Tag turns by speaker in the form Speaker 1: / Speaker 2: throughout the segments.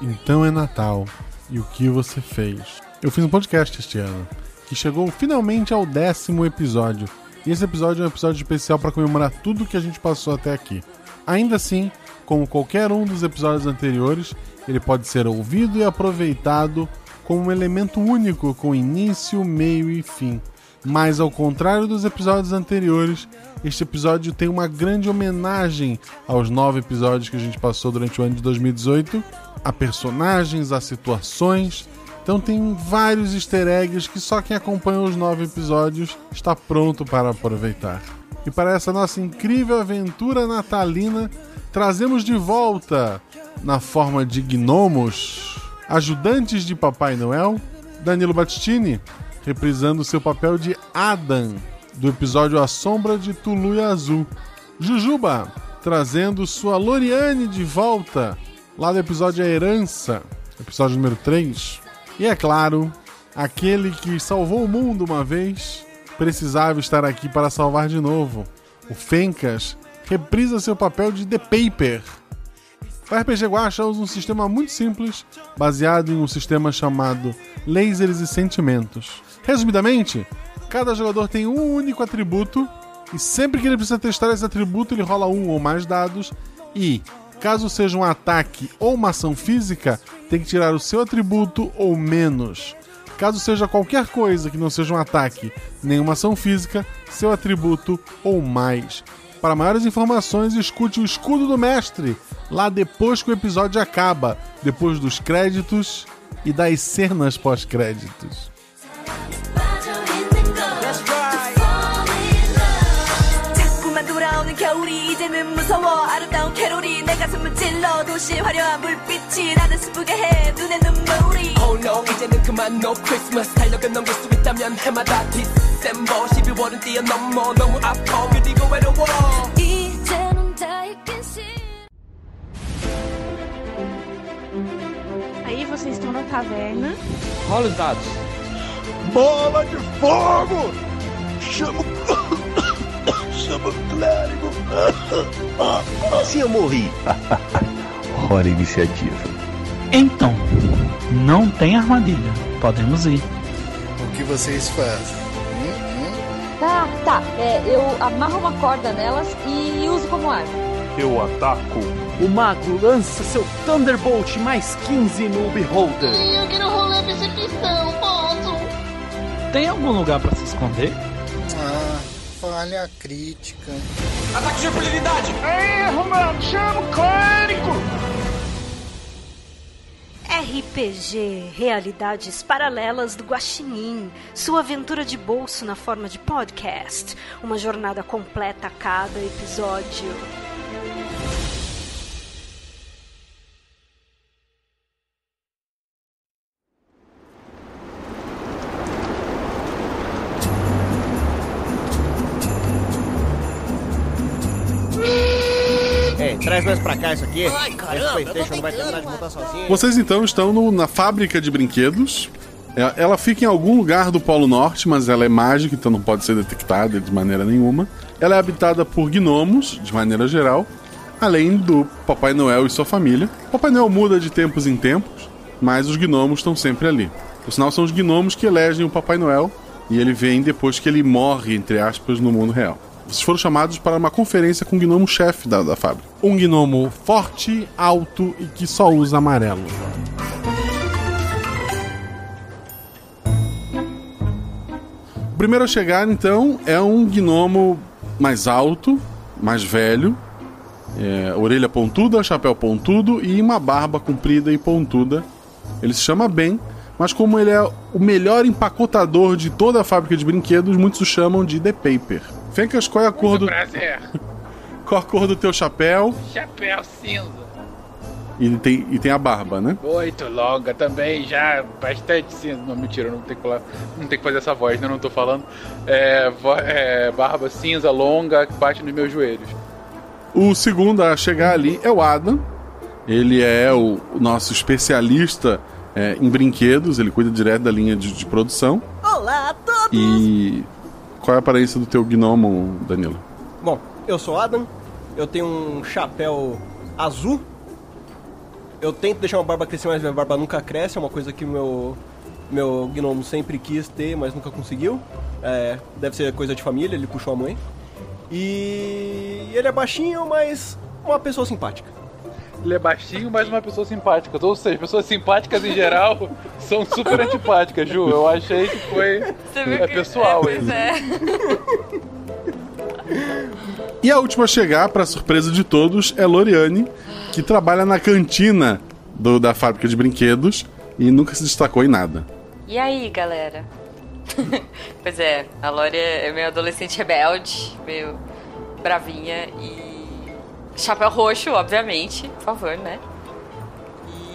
Speaker 1: Então é Natal. E o que você fez? Eu fiz um podcast este ano, que chegou finalmente ao décimo episódio. E esse episódio é um episódio especial para comemorar tudo que a gente passou até aqui. Ainda assim, como qualquer um dos episódios anteriores, ele pode ser ouvido e aproveitado como um elemento único com início, meio e fim. Mas ao contrário dos episódios anteriores, este episódio tem uma grande homenagem aos nove episódios que a gente passou durante o ano de 2018, a personagens, a situações. Então tem vários easter eggs que só quem acompanhou os nove episódios está pronto para aproveitar. E para essa nossa incrível aventura natalina, trazemos de volta, na forma de gnomos, ajudantes de Papai Noel, Danilo Battistini, reprisando seu papel de Adam, do episódio A Sombra de Tulu Azul. Jujuba, trazendo sua Loriane de volta, lá do episódio A Herança, episódio número 3. E é claro, aquele que salvou o mundo uma vez, precisava estar aqui para salvar de novo. O Fencas reprisa seu papel de The Paper, o RPG Guacha usa um sistema muito simples, baseado em um sistema chamado Lasers e Sentimentos. Resumidamente, cada jogador tem um único atributo, e sempre que ele precisa testar esse atributo, ele rola um ou mais dados, e caso seja um ataque ou uma ação física, tem que tirar o seu atributo ou menos. Caso seja qualquer coisa que não seja um ataque, nem uma ação física, seu atributo ou mais. Para maiores informações, escute o Escudo do Mestre, lá depois que o episódio acaba, depois dos créditos e das cenas pós-créditos.
Speaker 2: 자꾸만 돌아오는 겨울이 이제는 무서워 아름다운 캐롤이 내 가슴을 찔러 도시 화려한 물빛이 나를 슬프게 해 눈에 눈물이
Speaker 3: Oh no 이제는 그만 no Christmas 달력을 넘길 수 있다면 해마다 디셈버 12월은 뛰어넘어 너무 아파 그리고 외로워
Speaker 2: 이제는 다 읽긴 싫
Speaker 4: Aí vocês estão na taverna.
Speaker 5: Rola os dados.
Speaker 6: Bola de fogo! Chama o. Chama o clérigo! Se eu morri!
Speaker 7: Hora iniciativa.
Speaker 8: Então, não tem armadilha. Podemos ir.
Speaker 9: O que vocês fazem?
Speaker 10: Tá, tá. É, eu amarro uma corda nelas e uso como arma.
Speaker 6: Eu ataco!
Speaker 5: O mago lança seu Thunderbolt mais 15 no Beholder.
Speaker 11: Eu quero rolar percepção, posso?
Speaker 8: Tem algum lugar pra se esconder?
Speaker 9: Ah, falha crítica.
Speaker 3: Ataque de impunidade
Speaker 12: RPG Realidades Paralelas do Guaxinim, sua aventura de bolso na forma de podcast, uma jornada completa a cada episódio.
Speaker 5: Ei, traz mais pra cá isso aqui. Esse Playstation não vai terminar de montar sozinho.
Speaker 1: Vocês então estão no- na fábrica de brinquedos. É, Ela fica em algum lugar do Polo Norte, mas ela é mágica, então não pode ser detectada de maneira nenhuma. Ela é habitada por gnomos, de maneira geral, além do Papai Noel e sua família. Papai Noel muda de tempos em tempos, mas os gnomos estão sempre ali. Por sinal, são os gnomos que elegem o Papai Noel e ele vem depois que ele morre, entre aspas, no mundo real. Vocês foram chamados para uma conferência com o gnomo-chefe da, da fábrica. Um gnomo forte, alto e que só usa amarelo. O primeiro a chegar, então, é um gnomo mais alto, mais velho, é, orelha pontuda, chapéu pontudo e uma barba comprida e pontuda. Ele se chama Ben, mas como ele é o melhor empacotador de toda a fábrica de brinquedos, muitos o chamam de The Paper. Fencas, qual é a cor do,
Speaker 13: Prazer.
Speaker 1: qual a cor do teu chapéu?
Speaker 13: Chapéu cinza.
Speaker 1: E tem, e tem a barba, né?
Speaker 13: Muito longa também, já bastante cinza. Não, mentira, eu não tenho que, falar, não tenho que fazer essa voz, né? Eu não tô falando. É, vo- é, barba cinza, longa, que bate nos meus joelhos.
Speaker 1: O segundo a chegar ali é o Adam. Ele é o o nosso especialista é, em brinquedos, ele cuida direto da linha de, de produção.
Speaker 2: Olá a todos!
Speaker 1: E qual é a aparência do teu gnomo, Danilo?
Speaker 5: Bom, eu sou Adam. Eu tenho um chapéu azul. Eu tento deixar uma barba crescer, mas minha barba nunca cresce. É uma coisa que meu, meu gnomo sempre quis ter, mas nunca conseguiu. É, deve ser coisa de família, ele puxou a mãe. E ele é baixinho, mas uma pessoa simpática.
Speaker 13: Ele é baixinho, mas uma pessoa simpática. Então Ou seja, pessoas simpáticas em geral são super antipáticas, Ju. Eu achei que foi é pessoal
Speaker 10: é, pois
Speaker 13: ele.
Speaker 1: E a última a chegar, para surpresa de todos, é Loriane, que trabalha na cantina do- da fábrica de brinquedos e nunca se destacou em nada.
Speaker 10: E aí, galera? pois é, a Lori é meio adolescente rebelde, meio bravinha e. Chapéu roxo, obviamente, por favor, né?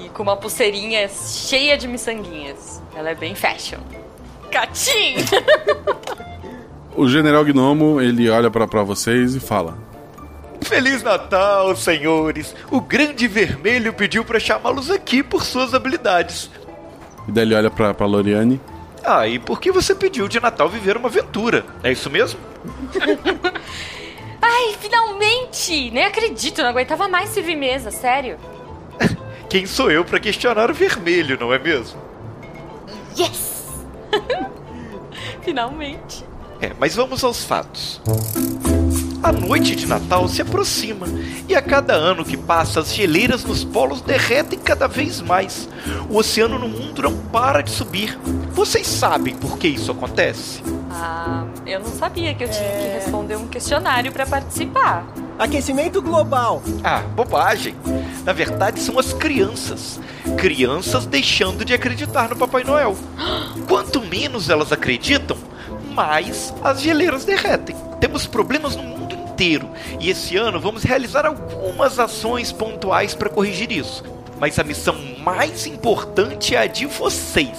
Speaker 10: E com uma pulseirinha cheia de miçanguinhas. Ela é bem fashion. Catim!
Speaker 1: O General Gnomo, ele olha pra pra vocês e fala:
Speaker 7: Feliz Natal, senhores! O Grande Vermelho pediu para chamá-los aqui por suas habilidades.
Speaker 1: E daí ele olha pra, pra Loriane.
Speaker 7: Ah, e por que você pediu de Natal viver uma aventura? É isso mesmo?
Speaker 10: Ai, finalmente! Nem acredito, não aguentava mais servir mesa, sério.
Speaker 7: Quem sou eu para questionar o vermelho, não é mesmo?
Speaker 10: Yes! finalmente.
Speaker 7: É, mas vamos aos fatos. A noite de Natal se aproxima e a cada ano que passa as geleiras nos polos derretem cada vez mais. O oceano no mundo não para de subir. Vocês sabem por que isso acontece?
Speaker 10: Ah, eu não sabia que eu tinha que responder um questionário pra participar.
Speaker 7: Aquecimento global. Ah, bobagem. Na verdade, são as crianças. Crianças deixando de acreditar no Papai Noel. Quanto menos elas acreditam, mais as geleiras derretem. Temos problemas no mundo inteiro e esse ano vamos realizar algumas ações pontuais para corrigir isso. Mas a missão mais importante é a de vocês.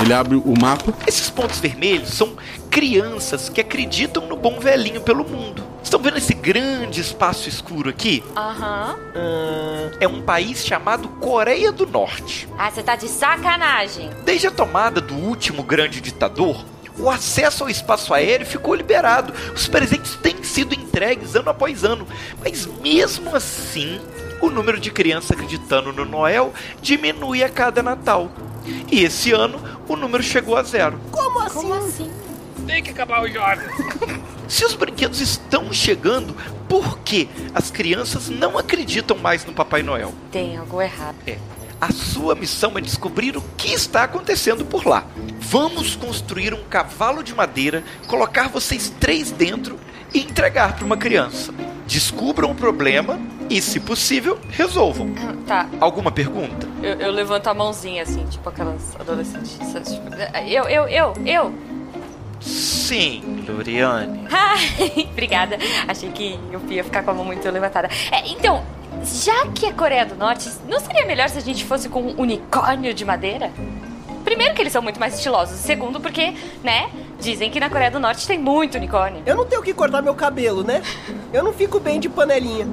Speaker 1: Ele abre o mapa.
Speaker 7: Esses pontos vermelhos são crianças que acreditam no bom velhinho pelo mundo. Estão vendo esse grande espaço escuro aqui?
Speaker 10: Aham.
Speaker 7: Ahn, é um país chamado Coreia do Norte.
Speaker 10: Ah, você tá de sacanagem.
Speaker 7: Desde a tomada do último grande ditador, o acesso ao espaço aéreo ficou liberado. Os presentes têm sido entregues ano após ano. Mas mesmo assim, o número de crianças acreditando no Noel diminui a cada Natal. E esse ano, o número chegou a zero.
Speaker 10: Como assim? Como assim?
Speaker 13: Tem que acabar os jogos.
Speaker 7: Se os brinquedos estão chegando, por que as crianças não acreditam mais no Papai Noel?
Speaker 10: Tem algo errado.
Speaker 7: É. A sua missão é descobrir o que está acontecendo por lá. Vamos construir um cavalo de madeira, colocar vocês três dentro e entregar para uma criança. Descubram o problema e, se possível, resolvam.
Speaker 10: Tá,
Speaker 7: Alguma pergunta?
Speaker 10: eu, eu levanto a mãozinha assim, tipo aquelas adolescentes. sabe, tipo, eu, eu, eu, eu.
Speaker 7: Sim, Loriane.
Speaker 10: Ai, Obrigada. Achei que eu ia ficar com a mão muito levantada. É, então, já que é Coreia do Norte, não seria melhor se a gente fosse com um unicórnio de madeira? Primeiro que eles são muito mais estilosos. Segundo porque, né, dizem que na Coreia do Norte tem muito unicórnio.
Speaker 5: Eu não tenho que cortar meu cabelo, né? Eu não fico bem de panelinha.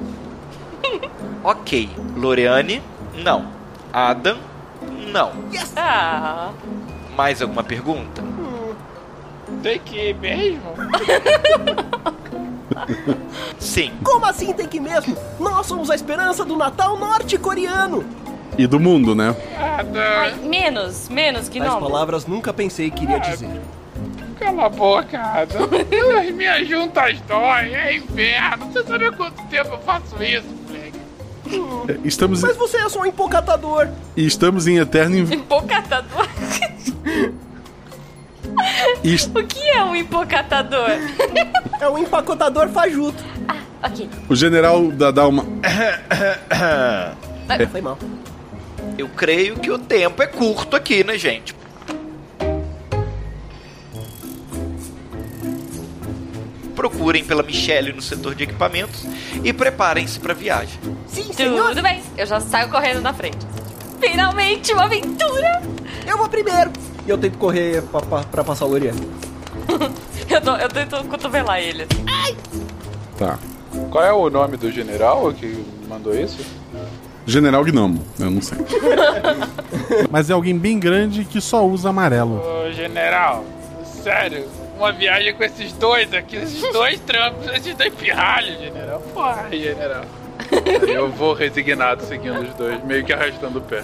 Speaker 7: Ok. Loriane, não. Adam, não.
Speaker 10: Ah,
Speaker 7: Mais alguma pergunta?
Speaker 13: Tem que ir mesmo?
Speaker 7: Sim.
Speaker 5: Como assim tem que mesmo? Nós somos a esperança do Natal norte-coreano.
Speaker 1: E do mundo, né?
Speaker 10: Ai, menos, menos que
Speaker 5: Tais
Speaker 10: não.
Speaker 5: palavras nunca pensei que iria dizer.
Speaker 13: Cala a boca, Adam. As minhas juntas doem, é inferno. Você sabe há quanto tempo eu faço isso, moleque?
Speaker 1: Estamos,
Speaker 5: Mas você é só um empocatador.
Speaker 1: e estamos em eterno inv-
Speaker 10: Empocatador?
Speaker 1: e est-
Speaker 10: O que é um empocatador?
Speaker 5: é um empacotador fajuto.
Speaker 10: Ah, ok.
Speaker 1: O general dá, dá uma.
Speaker 5: Ah, É, Foi mal.
Speaker 7: Eu creio que o tempo é curto aqui, né, gente? Procurem pela Michelle no setor de equipamentos e preparem-se para a viagem.
Speaker 5: Sim,
Speaker 10: senhor. Tudo bem, eu já saio correndo na frente. Finalmente uma aventura!
Speaker 5: Eu vou primeiro. E eu tento correr pra, pra- pra passar o Loriane.
Speaker 10: Eu, dou- eu tento cotovelar ele. assim. Ai!
Speaker 1: Tá.
Speaker 13: Qual é o nome do general que mandou isso?
Speaker 1: General Gnomo, eu não sei. Mas é alguém bem grande que só usa amarelo.
Speaker 13: Ô, general, sério, uma viagem com esses dois aqui, esses dois trampos, esses dois pirralhos, general. Porra, general. Eu vou resignado seguindo os dois, meio que arrastando o pé.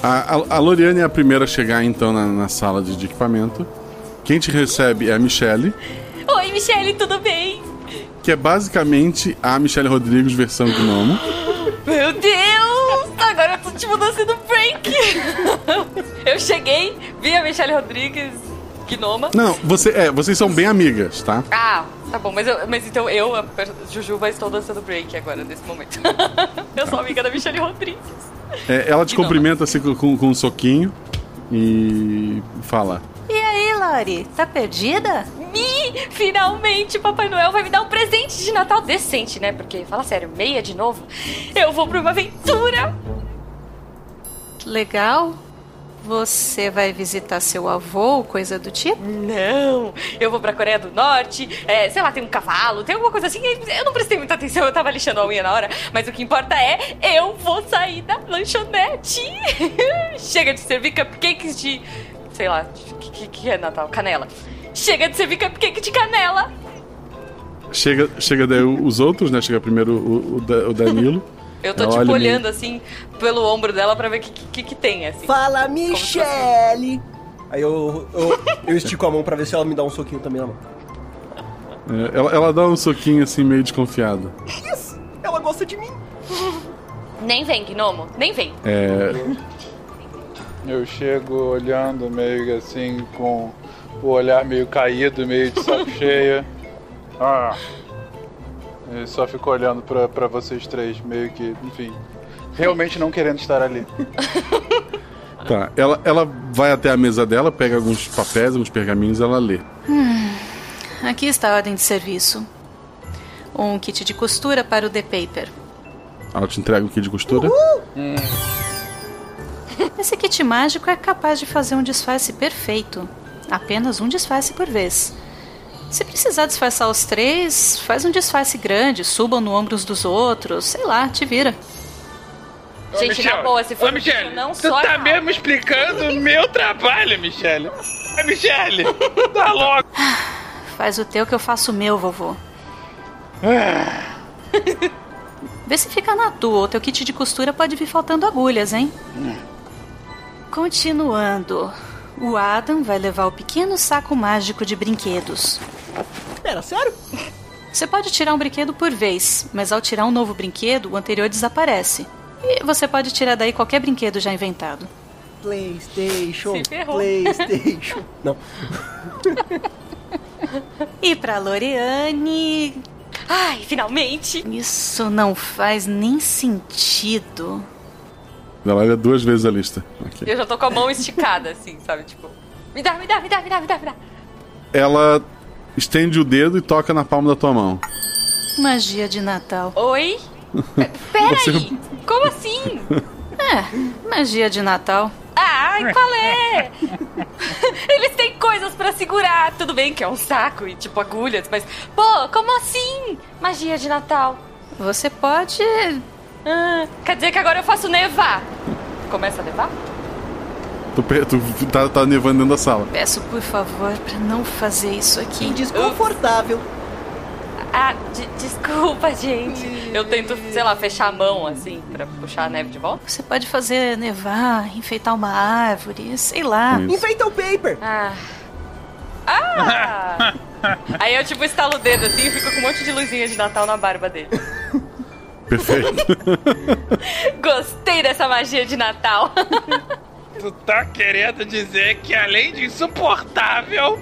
Speaker 1: A, a, a Loriane é a primeira a chegar, então, na, na sala de, de equipamento. Quem te recebe é a Michelle,
Speaker 10: Oi, Michele, tudo bem?
Speaker 1: que é basicamente a Michelle Rodrigues versão gnomo.
Speaker 10: Meu Deus! Agora eu tô tipo dançando break! Eu cheguei, vi a Michelle Rodrigues, Gnoma.
Speaker 1: Não, você, é, vocês são bem amigas, tá?
Speaker 10: Ah, tá bom, mas, eu- mas então eu, a per- Jujuba, estou dançando break agora, nesse momento. Eu sou amiga da Michelle Rodrigues.
Speaker 1: É, ela te
Speaker 10: Gnoma.
Speaker 1: cumprimenta assim, com- com, com um soquinho e fala:
Speaker 14: E aí, Lori? Tá perdida?
Speaker 10: Mi! Finalmente Papai Noel vai me dar um presente de Natal decente, né? Porque, fala sério, meia de novo, eu vou pra uma aventura!
Speaker 14: Legal. Você vai visitar seu avô, coisa do tipo?
Speaker 10: Não, eu vou pra Coreia do Norte, é, sei lá, tem um cavalo, tem alguma coisa assim. Eu não prestei muita atenção, eu tava lixando a unha na hora, mas o que importa é eu vou sair da lanchonete. Chega de servir cupcakes de. sei lá, o que, que- que é Natal? Canela. Chega de servir cupcake de canela!
Speaker 1: Chega, chega daí o- os outros, né? Chega primeiro o, o Da- o Danilo.
Speaker 10: Eu tô
Speaker 1: Ela olha
Speaker 10: tipo
Speaker 1: meio-
Speaker 10: olhando assim pelo ombro dela pra ver o que, que, que tem, assim.
Speaker 5: Fala,
Speaker 10: Como se fosse-
Speaker 5: Michele! Aí eu, eu, eu estico a mão pra ver se ela me dá um soquinho também na mão.
Speaker 1: É, Ela, ela dá um soquinho assim, meio desconfiado.
Speaker 5: Yes! Ela gosta de mim!
Speaker 10: Nem vem, Gnomo, nem vem.
Speaker 1: É.
Speaker 13: Eu chego olhando meio assim com o olhar meio caído, meio de saco cheia. Ah. Eu só fico olhando pra, pra vocês três, meio que, enfim. Realmente não querendo estar ali.
Speaker 1: Tá. Ela, ela vai até a mesa dela, pega alguns papéis, alguns pergaminhos, ela lê.
Speaker 12: Hum, aqui está a ordem de serviço. Um kit de costura para o The Paper.
Speaker 1: Ela te entrega um kit de costura.
Speaker 12: Esse kit mágico é capaz de fazer um disfarce perfeito. Apenas um disfarce por vez. Se precisar disfarçar os três, faz um disfarce grande, subam no ombro uns dos outros, sei lá, te vira.
Speaker 10: Gente, na boa, se for
Speaker 13: Ô, Michele,
Speaker 10: bicho, não
Speaker 13: tu
Speaker 10: só. é
Speaker 13: tá mesmo explicando o meu trabalho, Michele. Ô, Michele, tá dá logo.
Speaker 12: Faz o teu que eu faço o meu, vovô. Vê se fica na tua, o teu kit de costura pode vir faltando agulhas, hein? Continuando. O Adam vai levar o pequeno saco mágico de brinquedos.
Speaker 5: Pera, sério?
Speaker 12: Você pode tirar um brinquedo por vez, mas ao tirar um novo brinquedo, o anterior desaparece. E você pode tirar daí qualquer brinquedo já inventado.
Speaker 5: PlayStation!
Speaker 12: Se ferrou.
Speaker 5: PlayStation! Não.
Speaker 12: E pra Loriane.
Speaker 10: Ai, finalmente!
Speaker 12: Isso não faz nem sentido.
Speaker 1: Ela olha duas vezes a lista. Ok.
Speaker 10: Eu já tô com a mão esticada, assim, sabe? Tipo, me dá, me dá, me dá, me dá, me dá, me dá.
Speaker 1: Ela estende o dedo e toca na palma da tua mão.
Speaker 12: Magia de Natal.
Speaker 10: Oi?
Speaker 1: Você-
Speaker 10: Peraí! Como assim?
Speaker 12: É, magia de Natal.
Speaker 10: Ai, qual é? Eles têm coisas pra segurar. Tudo bem que é um saco e, tipo, agulhas, mas... Pô, como assim? Magia de Natal.
Speaker 12: Você pode.
Speaker 10: Ah, quer dizer que agora eu faço nevar. Começa a nevar?
Speaker 1: Tu, pe- tu tá, tá nevando dentro da sala.
Speaker 12: Peço, por favor, pra não fazer isso aqui.
Speaker 5: Desconfortável.
Speaker 10: Ah, de- desculpa, gente. Eu tento, sei lá, fechar a mão, assim, pra puxar a neve de volta.
Speaker 12: Você pode fazer nevar, enfeitar uma árvore, sei lá.
Speaker 10: Isso.
Speaker 5: Enfeita o paper!
Speaker 10: Ah. Ah! Aí eu, tipo, estalo o dedo, assim, e fico com um monte de luzinha de Natal na barba dele.
Speaker 1: Perfeito.
Speaker 10: Gostei dessa magia de Natal.
Speaker 13: Tu tá querendo dizer que além de insuportável,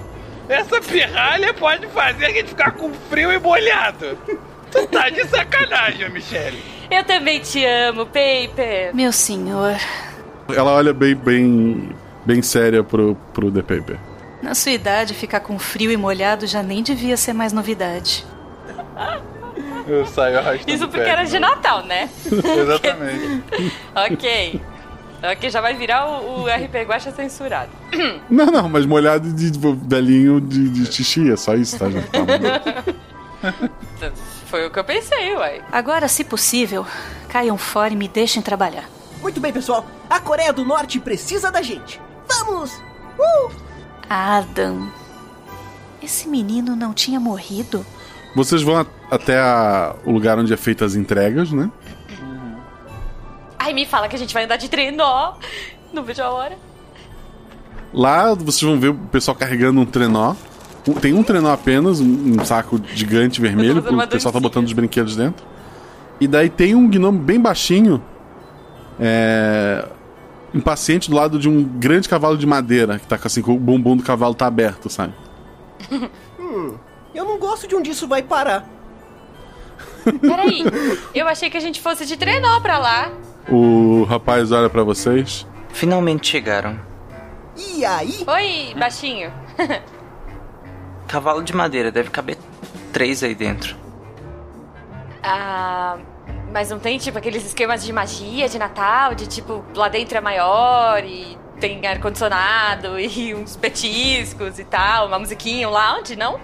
Speaker 13: essa pirralha pode fazer a gente ficar com frio e molhado. Tu tá de sacanagem, Michele.
Speaker 10: Eu também te amo, Paper.
Speaker 12: Meu senhor,
Speaker 1: Ela olha bem, bem, bem séria pro, pro The Paper.
Speaker 12: na sua idade, ficar com frio e molhado já nem devia ser mais novidade.
Speaker 13: Eu saio arrastando
Speaker 10: Isso Ah, porque era de Natal, né?
Speaker 13: Exatamente.
Speaker 10: ok. Ok, já vai virar o, o RP Guacha censurado.
Speaker 1: Não, não, mas molhado de de velhinho de, de xixi, é só isso, tá, gente? Calma.
Speaker 10: Foi o que eu pensei, uai.
Speaker 12: Agora, se possível, caiam fora e me deixem trabalhar.
Speaker 5: Muito bem, pessoal. A Coreia do Norte precisa da gente. Vamos! Uh!
Speaker 12: Adam. Esse menino não tinha morrido?
Speaker 1: Vocês vão a- até a- o lugar onde é feita as entregas, né?
Speaker 10: Ai, me fala que a gente vai andar de trenó. Não vejo a hora.
Speaker 1: Lá vocês vão ver o pessoal carregando um trenó. Um- Tem um trenó apenas, um um saco gigante vermelho, que
Speaker 10: fazendo uma
Speaker 1: o pessoal tá botando os brinquedos dentro. E daí tem um gnomo bem baixinho, é, impaciente do lado de um grande cavalo de madeira, que tá com assim, com o bumbum do cavalo tá aberto, sabe?
Speaker 3: Hum, eu não gosto de onde isso vai parar.
Speaker 10: Peraí, eu achei que a gente fosse de trenó pra lá.
Speaker 1: O rapaz olha pra vocês.
Speaker 15: Finalmente chegaram.
Speaker 10: E aí? Oi, baixinho.
Speaker 15: Cavalo de madeira, deve caber três aí dentro.
Speaker 10: ah, mas não tem, tipo, aqueles esquemas de magia de Natal, de tipo, lá dentro é maior e tem ar-condicionado e uns petiscos e tal, uma musiquinha, um lounge, não?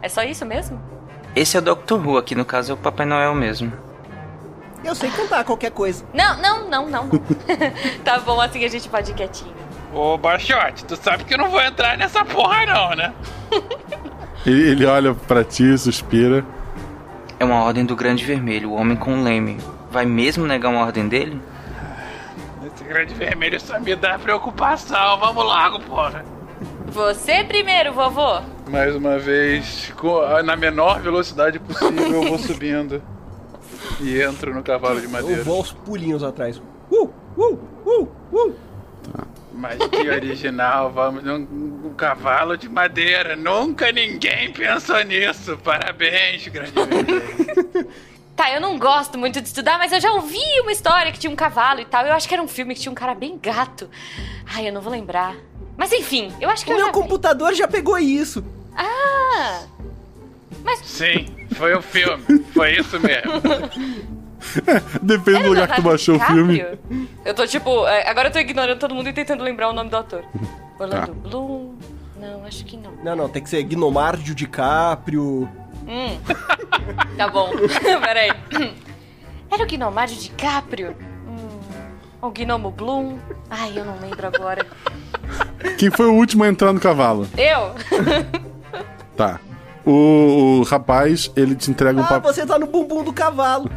Speaker 10: É só isso mesmo?
Speaker 15: Esse é o Doctor Who, aqui no caso é o Papai Noel mesmo.
Speaker 10: Eu sei cantar qualquer coisa. Não, não, não, não, não. tá bom, assim a gente pode ir quietinho.
Speaker 13: Ô, Baixote, tu sabe que eu não vou entrar nessa porra não, né?
Speaker 1: Ele, ele olha pra ti, suspira.
Speaker 15: É uma ordem do Grande Vermelho, o homem com o leme. Vai mesmo negar uma ordem dele?
Speaker 13: Esse grande vermelho só me dá preocupação. Vamos logo, porra.
Speaker 10: Você primeiro, vovô.
Speaker 13: Mais uma vez, com- na menor velocidade possível, eu vou subindo. E entro no cavalo de madeira.
Speaker 5: Eu vou aos pulinhos atrás. Uh, uh, uh, uh.
Speaker 13: Mas que original, vamos num um cavalo de madeira. Nunca ninguém pensou nisso. Parabéns, grande vermelho.
Speaker 10: Tá, eu não gosto muito de estudar, mas eu já ouvi uma história que tinha um cavalo e tal. Eu acho que era um filme que tinha um cara bem gato. Ai, eu não vou lembrar. Mas enfim, eu acho que
Speaker 3: o
Speaker 10: eu
Speaker 3: meu
Speaker 10: já...
Speaker 3: computador já pegou isso.
Speaker 10: Ah!
Speaker 13: Sim, foi o filme. Foi isso mesmo.
Speaker 1: É, Depende
Speaker 10: Era
Speaker 1: do lugar que tu
Speaker 10: Leonardo
Speaker 1: baixou o filme.
Speaker 10: DiCaprio? Eu tô tipo. é, Agora eu tô ignorando todo mundo e tentando lembrar o nome do ator. Orlando
Speaker 5: Tá.
Speaker 10: Bloom. Não, acho que não.
Speaker 5: Não, não, tem que ser Gnomardio DiCaprio.
Speaker 10: Hum. Tá bom. Peraí. Era o Gnomário DiCaprio? Hum. O Gnomo Bloom? Ai, eu não lembro agora.
Speaker 1: Quem foi o último a entrar no cavalo?
Speaker 10: Eu?
Speaker 1: Tá. O, o rapaz, ele te entrega um
Speaker 3: Ah,
Speaker 1: papel.
Speaker 3: você tá no bumbum do cavalo.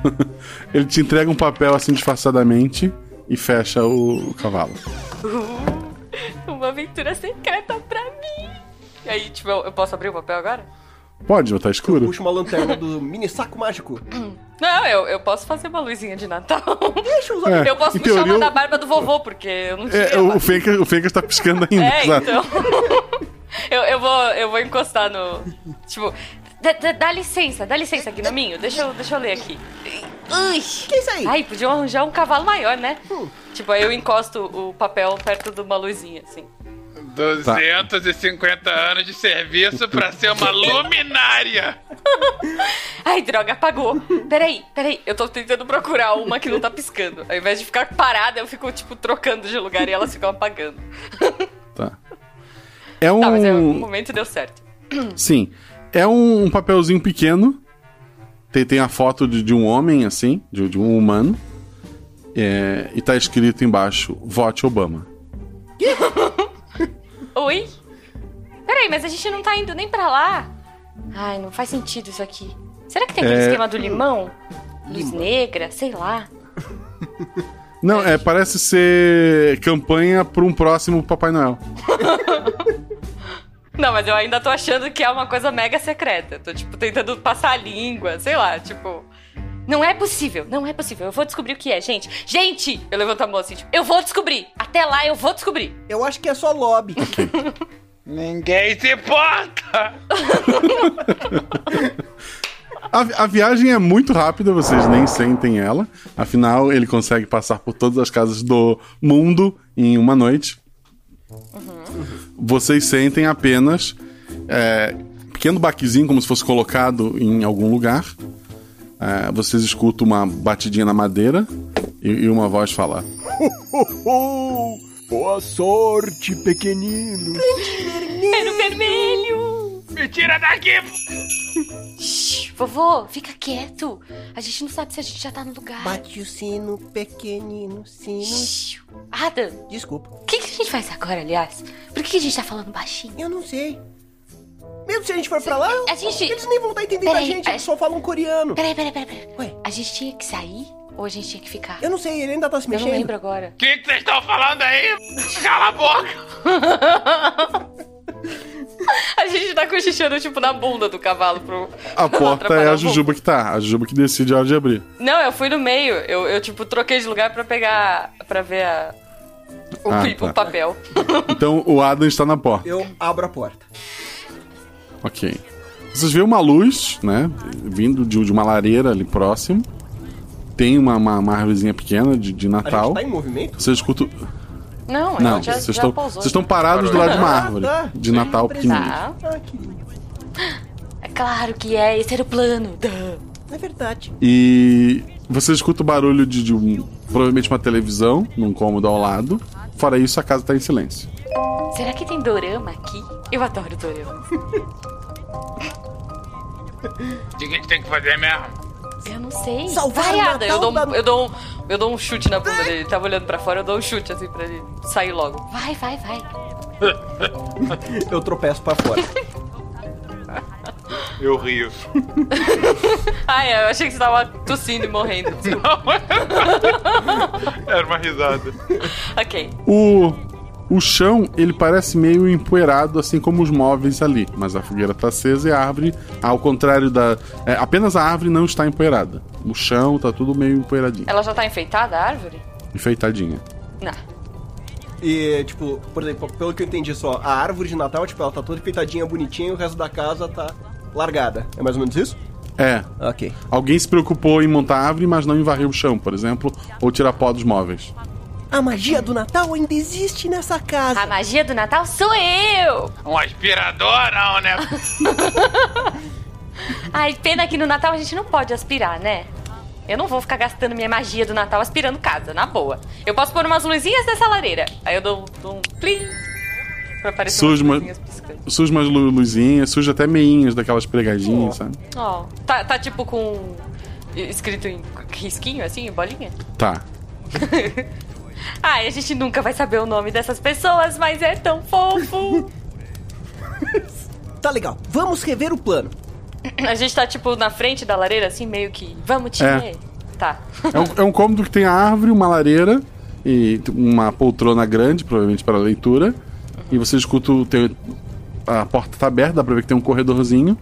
Speaker 1: Ele te entrega um papel assim disfarçadamente e fecha o, o cavalo.
Speaker 10: Uh, uma aventura secreta pra mim. E aí, tipo, eu, eu posso abrir o papel agora?
Speaker 1: Pode, ou tá escuro?
Speaker 5: Puxa uma lanterna do mini saco mágico.
Speaker 10: Não, eu, eu posso fazer uma luzinha de Natal. Deixa
Speaker 1: usar. É,
Speaker 10: Eu posso
Speaker 1: em
Speaker 10: puxar
Speaker 1: teoria,
Speaker 10: uma
Speaker 1: eu-
Speaker 10: da barba do vovô, porque eu não tirei
Speaker 1: É,
Speaker 10: a
Speaker 1: o, o Fencas o Fencas tá piscando ainda,
Speaker 10: É,
Speaker 1: sabe?
Speaker 10: então. eu, eu, vou, eu vou encostar no. Tipo. Dá, dá- dá licença, dá licença, Gnominho. Deixa eu, deixa eu ler aqui. Ui! Que isso aí? Ai, podiam arranjar um cavalo maior, né? Tipo, aí eu encosto o papel perto de uma luzinha, assim.
Speaker 13: 250 anos de serviço pra ser uma luminária.
Speaker 10: Ai, droga, apagou. Peraí, peraí. Eu tô tentando procurar uma que não tá piscando. Ao invés de ficar parada, eu fico, tipo, trocando de lugar e elas ficam apagando.
Speaker 1: É um.
Speaker 10: Tá, mas é, o momento deu certo.
Speaker 1: Sim. É um, um papelzinho pequeno. Tem, tem a foto de, de um homem, assim, de, de um humano. É, e tá escrito embaixo: Vote Obama.
Speaker 10: Oi? Peraí, mas a gente não tá indo nem pra lá. Ai, não faz sentido isso aqui. Será que tem aquele
Speaker 1: É.
Speaker 10: esquema do limão? Luz negra, sei lá.
Speaker 1: Não, é, parece ser campanha pra um próximo Papai Noel.
Speaker 10: Não, mas eu ainda tô achando que é uma coisa mega secreta. Tô, tipo, tentando passar a língua, sei lá, tipo. Não é possível, não é possível. Eu vou descobrir o que é, gente. Gente! Eu levanto a mão assim, tipo, eu vou descobrir. Até lá eu vou descobrir.
Speaker 5: Eu acho que é só lobby.
Speaker 13: Ninguém se importa!
Speaker 1: A, a viagem é muito rápida, vocês nem sentem ela. Afinal, ele consegue passar por todas as casas do mundo em uma noite. Vocês sentem apenas é, pequeno baquezinho, como se fosse colocado em algum lugar. É, vocês escutam uma batidinha na madeira e, e uma voz falar.
Speaker 16: Boa sorte, pequenino.
Speaker 5: é
Speaker 10: Vermelho, vermelho!
Speaker 13: Me tira daqui!
Speaker 10: Shh, vovô, fica quieto. A gente não sabe se a gente já tá no lugar.
Speaker 3: Bate o sino, pequenino, sino.
Speaker 10: Adam,
Speaker 3: Desculpa.
Speaker 10: o que, que a gente faz agora, aliás? Por que que a gente tá falando baixinho?
Speaker 3: Eu não sei.
Speaker 5: Mesmo se a gente for pra lá,
Speaker 10: A gente-
Speaker 5: eles nem vão dar a entender da
Speaker 10: Peraí,
Speaker 5: gente,
Speaker 10: a-
Speaker 5: eles só falam coreano.
Speaker 10: Peraí, peraí, peraí, peraí. A gente tinha que sair ou a gente tinha que ficar?
Speaker 5: Eu não sei, ele ainda tá se
Speaker 10: Eu
Speaker 5: mexendo.
Speaker 10: não lembro agora.
Speaker 7: O que que vocês estão falando aí? Cala a boca!
Speaker 10: A gente tá cochichando, tipo, na bunda do cavalo pro.
Speaker 1: A porta
Speaker 10: um
Speaker 1: é a Jujuba que tá. A Jujuba que decide a hora de abrir.
Speaker 10: Não, eu fui no meio. Eu, eu tipo, troquei de lugar pra pegar. pra ver a. O,
Speaker 1: Ah,
Speaker 10: pi-
Speaker 1: tá.
Speaker 10: o papel.
Speaker 1: Então o Adam está na porta.
Speaker 5: Eu abro a porta.
Speaker 1: Ok. Vocês veem uma luz, né? Vindo de, de uma lareira ali próximo. Tem uma, uma, uma arvorezinha pequena de, de
Speaker 5: A gente
Speaker 1: Natal.
Speaker 5: tá em movimento?
Speaker 1: Vocês escutam.
Speaker 10: Não,
Speaker 1: Não,
Speaker 10: ela já,
Speaker 1: vocês
Speaker 10: já
Speaker 1: estão,
Speaker 10: pousou.
Speaker 1: vocês estão parados do lado de uma árvore.
Speaker 10: Ah, tá.
Speaker 1: De Natal pequenininha.
Speaker 10: Tá. É claro que é, esse era o plano. Dã.
Speaker 5: É verdade.
Speaker 1: E você escuta o barulho de, de um, provavelmente uma televisão num cômodo ao lado. Fora isso, a casa está em silêncio.
Speaker 10: Será que tem dorama aqui? Eu adoro dorama.
Speaker 8: O que a gente tem que fazer mesmo?
Speaker 10: Eu não sei.
Speaker 5: Salvar
Speaker 10: Vai,
Speaker 5: o
Speaker 10: Adam, eu
Speaker 5: Natal
Speaker 10: dou, um,
Speaker 5: da-
Speaker 10: eu, dou um, eu dou um chute na bunda dele. Ele tava olhando pra fora, eu dou um chute assim pra ele sair logo. Vai, vai, vai.
Speaker 5: Eu tropeço pra fora.
Speaker 8: Eu rio.
Speaker 10: Ai, eu achei que você tava tossindo e morrendo.
Speaker 8: Era uma risada.
Speaker 10: ok.
Speaker 1: O, o chão, ele parece meio empoeirado, assim como os móveis ali. Mas a fogueira tá acesa e a árvore, ao contrário da. é, apenas a árvore não está empoeirada. O chão tá tudo meio empoeiradinho,
Speaker 10: Ela já tá enfeitada, a árvore?
Speaker 1: enfeitadinha.
Speaker 10: Não.
Speaker 5: E, tipo, por exemplo, pelo que eu entendi só, a árvore de Natal, tipo, ela tá toda enfeitadinha, bonitinha, e o resto da casa tá largada. É mais ou menos isso?
Speaker 1: É.
Speaker 5: Ok.
Speaker 1: Alguém se preocupou em montar a árvore, mas não em varrer o chão, por exemplo, ou tirar pó dos móveis.
Speaker 5: A magia do Natal ainda existe nessa casa.
Speaker 10: A magia do Natal sou eu!
Speaker 8: Um aspirador, não, né?
Speaker 10: Ai, pena que no Natal a gente não pode aspirar, né? Eu não vou ficar gastando minha magia do Natal aspirando casa, na boa. Eu posso pôr umas luzinhas nessa lareira. Aí eu dou, dou um plim pra aparecer
Speaker 1: Surge
Speaker 10: umas
Speaker 1: uma,
Speaker 10: luzinhas piscando.
Speaker 1: surge umas lu- luzinhas, surge até meinhas daquelas pregadinhas, sabe?
Speaker 10: Ó, tá, tá tipo com... Escrito em risquinho, assim, em bolinha?
Speaker 1: Tá.
Speaker 10: Ai, a gente nunca vai saber o nome dessas pessoas, mas é tão fofo.
Speaker 5: Tá legal, vamos rever o plano.
Speaker 10: A gente tá, tipo, na frente da lareira, assim, meio que... Vamos, te
Speaker 1: É.
Speaker 10: ver. Tá.
Speaker 1: É um, é um cômodo que tem a árvore, uma lareira e t- uma poltrona grande, provavelmente para leitura. E você escuta o teu, a porta tá aberta, dá pra ver que tem um corredorzinho,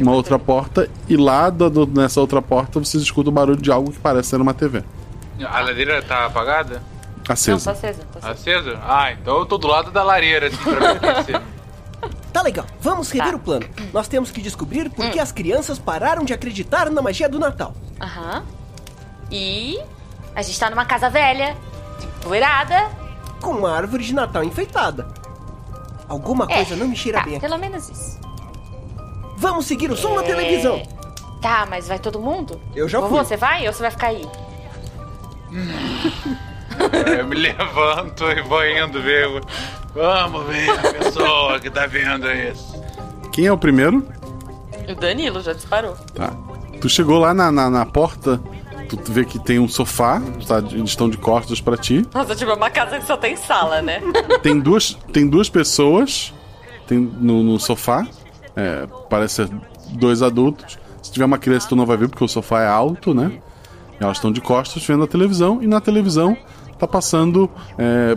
Speaker 1: uma outra porta e lá da- do- nessa outra porta você escuta o barulho de algo que parece ser uma TV
Speaker 8: A lareira tá apagada?
Speaker 1: acesa.
Speaker 10: tá acesa.
Speaker 8: Acesa? Ah, então eu tô do lado da lareira, assim, pra ver o que vai ser.
Speaker 5: Tá legal, vamos rever o plano. Nós temos que descobrir por
Speaker 10: Hum.
Speaker 5: que as crianças pararam de acreditar na magia do Natal.
Speaker 10: Aham. E... A gente tá numa casa velha, poeirada.
Speaker 5: Com uma árvore de Natal enfeitada. Alguma coisa não me cheira
Speaker 10: tá,
Speaker 5: bem. aqui.
Speaker 10: pelo menos isso.
Speaker 5: Vamos seguir o som na
Speaker 10: É.
Speaker 5: televisão.
Speaker 10: Tá, mas vai todo mundo?
Speaker 5: Eu já
Speaker 10: Vovô,
Speaker 5: fui.
Speaker 10: você vai ou você vai ficar aí?
Speaker 8: Eu me levanto e vou indo ver. o- Vamos ver a pessoa que tá vendo isso.
Speaker 1: Quem é o primeiro?
Speaker 10: O Danilo já disparou.
Speaker 1: Tá. Tu chegou lá na, na, na porta, tu tu vê que tem um sofá, tá, eles estão de costas pra ti.
Speaker 10: Nossa, tipo, é uma casa que só tem sala, né?
Speaker 1: Tem duas, tem duas pessoas tem no, no sofá. É, parece ser dois adultos. Se tiver uma criança, tu não vai ver porque o sofá é alto, né? Elas estão de costas vendo a televisão e na televisão tá passando é,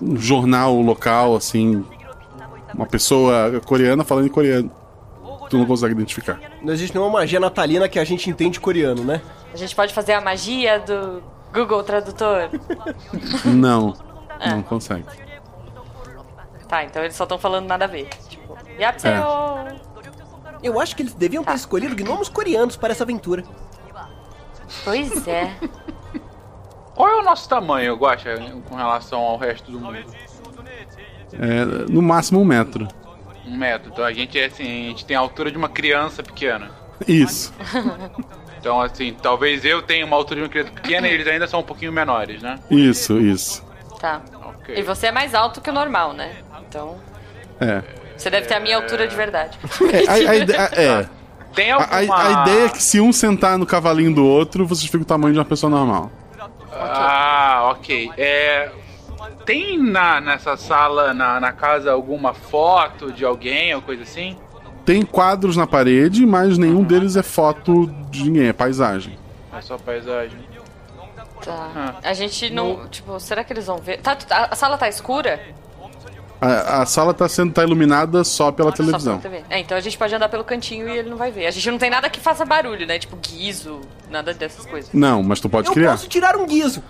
Speaker 1: um jornal local, assim. Uma pessoa coreana falando em coreano. Tu não consegue identificar.
Speaker 5: Não existe nenhuma magia natalina que a gente entende coreano, né?
Speaker 10: A gente pode fazer a magia do Google Tradutor.
Speaker 1: Não, não consegue.
Speaker 10: tá, então eles só estão falando nada a ver. Tipo, Yapseo!
Speaker 5: Eu acho que eles deviam
Speaker 10: Tá.
Speaker 5: ter escolhido gnomos coreanos para essa aventura.
Speaker 10: Pois é.
Speaker 8: Qual é o nosso tamanho, Guaxa, com relação ao resto do mundo?
Speaker 1: É, no máximo um metro.
Speaker 8: Um metro. Então a gente é assim, a gente tem a altura de uma criança pequena.
Speaker 1: Isso.
Speaker 8: Então, assim, talvez eu tenha uma altura de uma criança pequena e eles ainda são um pouquinho menores, né?
Speaker 1: Isso, isso.
Speaker 10: Tá. E você é mais alto que o normal, né? Então,
Speaker 1: É.
Speaker 10: você deve ter a minha altura de verdade.
Speaker 1: É, a, a ide- a- é.
Speaker 8: Tem
Speaker 1: A-
Speaker 10: Ah.
Speaker 1: a-
Speaker 8: alguma...
Speaker 1: a ideia é que se um sentar no cavalinho do outro, vocês ficam o tamanho de uma pessoa normal.
Speaker 8: Ah, ok. É, tem na, nessa sala, na, na casa, alguma foto de alguém ou coisa assim?
Speaker 1: Tem quadros na parede, mas
Speaker 10: Uhum.
Speaker 1: nenhum deles é foto de ninguém, é paisagem.
Speaker 13: É só paisagem.
Speaker 10: Tá. A gente não. Tipo, será que eles vão ver? Tá, tu- a a sala tá escura?
Speaker 1: A, a sala tá sendo tá iluminada só pela
Speaker 10: Só
Speaker 1: televisão.
Speaker 10: pra TV. É, então a gente pode andar pelo cantinho e ele não vai ver. A gente não tem nada que faça barulho, né? Tipo guiso, nada dessas coisas.
Speaker 1: Não, mas tu pode
Speaker 10: Eu
Speaker 1: criar.
Speaker 10: posso
Speaker 5: Tirar um guiso.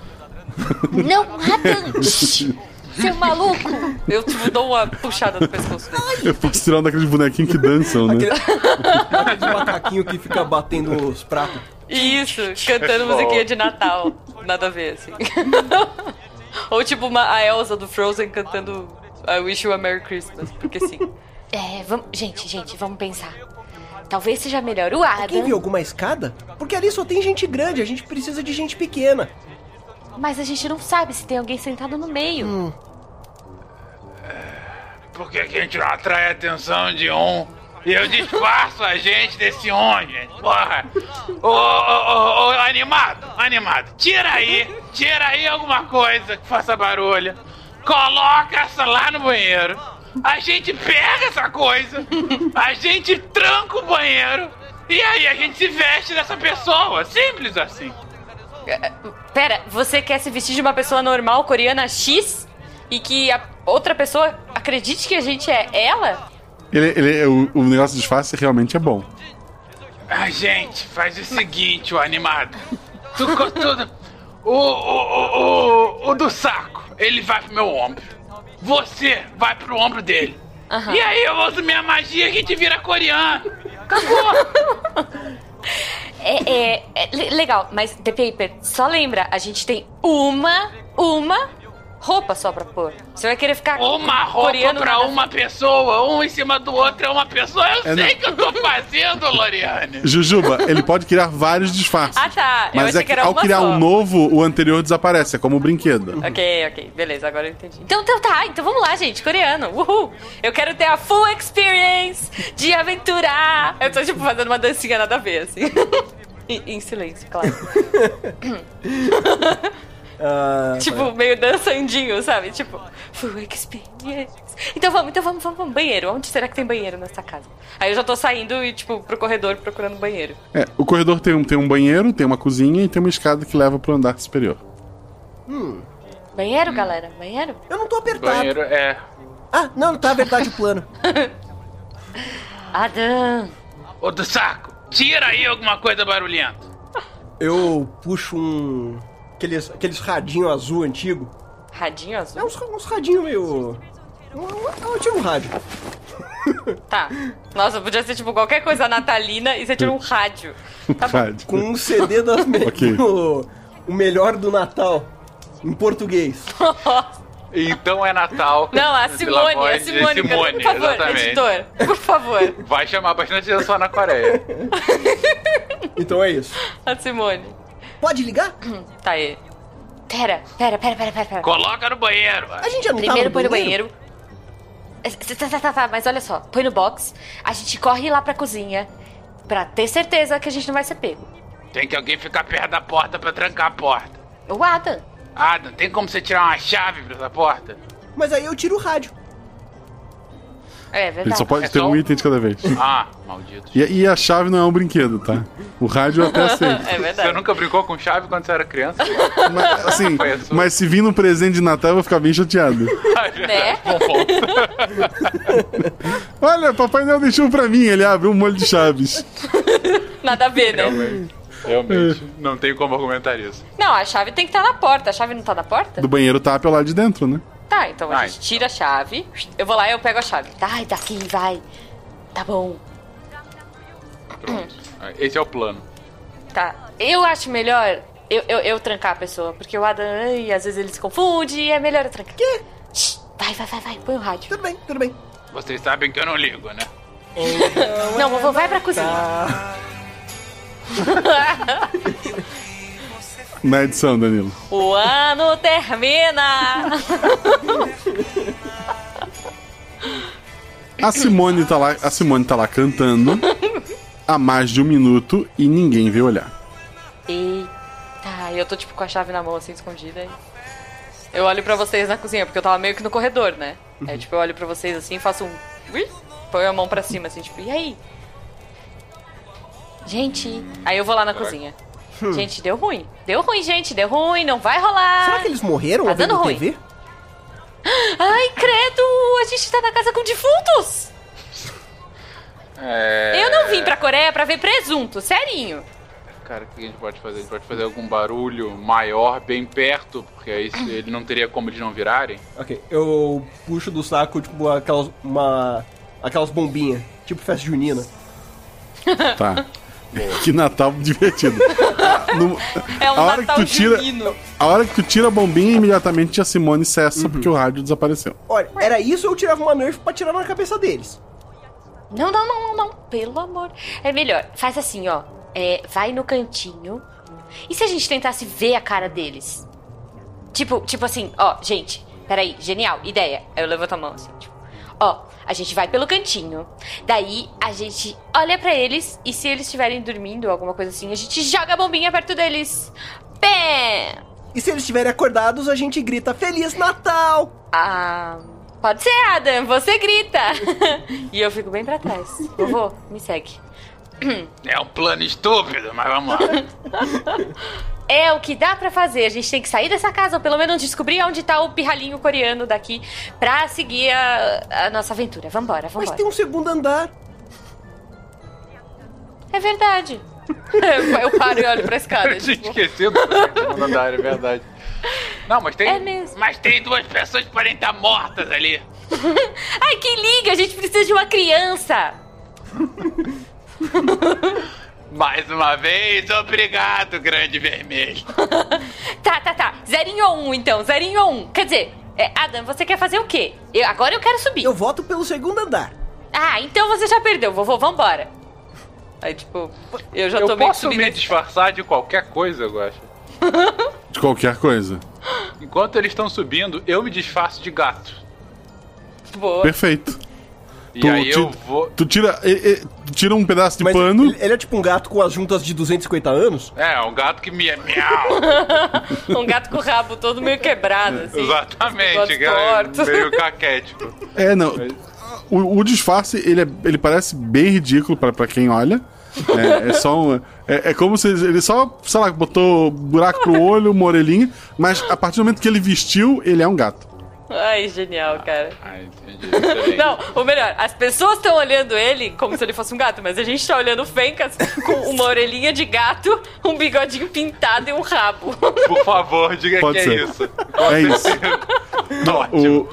Speaker 10: Não, Radan! Seu maluco! Eu tipo, dou uma puxada no pescoço dele.
Speaker 1: Eu posso tirar um daqueles bonequinhos que dançam, né?
Speaker 5: Aquele macaquinho que fica batendo os pratos.
Speaker 10: Isso, cantando musiquinha de Natal. Nada a ver, assim. Ou tipo uma, a Elsa do Frozen cantando I Wish You a Merry Christmas, porque sim.
Speaker 17: É, vamos. Gente, gente, vamos pensar. Talvez seja melhor o
Speaker 10: É
Speaker 17: Adam.
Speaker 5: Alguém viu alguma escada? Porque ali só tem gente grande, a gente precisa de gente pequena.
Speaker 17: Mas a gente não sabe se tem alguém sentado no meio.
Speaker 5: Hum.
Speaker 8: Por que, que a gente não atrai a atenção de um? E eu disfarço a gente desse homem, gente. Porra! Ô, ô, ô, ô, animado, animado, tira aí, tira aí alguma coisa que faça barulho. Coloca essa lá no banheiro. A gente pega essa coisa, a gente tranca o banheiro. E aí a gente se veste dessa pessoa. Simples assim.
Speaker 17: É,
Speaker 10: Pera, você quer se vestir de uma pessoa normal coreana X? E que a outra pessoa acredite que a gente é ela?
Speaker 1: Ele, ele- o, o negócio de disfarce realmente é bom.
Speaker 8: A gente faz o seguinte, o animado. Tu, co- tu, o, o, o, o, o do saco, ele vai pro meu ombro. Você vai pro ombro dele. E aí eu uso minha magia que te vira coreano.
Speaker 17: É, é, é le- legal, mas The Paper, só lembra, a gente tem uma, uma roupa só pra pôr. Você vai querer ficar
Speaker 8: Uma roupa
Speaker 17: coreano
Speaker 8: pra
Speaker 17: nada-
Speaker 8: uma pessoa, um em cima do outro é uma pessoa. Eu
Speaker 1: É,
Speaker 8: sei
Speaker 1: não.
Speaker 8: que eu tô fazendo, Loriane.
Speaker 1: Jujuba, ele pode criar vários disfarces.
Speaker 10: Ah tá, eu
Speaker 1: Mas
Speaker 10: achei
Speaker 1: é
Speaker 10: que
Speaker 1: que
Speaker 10: era
Speaker 1: ao
Speaker 10: uma
Speaker 1: criar
Speaker 10: só.
Speaker 1: um novo, o anterior desaparece, é como um brinquedo.
Speaker 10: Ok, ok, beleza, agora eu entendi. Então, então tá, então vamos lá, gente, coreano, uhul! Eu quero ter a full experience de aventurar! Eu tô, tipo, fazendo uma dancinha nada a ver, assim. E- em silêncio, claro.
Speaker 5: Ah,
Speaker 10: tipo, meio dançandinho, sabe? Tipo, full experience. Então vamos, então vamos, vamos, vamos, banheiro. Onde será que tem banheiro nessa casa? Aí eu já tô saindo e, tipo, pro corredor procurando banheiro.
Speaker 1: É, o corredor tem um, tem um banheiro, tem uma cozinha e tem uma escada que leva pro andar superior.
Speaker 10: Banheiro, galera? Banheiro?
Speaker 5: Hum. Eu não tô apertado.
Speaker 13: Banheiro é.
Speaker 5: Ah, não, tá verdade o plano.
Speaker 10: Adam!
Speaker 8: Ô do saco, tira aí alguma coisa barulhenta.
Speaker 5: Eu puxo um. Aqueles, aqueles radinho azul antigo.
Speaker 10: Radinho azul?
Speaker 5: É uns, uns radinho meio. Eu, eu tiro um rádio.
Speaker 10: Tá. Nossa, podia ser, tipo, qualquer coisa natalina e você tira um rádio.
Speaker 1: Rádio.
Speaker 5: Com um CD das me...
Speaker 1: Ok.
Speaker 5: o, o melhor do Natal. Em português.
Speaker 13: Então é Natal.
Speaker 10: Não, a
Speaker 13: Pelo
Speaker 10: Simone,
Speaker 13: amor
Speaker 10: a
Speaker 13: de
Speaker 10: Simone,
Speaker 13: Simone,
Speaker 10: por favor,
Speaker 13: exatamente.
Speaker 10: editor, por favor,
Speaker 13: Vai chamar bastante atenção na Coreia.
Speaker 5: então é isso.
Speaker 10: a Simone.
Speaker 5: Pode ligar?
Speaker 10: Tá aí.
Speaker 17: Pera, pera, pera, pera, pera. pera.
Speaker 8: Coloca no banheiro.
Speaker 17: A gente já não Primeiro põe no banheiro. É, Tá, tá, tá, tá, mas olha só, põe no box, a gente corre lá pra cozinha pra ter certeza que a gente não vai ser pego.
Speaker 8: Tem que alguém ficar perto da porta pra trancar a porta.
Speaker 17: O Adam.
Speaker 8: Ah, não tem como você tirar uma chave dessa porta?
Speaker 5: Mas aí eu tiro o rádio.
Speaker 10: É
Speaker 1: Ele só pode ter um item de cada vez.
Speaker 8: Ah, maldito.
Speaker 1: E, e a chave não é um brinquedo, tá? O rádio eu até aceito.
Speaker 10: É
Speaker 8: verdade. Você nunca brincou com chave quando você era criança?
Speaker 1: Mas, assim, mas se vir num presente de Natal, eu vou ficar bem chateado.
Speaker 10: Né?
Speaker 1: Olha, Papai Noel deixou pra mim, ele abre um molho de chaves.
Speaker 10: Nada a ver, né?
Speaker 13: Realmente. Realmente. Não tem como argumentar isso.
Speaker 10: Não, a chave tem que estar na porta. A chave não tá na porta?
Speaker 1: Do banheiro tá pelo lado de dentro, né?
Speaker 10: Tá, então a
Speaker 1: Ah,
Speaker 10: gente tira a chave. Eu vou lá e eu pego a chave.
Speaker 17: Ai, daqui, vai. Tá bom.
Speaker 13: Esse é o plano.
Speaker 10: Tá. Eu acho melhor eu, eu, eu trancar a pessoa, porque o Adam, ai, às vezes ele se confunde e é melhor eu trancar. Quê? Vai, vai, vai, vai, põe o rádio.
Speaker 5: Tudo bem, tudo bem.
Speaker 8: Vocês sabem que eu não ligo, né?
Speaker 17: Não, vovô, vai pra cozinha.
Speaker 1: Na edição, Danilo.
Speaker 10: O ano termina!
Speaker 1: A Simone tá lá, a Simone tá lá cantando há mais de um minuto e ninguém veio olhar.
Speaker 10: Eita, e eu tô tipo com a chave na mão assim, escondida. e- É,
Speaker 5: Uhum.
Speaker 10: Eu olho pra vocês na cozinha, porque eu tava meio que no corredor, né? Aí tipo, eu olho pra vocês assim, faço um... ui, põe a mão pra cima, assim, tipo, e aí? Gente. Aí eu vou lá na cozinha.
Speaker 5: Hum.
Speaker 10: Gente, deu ruim. Deu ruim, gente, deu ruim, não vai rolar.
Speaker 5: Será que eles morreram
Speaker 10: Tá
Speaker 5: ao ver
Speaker 10: dando
Speaker 5: na
Speaker 10: ruim.
Speaker 5: TV?
Speaker 10: Ai, credo! A gente tá na casa com defuntos!
Speaker 13: É...
Speaker 10: Eu não vim pra Coreia pra ver presunto, serinho.
Speaker 13: Cara, o que a gente pode fazer? A gente pode fazer algum barulho maior bem perto, porque aí se- ele não teria como eles não virarem.
Speaker 5: Ok, eu puxo do saco, tipo, aquelas, uma, aquelas bombinhas, tipo festa junina.
Speaker 1: Tá. Que Natal divertido. No-
Speaker 10: É um
Speaker 1: a hora
Speaker 10: Natal
Speaker 1: que tu tira,
Speaker 10: junino.
Speaker 1: A hora que tu tira a bombinha, imediatamente a Simone
Speaker 10: Uhum.
Speaker 1: cessa porque o rádio desapareceu.
Speaker 5: Olha, era isso ou eu tirava uma nerf pra tirar na cabeça deles?
Speaker 17: Não, não, não, não, não. Pelo amor. É melhor. Faz assim, ó. É, vai no cantinho. E se a gente tentasse ver a cara deles? Tipo, tipo assim, ó, gente. Peraí, genial, ideia. Aí eu levanto a mão assim, tipo. Ó, a gente vai pelo cantinho. Daí a gente olha pra eles e se eles estiverem dormindo ou alguma coisa assim, a gente joga a bombinha perto deles. Pé!
Speaker 5: E se eles estiverem acordados, a gente grita Feliz Natal!
Speaker 10: Ah.
Speaker 17: Pode ser, Adam, você grita! e eu fico bem pra trás. Vovô, me segue.
Speaker 8: É um plano estúpido, mas vamos lá.
Speaker 17: É o que dá pra fazer. A gente tem que sair dessa casa, ou pelo menos descobrir onde tá o pirralhinho coreano daqui, pra seguir a, a nossa aventura. Vambora, vambora.
Speaker 5: Mas tem um segundo andar.
Speaker 17: É verdade. eu paro e olho pra escada.
Speaker 13: Eu tinha esquecido do andar, é verdade. Não, mas tem.
Speaker 17: É mesmo.
Speaker 8: Mas tem duas pessoas que podem estar mortas ali.
Speaker 17: Ai, que liga! A gente precisa de uma criança!
Speaker 8: Mais uma vez, obrigado, grande vermelho.
Speaker 17: Tá, tá, tá. Zerinho ou um, então. Zerinho ou um. Quer dizer, é, Adam, você quer fazer o quê? Eu, agora eu quero subir. Eu
Speaker 5: voto pelo segundo andar.
Speaker 17: Ah, então você já perdeu, vovô. Vambora.
Speaker 10: Aí, tipo, eu já
Speaker 13: Eu
Speaker 10: tô meio que
Speaker 13: posso
Speaker 10: subindo.
Speaker 13: me disfarçar de qualquer coisa, eu acho.
Speaker 1: De qualquer coisa.
Speaker 13: Enquanto eles estão subindo, eu me disfarço de gato.
Speaker 10: Boa.
Speaker 1: Perfeito.
Speaker 13: E aí eu vou.
Speaker 1: Tu tira, e- e- tu tira um pedaço de pano.
Speaker 5: Ele, ele é tipo um gato com as juntas de 250 anos?
Speaker 13: É, um gato que mia miau.
Speaker 10: um gato com o rabo todo meio quebrado, assim.
Speaker 13: Exatamente,
Speaker 10: Os bigodes
Speaker 13: cara.
Speaker 10: tortos.
Speaker 13: Meio caquético.
Speaker 1: É, não. O, o disfarce, ele, é- ele parece bem ridículo pra pra quem olha. É, é só um. É, é como se ele só, sei lá, botou buraco pro olho, uma orelhinha, mas a partir do momento que ele vestiu, ele é um gato.
Speaker 10: Ai, genial, cara.
Speaker 13: Ah, entendi.
Speaker 10: Não, ou melhor, as pessoas estão olhando ele como se ele fosse um gato, mas a gente tá olhando o Fencas com uma orelhinha de gato, um bigodinho pintado e um rabo.
Speaker 13: Por favor, diga
Speaker 1: Pode
Speaker 13: que
Speaker 1: ser.
Speaker 13: é isso.
Speaker 1: É isso. Não, o-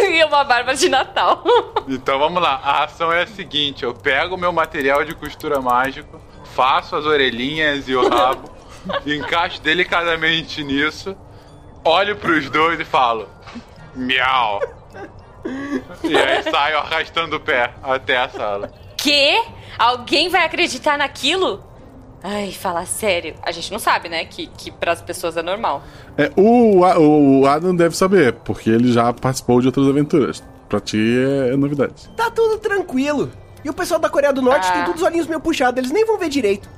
Speaker 10: e uma barba de Natal.
Speaker 13: Então vamos lá. A ação é a seguinte: eu pego o meu material de costura mágico, faço as orelhinhas e o rabo, encaixo delicadamente nisso, olho pros dois e falo: miau. E aí saio arrastando o pé até a sala.
Speaker 17: Quê?
Speaker 10: Alguém vai acreditar naquilo? Ai, falar sério. A gente não sabe, né? Que, que pras pessoas é normal.
Speaker 1: É, o, A- o Adam deve saber, porque ele já participou de outras aventuras. Pra ti é, é novidade.
Speaker 5: Tá tudo tranquilo. E o pessoal da Coreia do Norte tem todos os olhinhos meio puxados, eles nem vão ver direito.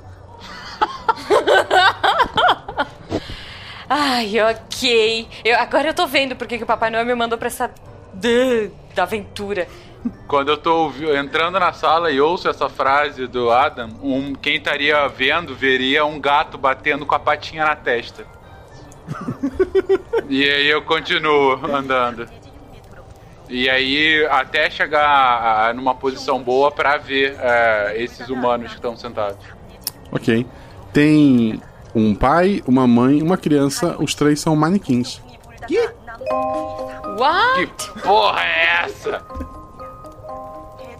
Speaker 10: Ai, ok. Eu, agora eu tô vendo porque que o Papai Noel me mandou pra essa d- da aventura.
Speaker 13: Quando eu tô ouvi- entrando na sala e ouço essa frase do Adam, um, quem estaria vendo veria um gato batendo com a patinha na testa. e aí eu continuo andando. E aí até chegar a- a- numa posição boa pra ver é, esses humanos que estão sentados.
Speaker 1: Ok. Tem um pai, uma mãe, uma criança, os três são manequins.
Speaker 10: What?
Speaker 13: Que porra é essa?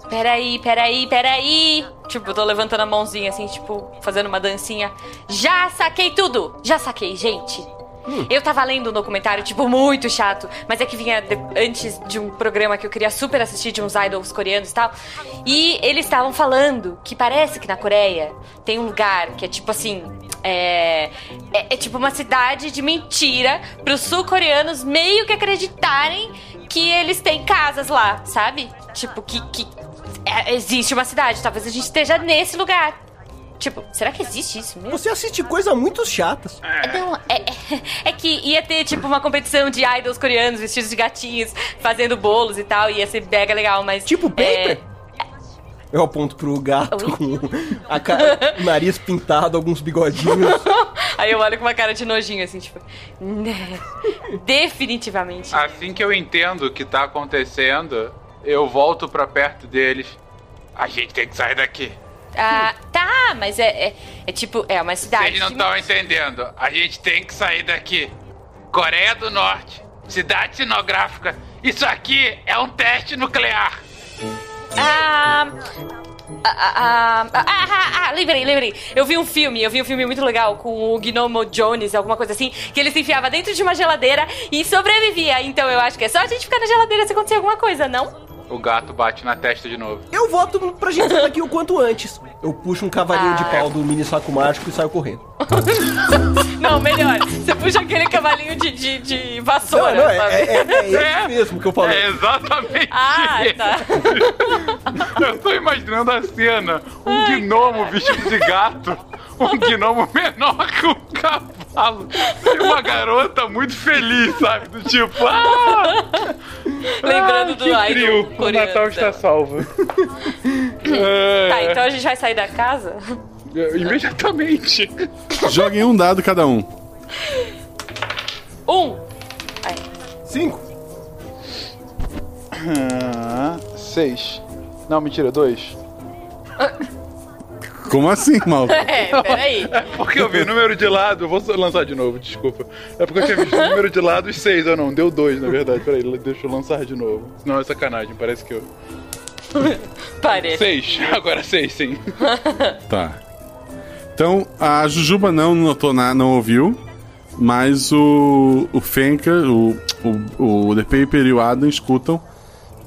Speaker 10: Peraí, peraí, peraí. Tipo, eu tô levantando a mãozinha assim, tipo, fazendo uma dancinha.
Speaker 17: Já saquei tudo! Já saquei, gente!
Speaker 5: Hum.
Speaker 10: Eu tava lendo um documentário, tipo, muito chato, mas é que vinha de- antes de um programa que eu queria super assistir de uns idols coreanos e tal.
Speaker 17: E eles estavam falando que parece que na Coreia tem um lugar que é tipo assim. É, é, é tipo uma cidade de mentira para os sul-coreanos meio que acreditarem que eles têm casas lá, sabe? Tipo, que, que é, existe uma cidade. Talvez a gente esteja nesse lugar.
Speaker 10: Tipo, será que existe isso mesmo?
Speaker 5: Você assiste coisas muito chatas.
Speaker 10: Não, é, é- é que ia ter, tipo, uma competição de idols coreanos vestidos de gatinhos, fazendo bolos e tal, ia ser mega legal, mas. Tipo, paper?
Speaker 5: Eu aponto pro gato com a ca- o nariz pintado, alguns bigodinhos.
Speaker 10: Aí eu olho com uma cara de nojinho, assim, tipo. Né? Definitivamente.
Speaker 13: Assim que eu entendo o que tá acontecendo, eu volto pra perto deles.
Speaker 8: A gente tem que sair daqui.
Speaker 10: Ah, tá, mas é, é, é tipo, é uma cidade.
Speaker 8: Vocês não tá- estão entendendo. A gente tem que sair daqui. Coreia do Norte, cidade cenográfica. Isso aqui é um teste nuclear.
Speaker 10: Ah. Ah, ah, ah, ah, ah, ah, lembrei, lembrei. Eu vi um filme, eu vi um filme muito legal com o Gnomo Jones, alguma coisa assim, que ele se enfiava dentro de uma geladeira e sobrevivia. Então eu acho que é só a gente ficar na geladeira se acontecer alguma coisa, não?
Speaker 13: O gato bate na testa de novo.
Speaker 5: Eu voto pra gente sair daqui o quanto antes. Eu puxo um cavalinho de pau do mini saco mágico e saio correndo.
Speaker 10: Não, melhor. Você puxa aquele cavalinho de, de, de vassoura.
Speaker 5: Não, não, é-
Speaker 10: sabe?
Speaker 5: é- é- é isso mesmo que eu falei.
Speaker 13: É exatamente
Speaker 10: Ah, tá.
Speaker 13: Eu tô imaginando a cena: um gnomo vestido de gato, um gnomo menor que um cavalo, e uma garota muito feliz, sabe? Do tipo, ah!
Speaker 10: Lembrando do
Speaker 13: ah, que
Speaker 10: idol
Speaker 13: trio, O
Speaker 10: coreano
Speaker 13: Natal está
Speaker 10: dela.
Speaker 13: salvo. É,
Speaker 10: Tá, então a gente vai sair da casa?
Speaker 13: Imediatamente.
Speaker 1: Joguem um dado cada um.
Speaker 10: Um. Aí.
Speaker 5: Cinco.
Speaker 13: Ah, seis. Não, mentira, dois.
Speaker 1: Como assim, mal?
Speaker 10: É, peraí.
Speaker 13: É porque eu vi o número de lado, eu vou lançar de novo, desculpa. É porque eu tinha visto o número de lado e seis, ou não, deu dois, na verdade. Peraí, deixa eu lançar de novo. Senão é sacanagem, parece que eu.
Speaker 10: Parece.
Speaker 13: Seis, agora seis, sim.
Speaker 1: Tá. Então, a Jujuba não notou nada, não ouviu, mas o, o Fenka, o, o, o The Paper e o Adam escutam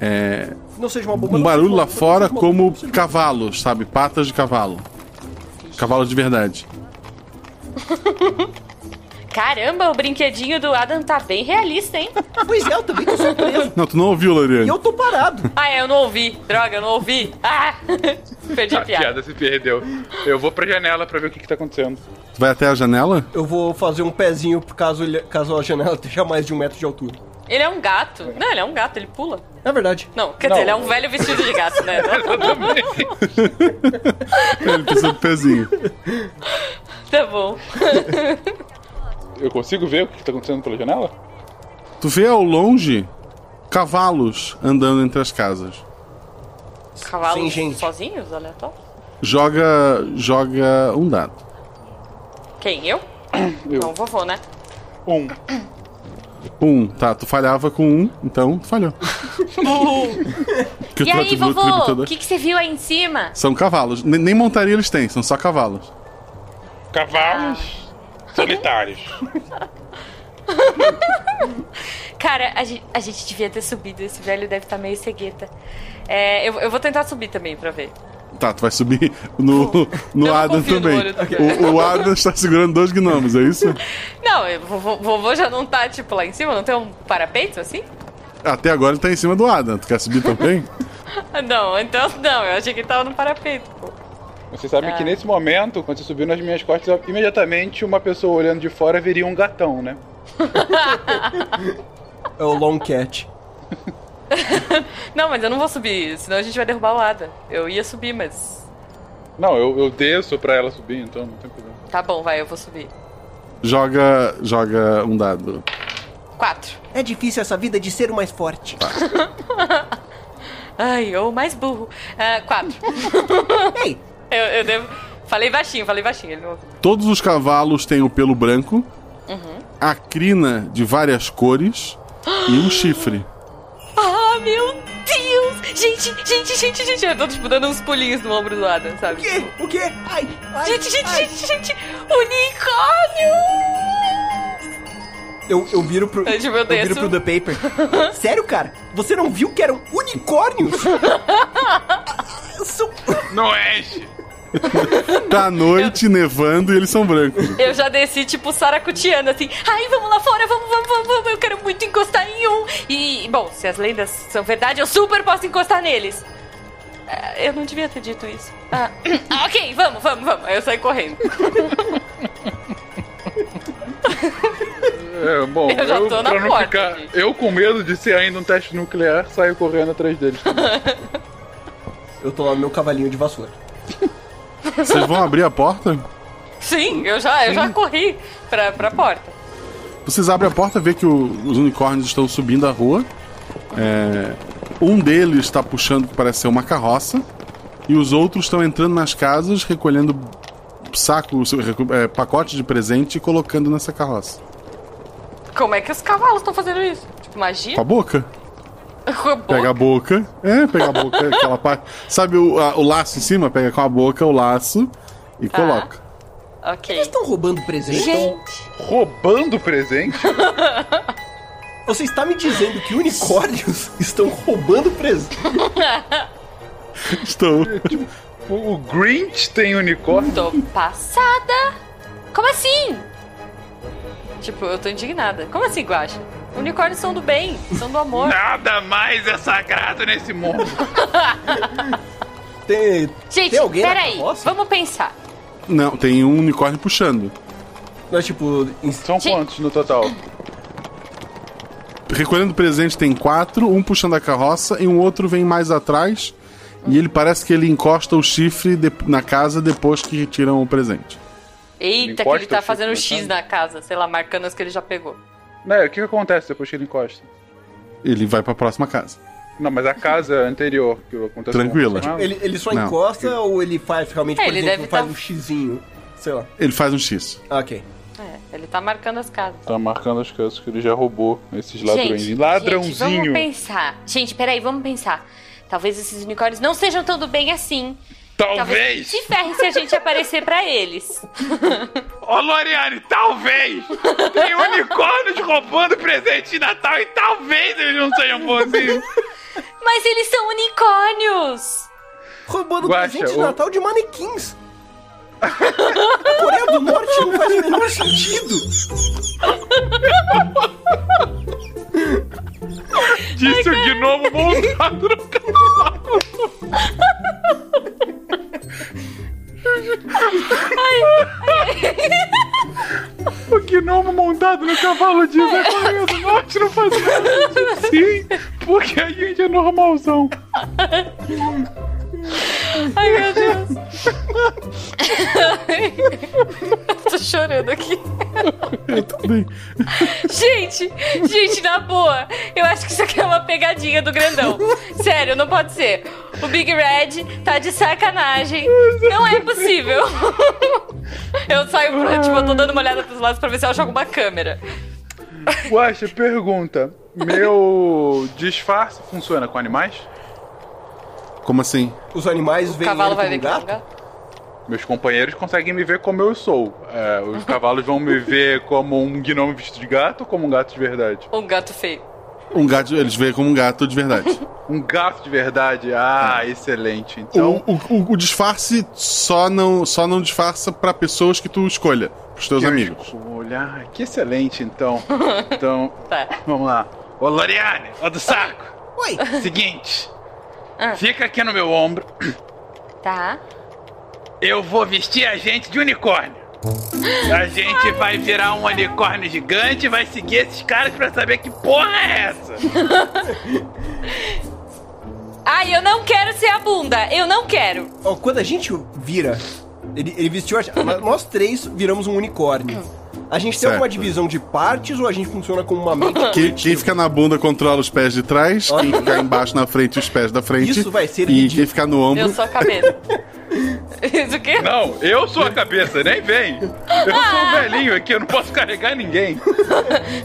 Speaker 1: é,
Speaker 5: Não seja uma bomba.
Speaker 1: um
Speaker 5: não.
Speaker 1: barulho lá fora como cavalos, sabe? Patas de cavalo. Cavalos de verdade.
Speaker 10: Caramba, o brinquedinho do Adam tá bem realista, hein?
Speaker 5: Pois é, eu também tô surpreso.
Speaker 1: Não, tu não ouviu, Lariane?
Speaker 5: tô parado.
Speaker 10: Ah, é, eu não ouvi. Droga, eu não ouvi. Ah! Perdi
Speaker 13: A
Speaker 10: a piada.
Speaker 13: Tá, piada se perdeu. Eu vou pra janela pra ver o que, que tá acontecendo.
Speaker 1: Tu vai até a janela?
Speaker 5: Eu vou fazer um pezinho caso, ele- caso a janela esteja mais de um metro de altura.
Speaker 10: Ele é um gato. Não, ele é um gato, ele pula.
Speaker 5: É verdade.
Speaker 10: Não, quer
Speaker 5: Não.
Speaker 10: dizer, ele é um velho vestido de gato, né?
Speaker 1: Ele precisa do pezinho.
Speaker 10: tá bom.
Speaker 13: Eu consigo ver o que, que tá acontecendo pela janela?
Speaker 1: Tu vê ao longe cavalos andando entre as casas.
Speaker 10: Cavalos sozinhos, aleatório?
Speaker 1: Joga. joga um dado.
Speaker 10: Quem? Eu?
Speaker 1: Eu.
Speaker 10: Não, vovô, né?
Speaker 13: Um.
Speaker 1: Um, tá, tu falhava com um, então tu falhou. Que
Speaker 10: e
Speaker 1: o
Speaker 10: aí,
Speaker 1: tributo-
Speaker 10: vovô,
Speaker 1: tributador-
Speaker 10: o que, que você viu aí em cima?
Speaker 1: São cavalos. Nem, nem montaria eles têm, são só cavalos.
Speaker 13: Cavalos solitários.
Speaker 10: Cara, a gente, a gente devia ter subido. Esse velho deve estar meio cegueta. É, eu, eu vou tentar subir também pra ver.
Speaker 1: Tá, tu vai subir no, no Adam
Speaker 10: confio no
Speaker 1: também.
Speaker 10: olho do
Speaker 1: o,
Speaker 10: cara.
Speaker 1: o Adam está segurando dois gnomos, é isso?
Speaker 10: Não, eu- vovô, vovô já não tá, tipo, lá em cima? Não tem um parapeito assim?
Speaker 1: Até agora ele tá em cima do Adam. Tu quer subir também?
Speaker 10: Não, então não. Eu achei que ele tava no parapeito. pô.
Speaker 13: Você sabe
Speaker 10: Ah.
Speaker 13: que nesse momento, quando você subiu nas minhas costas, imediatamente uma pessoa olhando de fora viria um gatão, né?
Speaker 5: É o Long Cat.
Speaker 10: Não, mas eu não vou subir, senão a gente vai derrubar o Ada. Eu ia subir, mas.
Speaker 13: Não, eu, eu desço pra ela subir, então não tem problema.
Speaker 10: Tá bom, vai, eu vou subir.
Speaker 1: Joga, joga um dado.
Speaker 10: Quatro.
Speaker 5: É difícil essa vida de ser o mais forte.
Speaker 1: Tá.
Speaker 10: Ai, ou mais burro. Ah, quatro.
Speaker 5: Ei!
Speaker 10: Eu, eu devo. Falei baixinho, falei baixinho, ele não ouviu.
Speaker 1: Todos os cavalos têm o pelo branco,
Speaker 10: Uhum.
Speaker 1: a crina de várias cores e um chifre.
Speaker 10: Ah, meu Deus! Gente, gente, gente, gente, eu tô tipo dando uns pulinhos no ombro do Adam, sabe? O
Speaker 5: quê? O quê? Ai, ai,
Speaker 10: gente, gente, gente, gente! Unicórnio!
Speaker 5: Eu, eu viro pro.
Speaker 10: Eu, tipo, eu
Speaker 5: viro
Speaker 10: desço.
Speaker 5: pro The Paper. Sério, cara? Você não viu que eram unicórnios? São-
Speaker 13: Não
Speaker 5: é
Speaker 13: enche!
Speaker 1: Tá à noite, nevando e eles são brancos.
Speaker 10: Eu já desci, tipo, saracutiana, assim. Ai, vamos lá fora, vamos, vamos, vamos, vamos, eu quero muito encostar em um. E, bom, se as lendas são verdade, eu super posso encostar neles. Ah, Eu não devia ter dito isso. Ah, ah, ok, vamos, vamos, vamos. Aí eu saí correndo.
Speaker 13: É, bom,
Speaker 10: Eu já tô na
Speaker 13: pra não
Speaker 10: porta
Speaker 13: ficar- eu com medo de ser ainda um teste nuclear, saio correndo atrás deles.
Speaker 5: Eu tô lá no meu cavalinho de vassoura.
Speaker 1: Vocês vão abrir a porta?
Speaker 10: Sim, eu já, eu já corri pra, pra porta.
Speaker 1: Vocês abrem a porta, vê que o- os unicórnios estão subindo a rua. É, um deles está puxando o que parece ser uma carroça. E os outros estão entrando nas casas, recolhendo sacos, recu- é, pacotes de presente e colocando nessa carroça.
Speaker 10: Como é que os cavalos estão fazendo isso? Tipo, magia?
Speaker 1: Com a boca?
Speaker 10: Com a boca?
Speaker 1: Pega a boca. É, pega a boca, aquela parte. Sabe o, a- o laço em cima? Pega com a boca o laço e
Speaker 10: Tá.
Speaker 1: coloca.
Speaker 10: Ok.
Speaker 5: Eles estão roubando presente?
Speaker 13: Roubando presente?
Speaker 5: Você está me dizendo que unicórnios estão roubando presente?
Speaker 1: Estou.
Speaker 13: O Grinch tem unicórnio?
Speaker 10: Tô passada! Como assim? Tipo, eu tô indignada. Como assim, Guacha? Unicórnios são do bem, são do amor.
Speaker 8: Nada mais é sagrado nesse mundo.
Speaker 5: Tem,
Speaker 10: Gente,
Speaker 5: tem alguém na
Speaker 10: peraí,
Speaker 5: carroça?
Speaker 10: vamos pensar.
Speaker 1: Não, tem um unicórnio puxando.
Speaker 5: Nós, tipo,
Speaker 13: São quantos no total?
Speaker 1: Recolhendo presente tem quatro, um puxando a carroça e um outro vem mais atrás. E ele parece que ele encosta o chifre de- na casa depois que retiram o presente.
Speaker 10: Eita, que
Speaker 13: Encosta
Speaker 10: ele
Speaker 13: o
Speaker 10: tá
Speaker 13: Chico
Speaker 10: fazendo
Speaker 13: na
Speaker 10: X
Speaker 13: casa.
Speaker 10: na casa, sei lá, marcando as que ele já pegou.
Speaker 13: Né, o que que acontece depois que ele encosta?
Speaker 1: Ele vai pra próxima casa.
Speaker 13: Não, mas a casa anterior que aconteceu. é?
Speaker 1: Tranquila.
Speaker 5: Ele, ele só
Speaker 1: Não.
Speaker 5: encosta ou ele faz realmente,
Speaker 10: É,
Speaker 5: por
Speaker 10: ele
Speaker 5: exemplo,
Speaker 10: deve
Speaker 5: faz
Speaker 10: tá-
Speaker 5: um xizinho? Sei lá.
Speaker 1: Ele faz um X.
Speaker 5: Ok.
Speaker 10: É, ele tá marcando as casas.
Speaker 13: Tá marcando as coisas que ele já roubou, esses
Speaker 17: Gente,
Speaker 13: ladrões.
Speaker 17: Gente,
Speaker 13: Ladrãozinho!
Speaker 17: vamos pensar. Gente, peraí, vamos pensar. Talvez esses unicórnios não sejam tão do bem assim.
Speaker 8: Talvez.
Speaker 17: se ferrem se a gente aparecer pra eles.
Speaker 8: Ô, Loriane, talvez! Tem unicórnios roubando presente de Natal e talvez eles não sejam bonzinhos.
Speaker 17: Mas eles são unicórnios!
Speaker 5: Roubando
Speaker 8: Guaxa,
Speaker 5: presente de
Speaker 8: o-
Speaker 5: Natal de manequins. A Coreia do Norte não faz o menor sentido.
Speaker 8: Disse o gnomo montado no cavalo.
Speaker 13: O gnomo montado no cavalo diz é Coreia do Norte não faz nada. Sim, porque a gente é normalzão.
Speaker 10: Ai, meu Deus. Tô chorando aqui.
Speaker 1: Eu também.
Speaker 17: Gente, gente, na boa, eu acho que isso aqui é uma pegadinha do grandão. Sério, não pode ser. O Big Red tá de sacanagem. Não é possível.
Speaker 10: Eu saio, pra- tipo, eu tô dando uma olhada pros lados pra ver se eu acho alguma câmera.
Speaker 13: Guaxa, pergunta. Meu disfarce funciona com animais?
Speaker 1: Como assim?
Speaker 5: Os animais vêm
Speaker 10: cavalo vai ver que é um
Speaker 5: gato.
Speaker 10: gato.
Speaker 13: Meus companheiros conseguem me ver como eu sou. É, os cavalos vão me ver como um gnomo vestido de gato ou como um gato de verdade?
Speaker 10: Um gato feio.
Speaker 1: Um gato, eles veem como um gato de verdade.
Speaker 13: Um gato de verdade? Ah, excelente. Então,
Speaker 1: O, o- o- o disfarce só não, só não disfarça pra pessoas que tu escolha, pros teus
Speaker 13: Que eu
Speaker 1: amigos.
Speaker 13: olhar, Ah, que excelente, então. Então,
Speaker 10: Tá.
Speaker 13: vamos lá.
Speaker 8: Ô, Loriane, ô do saco.
Speaker 5: Oi.
Speaker 8: Seguinte,
Speaker 17: Ah.
Speaker 8: fica aqui no meu ombro.
Speaker 17: Tá.
Speaker 8: Eu vou vestir a gente de unicórnio. A gente vai virar um unicórnio gigante e vai seguir esses caras pra saber que porra é essa.
Speaker 17: Ai, eu não quero ser a bunda. Eu não quero.
Speaker 5: Ó, quando a gente vira, ele, ele vestiu a. mas Nós três viramos um unicórnio. A gente tem
Speaker 1: Certo.
Speaker 5: alguma divisão de partes ou a gente funciona como uma mente?
Speaker 1: Que- quem fica na bunda controla os pés de trás, quem ficar embaixo na frente, os pés da frente.
Speaker 5: Isso vai ser
Speaker 1: E quem ficar no ombro.
Speaker 10: Eu sou a cabeça. Isso o quê? Ah.
Speaker 13: Não, eu sou a cabeça, nem vem. Eu sou um velhinho aqui, eu não posso carregar ninguém.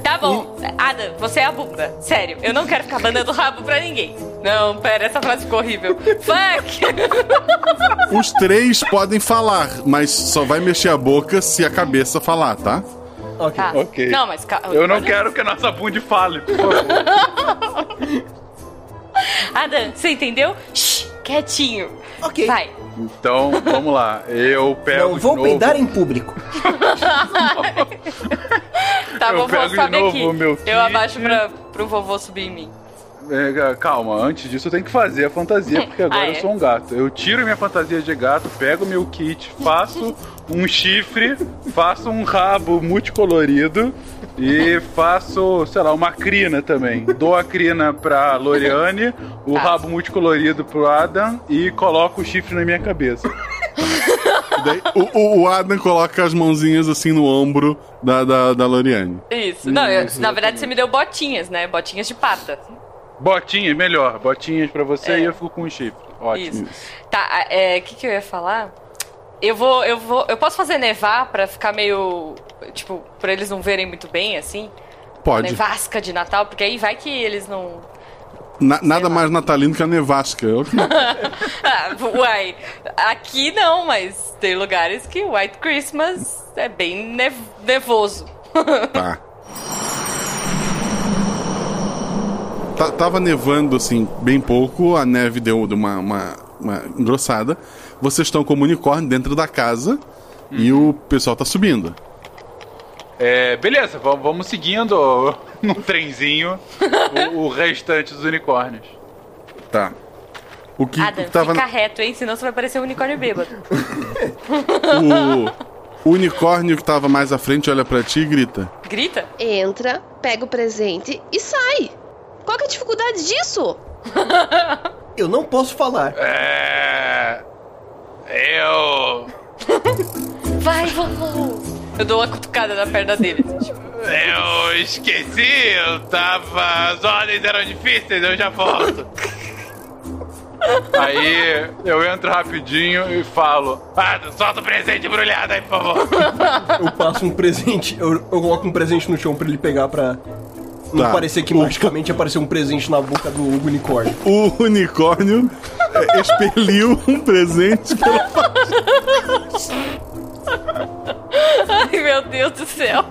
Speaker 10: Tá bom. Adam, você é a bunda. Sério, eu não quero ficar bandando rabo pra ninguém. Não, pera, essa frase ficou horrível. Fuck!
Speaker 1: Os três podem falar, mas só vai mexer a boca se a cabeça falar, tá?
Speaker 5: Ok.
Speaker 10: Tá.
Speaker 13: Ok.
Speaker 10: Não, mas... ca- Uhum.
Speaker 13: Eu não quero que a nossa bunda fale, por favor.
Speaker 10: Adam, você entendeu? Shh, quietinho.
Speaker 5: Ok.
Speaker 10: Vai.
Speaker 13: Então, vamos lá. Eu pego.
Speaker 5: Eu
Speaker 13: de
Speaker 5: vou
Speaker 13: novo,
Speaker 5: peidar em público.
Speaker 10: Tá,
Speaker 13: Eu
Speaker 10: vovô,
Speaker 13: pego de
Speaker 10: sobe
Speaker 13: novo
Speaker 10: Tá, aqui.
Speaker 13: o meu
Speaker 10: eu abaixo pra, pro vovô subir em mim.
Speaker 13: É, calma, antes disso eu tenho que fazer a fantasia, porque agora
Speaker 10: Ah, é?
Speaker 13: eu sou um gato. Eu tiro minha fantasia de gato, pego meu kit, faço um chifre, faço um rabo multicolorido e faço, sei lá, uma crina também. Dou a crina pra Loriane, o
Speaker 10: Tá.
Speaker 13: rabo multicolorido pro Adam e coloco o chifre na minha cabeça.
Speaker 1: Daí, o, o- o Adam coloca as mãozinhas assim no ombro da, da, da Loriane.
Speaker 10: Isso. Não, eu-
Speaker 1: Isso,
Speaker 10: na verdade você me deu botinhas, né? Botinhas de pata.
Speaker 13: Botinha, melhor, botinhas pra você
Speaker 10: É.
Speaker 13: e eu fico com um chifre. Ótimo.
Speaker 10: Tá, a- é. O que, que eu ia falar? Eu vou. Eu vou. Eu posso fazer nevar pra ficar meio. Tipo, pra eles não verem muito bem, assim?
Speaker 1: Pode.
Speaker 10: Nevasca de Natal, porque aí vai que eles não.
Speaker 1: Na- nada mais natalino que a nevasca. Ok.
Speaker 10: Ah, Uai, aqui não, mas tem lugares que White Christmas é bem nev- nevoso.
Speaker 1: Tá. Ta- Tá, Tava nevando, assim, bem pouco, a neve deu deu uma, uma, uma engrossada. Vocês estão como unicórnio dentro da casa e o pessoal tá subindo.
Speaker 13: É, beleza, va- vamos seguindo ó, num trenzinho o, o restante dos unicórnios.
Speaker 1: Tá. O que
Speaker 10: Adam,
Speaker 1: que tava
Speaker 10: fica
Speaker 1: na-
Speaker 10: reto, hein? Senão você vai parecer um unicórnio bêbado.
Speaker 1: o, o unicórnio que tava mais à frente olha pra ti e grita.
Speaker 10: Grita?
Speaker 18: Entra, pega o presente e sai. Qual que é a dificuldade disso?
Speaker 5: Eu não posso falar.
Speaker 8: É. Eu.
Speaker 10: Vai, vovô! Eu dou uma cutucada na perna dele.
Speaker 8: Eu esqueci, eu tava. As ordens eram difíceis, eu já volto.
Speaker 13: Aí eu entro rapidinho e falo.
Speaker 8: Adam, Ah, solta o presente embrulhado aí, por favor.
Speaker 5: Eu passo um presente, eu, eu coloco um presente no chão pra ele pegar pra. Não
Speaker 1: Tá.
Speaker 5: parecer que magicamente apareceu um presente na boca do unicórnio.
Speaker 1: O unicórnio eh, expeliu um presente pela
Speaker 10: Ai, meu Deus do céu.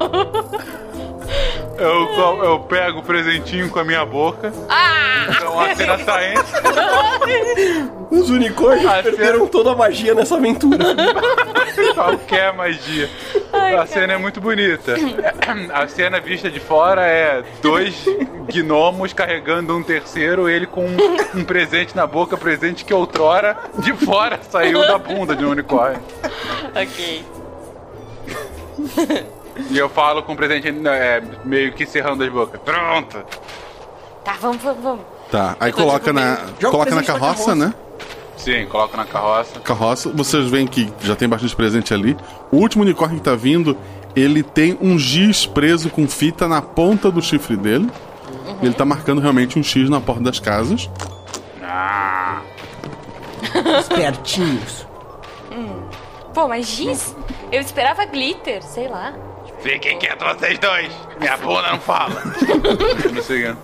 Speaker 13: Eu, co- eu pego o presentinho com a minha boca.
Speaker 10: Ah!
Speaker 13: Então a cena tá em.
Speaker 5: Os unicórnios perderam toda a magia nessa aventura.
Speaker 13: Qualquer magia. a cena é muito bonita. A cena vista de fora é dois gnomos carregando um terceiro, ele com um, um presente na boca, presente que outrora de fora saiu da bunda de um unicórnio.
Speaker 10: ok.
Speaker 13: E eu falo com o presente é, meio que cerrando as bocas. Pronto!
Speaker 17: Tá, vamos, vamos, vamos.
Speaker 1: Tá, aí
Speaker 13: Então,
Speaker 1: coloca na,
Speaker 13: Joga
Speaker 1: coloca na
Speaker 13: o tipo, presente na
Speaker 1: carroça,
Speaker 13: carroça.
Speaker 1: né?
Speaker 13: Sim, coloco na carroça.
Speaker 1: Carroça, vocês veem que já tem bastante presente ali. O último unicórnio que tá vindo, ele tem um giz preso com fita na ponta do chifre dele.
Speaker 13: Uhum.
Speaker 1: E ele tá marcando realmente um X na porta das casas.
Speaker 8: Ah.
Speaker 5: Espertinhos.
Speaker 17: Hum. Pô, mas giz? Eu esperava glitter, sei lá.
Speaker 8: Fiquem quietos vocês dois. Minha bunda não fala.
Speaker 13: Não sei né?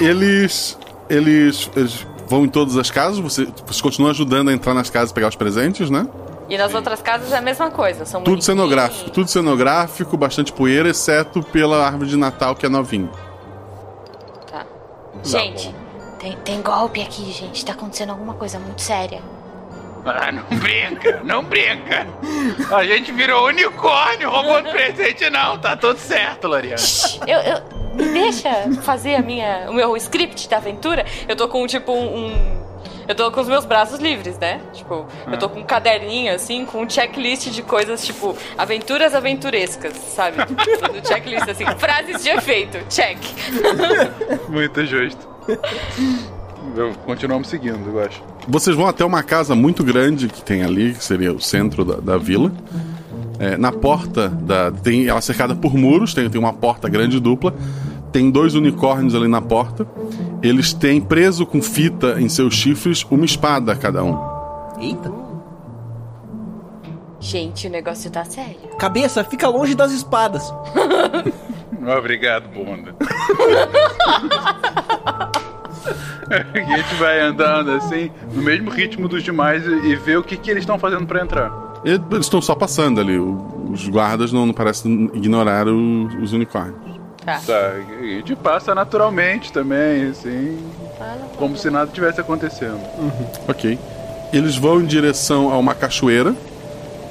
Speaker 1: Eles, eles. eles vão em todas as casas, você, você continua ajudando a entrar nas casas e pegar os presentes, né?
Speaker 10: E nas outras casas é a mesma coisa. São
Speaker 1: Tudo cenográfico, tudo cenográfico, bastante poeira, exceto pela árvore de Natal que é novinha.
Speaker 17: Tá. Gente, tem, tem golpe aqui, gente. Tá acontecendo alguma coisa muito séria.
Speaker 8: Ah, não brinca, não brinca. A gente virou unicórnio, roubou de presente não, tá tudo certo, Loriana.
Speaker 17: Eu, eu- me deixa fazer a minha, o meu script da aventura. Eu tô com tipo um, um- eu tô com os meus braços livres, né? Tipo, eu tô com um caderninho assim, com um checklist de coisas tipo aventuras aventurescas, sabe? Tô no checklist assim, frases de efeito, check.
Speaker 13: Muito justo. Eu- Continuamos seguindo, eu acho.
Speaker 1: Vocês vão até uma casa muito grande que tem ali, que seria o centro da, da vila. É, na porta, da, tem ela é cercada por muros, tem, tem uma porta grande dupla. Tem dois unicórnios ali na porta. Eles têm preso com fita em seus chifres uma espada cada um.
Speaker 5: Eita.
Speaker 17: Gente, o negócio tá sério.
Speaker 5: Cabeça, fica longe das espadas.
Speaker 13: Obrigado, bunda. E a gente vai andando assim, no mesmo ritmo dos demais, e e vê o que, que eles estão fazendo pra entrar.
Speaker 1: E Eles estão só passando ali. o- Os guardas não, não parecem ignorar o- os unicórnios.
Speaker 13: Tá. E a gente passa naturalmente também, assim. Como se nada tivesse acontecendo.
Speaker 1: Uhum. Ok. Eles vão em direção a uma cachoeira.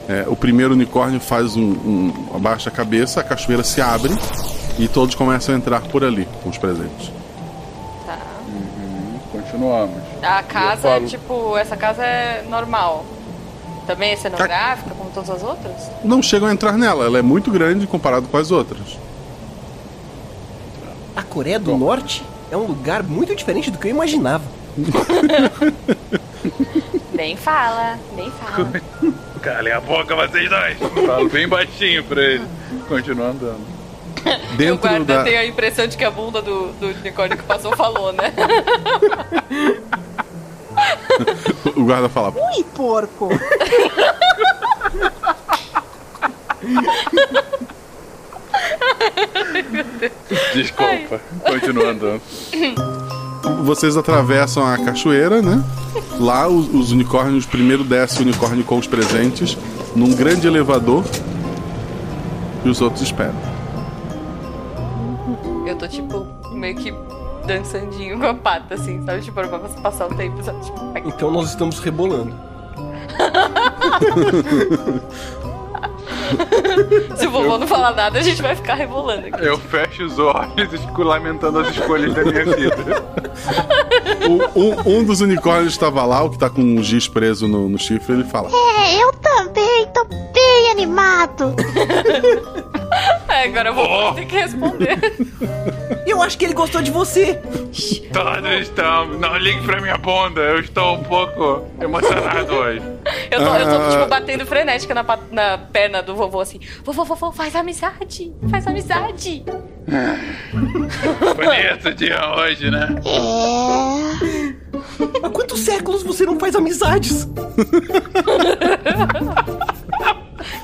Speaker 1: É, o primeiro unicórnio faz um, um- abaixa a cabeça, a cachoeira se abre e todos começam a entrar por ali com os presentes.
Speaker 17: Tá.
Speaker 13: Hum. continuamos.
Speaker 10: A
Speaker 13: Eu
Speaker 10: casa é
Speaker 13: falo-
Speaker 10: tipo. Essa casa é normal. Também é cenográfica, como todas as outras?
Speaker 1: Não chegam a entrar nela, ela é muito grande comparado com as outras.
Speaker 5: A Coreia do Norte é um lugar muito diferente do que eu imaginava.
Speaker 17: Nem fala, nem fala.
Speaker 13: Calem a boca, vocês dois! Falo bem baixinho pra ele. Continua andando.
Speaker 10: o guarda tem a impressão de que a bunda do, do unicórnio que passou falou, né?
Speaker 1: O guarda fala.
Speaker 10: Ui, porco!
Speaker 13: Desculpa, continua andando.
Speaker 1: Vocês atravessam a cachoeira, né? Lá os, os unicórnios, primeiro desce o unicórnio com os presentes, num grande elevador, e os outros esperam.
Speaker 10: Eu tô tipo, meio que dançandinho com a pata, assim, sabe? Tipo, pra você passar o tempo, sabe? Tipo, ai,
Speaker 5: Então nós estamos rebolando.
Speaker 10: se o vovô não falar nada, a gente vai ficar rebolando aqui.
Speaker 13: Eu fecho os olhos e fico lamentando as escolhas da minha vida.
Speaker 1: O- um, um dos unicórnios estava lá, o que tá com um giz preso no, no chifre, ele fala.
Speaker 4: É, eu também tô bem animado.
Speaker 10: É, agora eu vou ter que responder.
Speaker 5: Eu acho que ele gostou de você.
Speaker 13: Todos estamos. Não ligue pra minha bunda, eu estou um pouco emocionado hoje.
Speaker 10: Eu tô, eu tô tipo, batendo frenética na, pa- na perna do vovô, assim. Vovô, vovô, faz amizade. Faz amizade.
Speaker 13: Bonito o dia hoje, né?
Speaker 1: É.
Speaker 5: Há quantos séculos você não faz amizades?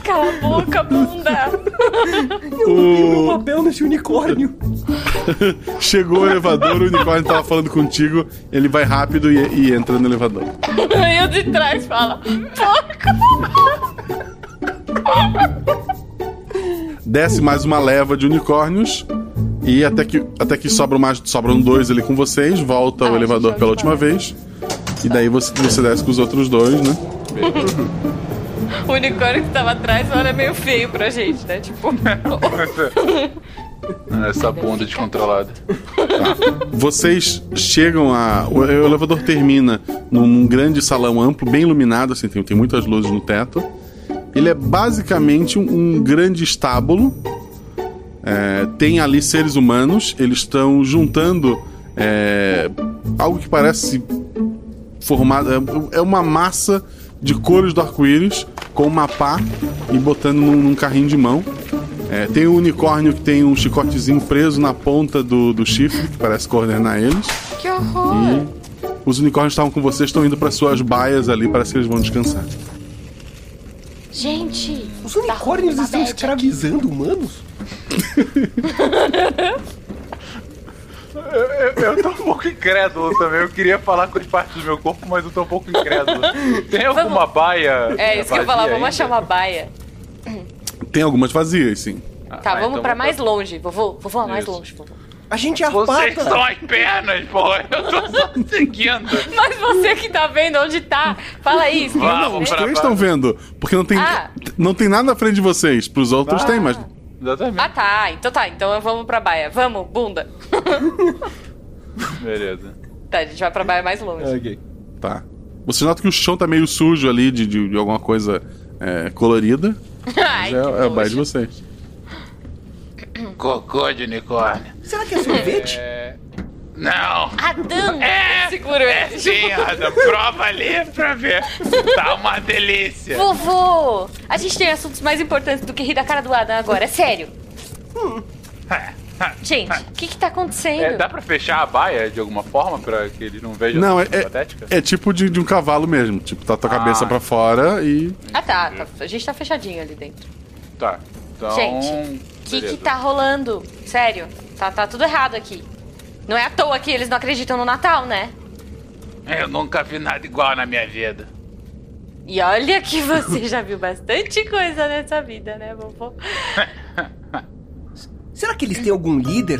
Speaker 10: Cala a boca, bunda.
Speaker 1: O...
Speaker 5: papel nesse unicórnio.
Speaker 1: Chegou o elevador, o unicórnio tava falando contigo, ele vai rápido e, e entra no elevador.
Speaker 10: Aí eu de trás fala, porco.
Speaker 1: Desce mais uma leva de unicórnios. E até que, até que sobram, mais, sobram dois ali com vocês, volta o elevador pela última vez. E daí você, você desce com os outros dois, né?
Speaker 10: o unicórnio que tava atrás olha meio feio pra gente, né? Tipo.
Speaker 13: Essa bunda descontrolada.
Speaker 1: Vocês chegam a. O o elevador termina num, num grande salão amplo, bem iluminado, assim, tem, tem muitas luzes no teto. Ele é basicamente um, um grande estábulo. É, tem ali seres humanos, eles estão juntando é, algo que parece formado. é- É uma massa de cores do arco-íris com uma pá e botando num, num carrinho de mão. É, tem um unicórnio que tem um chicotezinho preso na ponta do, do chifre, que parece coordenar eles.
Speaker 10: que horror.
Speaker 1: E os unicórnios estavam com vocês, estão indo para suas baias ali, parece que eles vão descansar.
Speaker 17: Gente,
Speaker 5: os unicórnios
Speaker 17: tá
Speaker 5: estão escravizando humanos?
Speaker 13: Eu, eu, eu tô um pouco incrédulo também. Eu queria falar com as partes do meu corpo, mas eu tô um pouco incrédulo. Tem alguma baia?
Speaker 10: É isso que eu ia falar,
Speaker 13: vazia
Speaker 10: vamos
Speaker 13: ainda?
Speaker 10: achar uma baia.
Speaker 1: Tem algumas vazias, sim.
Speaker 10: Tá, vamos
Speaker 13: então
Speaker 10: pra
Speaker 13: vamos
Speaker 10: mais longe, vovô. Vovô, mais longe, vovô.
Speaker 5: A gente é
Speaker 13: Vocês
Speaker 10: pata.
Speaker 13: são as pernas, pô! Eu tô só seguindo!
Speaker 10: Mas você que tá vendo onde tá, fala aí. esquece.
Speaker 1: Não, os três estão vendo, porque não tem,
Speaker 10: Ah.
Speaker 1: não tem nada na frente de vocês. Pros outros
Speaker 10: Ah.
Speaker 1: tem, mas
Speaker 10: Ah, tá. Então tá. Então vamos pra baia. Vamos, bunda.
Speaker 13: Beleza.
Speaker 10: Tá, a gente vai pra baia mais longe.
Speaker 1: Tá. Você nota que o chão tá meio sujo ali de, de, de alguma coisa é, colorida.
Speaker 10: Ai,
Speaker 1: Mas é, é o bairro de vocês.
Speaker 8: Um Cocô de unicórnio.
Speaker 5: Será que é sorvete?
Speaker 8: Não!
Speaker 17: Adão!
Speaker 8: É!
Speaker 10: Segura
Speaker 8: É sim, Adam. Prova ali pra ver. Tá uma
Speaker 13: É.
Speaker 8: delícia.
Speaker 17: Vovô! A gente tem assuntos mais importantes do que rir da cara do Adam agora, é sério. Gente, o que que tá acontecendo?
Speaker 13: Hum. Ah. É, dá pra fechar a baia de alguma forma pra que ele não veja
Speaker 1: Não,
Speaker 13: a
Speaker 1: é,
Speaker 13: coisa Ah. patética?
Speaker 1: é, é tipo de, de um cavalo mesmo. Tipo, tá tua cabeça pra fora e.
Speaker 10: Ah, tá, tá. A gente tá fechadinho ali dentro.
Speaker 13: Tá. Então.
Speaker 10: Gente, O que que
Speaker 13: beleza.
Speaker 10: tá rolando?
Speaker 17: Sério, tá, tá tudo errado aqui. Não é à toa que eles não acreditam no Natal, né?
Speaker 8: Eu nunca vi nada igual na minha vida.
Speaker 17: E olha que você já viu bastante coisa nessa vida, né, vovô?
Speaker 5: Será que eles têm algum líder?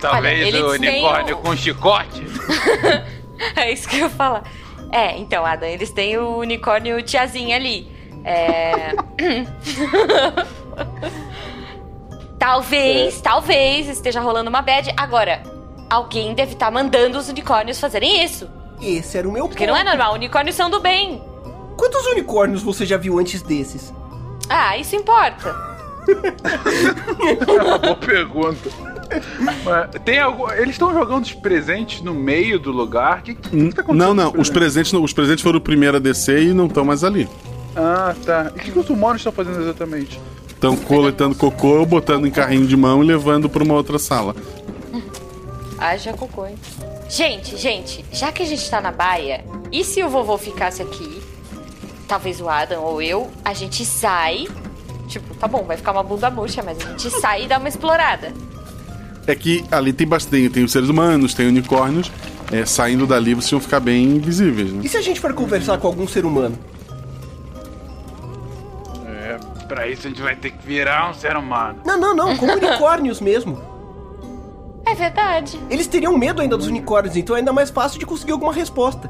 Speaker 8: Talvez
Speaker 17: eles têm
Speaker 8: o
Speaker 17: um-
Speaker 8: unicórnio
Speaker 17: o-
Speaker 8: com chicote.
Speaker 17: É isso que eu ia falar. É, então, Adam, eles têm o unicórnio tiazinha ali. É.
Speaker 5: É.
Speaker 17: talvez, talvez esteja rolando uma bad. Agora,
Speaker 10: Alguém deve estar mandando os unicórnios fazerem isso.
Speaker 5: Esse era o meu
Speaker 10: Porque não é normal, unicórnios são do bem.
Speaker 5: Quantos unicórnios você já viu antes desses?
Speaker 10: Ah, isso importa.
Speaker 13: É uma boa pergunta. Mas tem algum... Eles estão jogando os presentes no meio do lugar? O que, que tá acontecendo?
Speaker 1: Não, não.
Speaker 13: com
Speaker 1: Os presentes, não- os presentes foram o primeiro a descer e não estão mais ali.
Speaker 13: Ah, tá. E o que, que os humanos estão fazendo exatamente?
Speaker 1: Estão coletando
Speaker 13: é
Speaker 1: cocô, botando em carrinho de mão e levando pra uma outra sala.
Speaker 10: Haja cocô, hein? Gente, gente, já que a gente tá na baia, e se o vovô ficasse aqui, talvez o Adam ou eu, a gente sai. Tipo, tá bom, vai ficar uma bunda murcha, mas a gente sai e dá uma explorada.
Speaker 1: É que ali tem bastante, tem os seres humanos, tem unicórnios. É, saindo dali vocês vão ficar bem invisíveis, né?
Speaker 5: E se a gente for conversar com algum ser humano?
Speaker 8: É, pra isso a gente vai ter que virar um ser humano.
Speaker 5: Não, não, não, com unicórnios mesmo.
Speaker 10: É verdade.
Speaker 5: Eles teriam medo ainda dos unicórnios, então é ainda mais fácil de conseguir alguma resposta.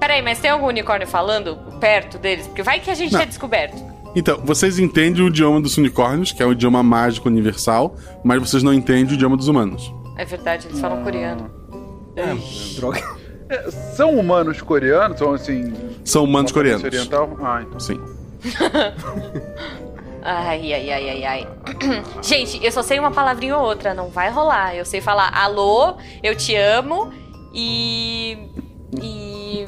Speaker 10: Peraí, mas tem algum unicórnio falando perto deles? Porque vai que a gente
Speaker 1: Não.
Speaker 10: é descoberto.
Speaker 1: Então, vocês entendem o idioma dos unicórnios, que é o idioma mágico universal, mas vocês não entendem o idioma dos humanos.
Speaker 10: É verdade, eles falam coreano.
Speaker 5: É, droga.
Speaker 13: são humanos coreanos? São assim.
Speaker 1: São humanos
Speaker 13: uma
Speaker 1: coreanos.
Speaker 13: potência Oriental? Ah, então.
Speaker 1: Sim.
Speaker 10: Ai, ai, ai, ai, ai. Gente, eu só sei uma palavrinha ou outra, não vai rolar. Eu sei falar alô, eu te amo e. e.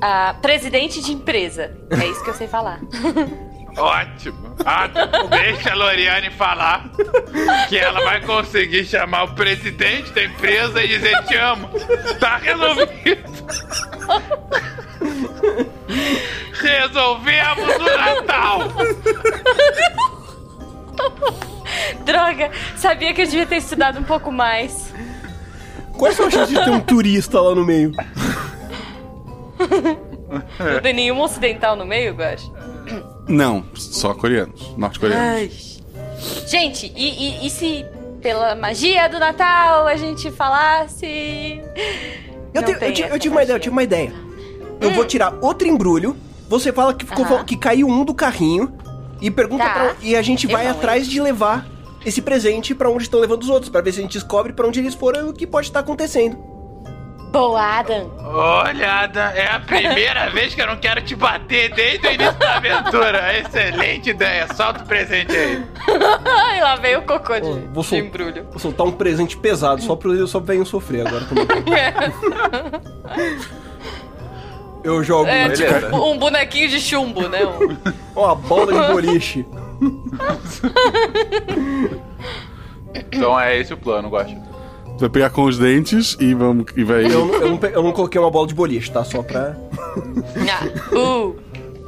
Speaker 10: ah, presidente de empresa. É isso que eu sei falar.
Speaker 8: Ótimo. Adam, deixa a Loriane falar que ela vai conseguir chamar o presidente da empresa e dizer te amo. Tá resolvido. Resolvemos o Natal.
Speaker 10: Droga, sabia que eu devia ter estudado um pouco mais.
Speaker 5: Quais são as chances de ter um turista lá no meio?
Speaker 10: Não tem nenhum ocidental no meio, eu acho.
Speaker 1: Não, só coreanos, norte-coreanos.
Speaker 10: Ai. Gente, e, e- e se pela magia do Natal a gente falasse.
Speaker 5: Eu, tenho- eu ti- eu tive uma ideia, eu tive uma ideia. Eu vou tirar outro embrulho, você fala que, ficou,
Speaker 10: Hum. Aham.
Speaker 5: que caiu um do carrinho e pergunta
Speaker 10: Tá.
Speaker 5: pra, E a gente
Speaker 10: Eu
Speaker 5: vai
Speaker 10: não,
Speaker 5: atrás de levar esse presente pra onde estão levando os outros, pra ver se a gente descobre pra onde eles foram e o que pode estar acontecendo.
Speaker 10: Boa, Adam.
Speaker 8: Olha, Adam, é a primeira vez que eu não quero te bater desde o início da aventura. Excelente ideia. Solta o presente aí.
Speaker 10: e lá veio o cocô de.
Speaker 5: Vou, sol-
Speaker 10: embrulho.
Speaker 5: vou soltar um presente pesado só pra eu só venho sofrer agora também. Eu jogo
Speaker 10: É,
Speaker 5: um-
Speaker 10: tipo, um bonequinho de chumbo, né? Um-
Speaker 5: uma bola de boliche.
Speaker 13: Então é esse o plano, Guacha.
Speaker 1: Você vai pegar com os dentes e, vamos, e vai.
Speaker 5: Eu, não- eu não, pe- eu não coloquei uma bola de boliche, tá? Só pra.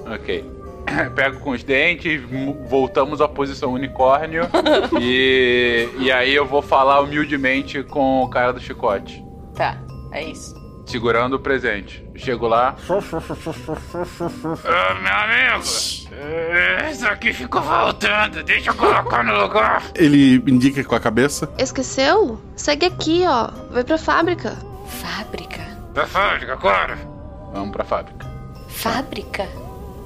Speaker 13: Ok. Pego com os dentes, mu- voltamos à posição unicórnio. e, e aí eu vou falar humildemente com o cara do chicote,
Speaker 10: Tá, é isso.
Speaker 13: segurando o presente. Chego lá.
Speaker 8: Ah, meu amigo, eh, isso aqui ficou faltando. Deixa eu colocar no lugar.
Speaker 1: Ele indica com a cabeça.
Speaker 2: Esqueceu? Segue aqui, ó. Vai pra fábrica.
Speaker 10: Fábrica?
Speaker 8: Da fábrica, agora.
Speaker 13: Vamos pra fábrica.
Speaker 10: Fábrica?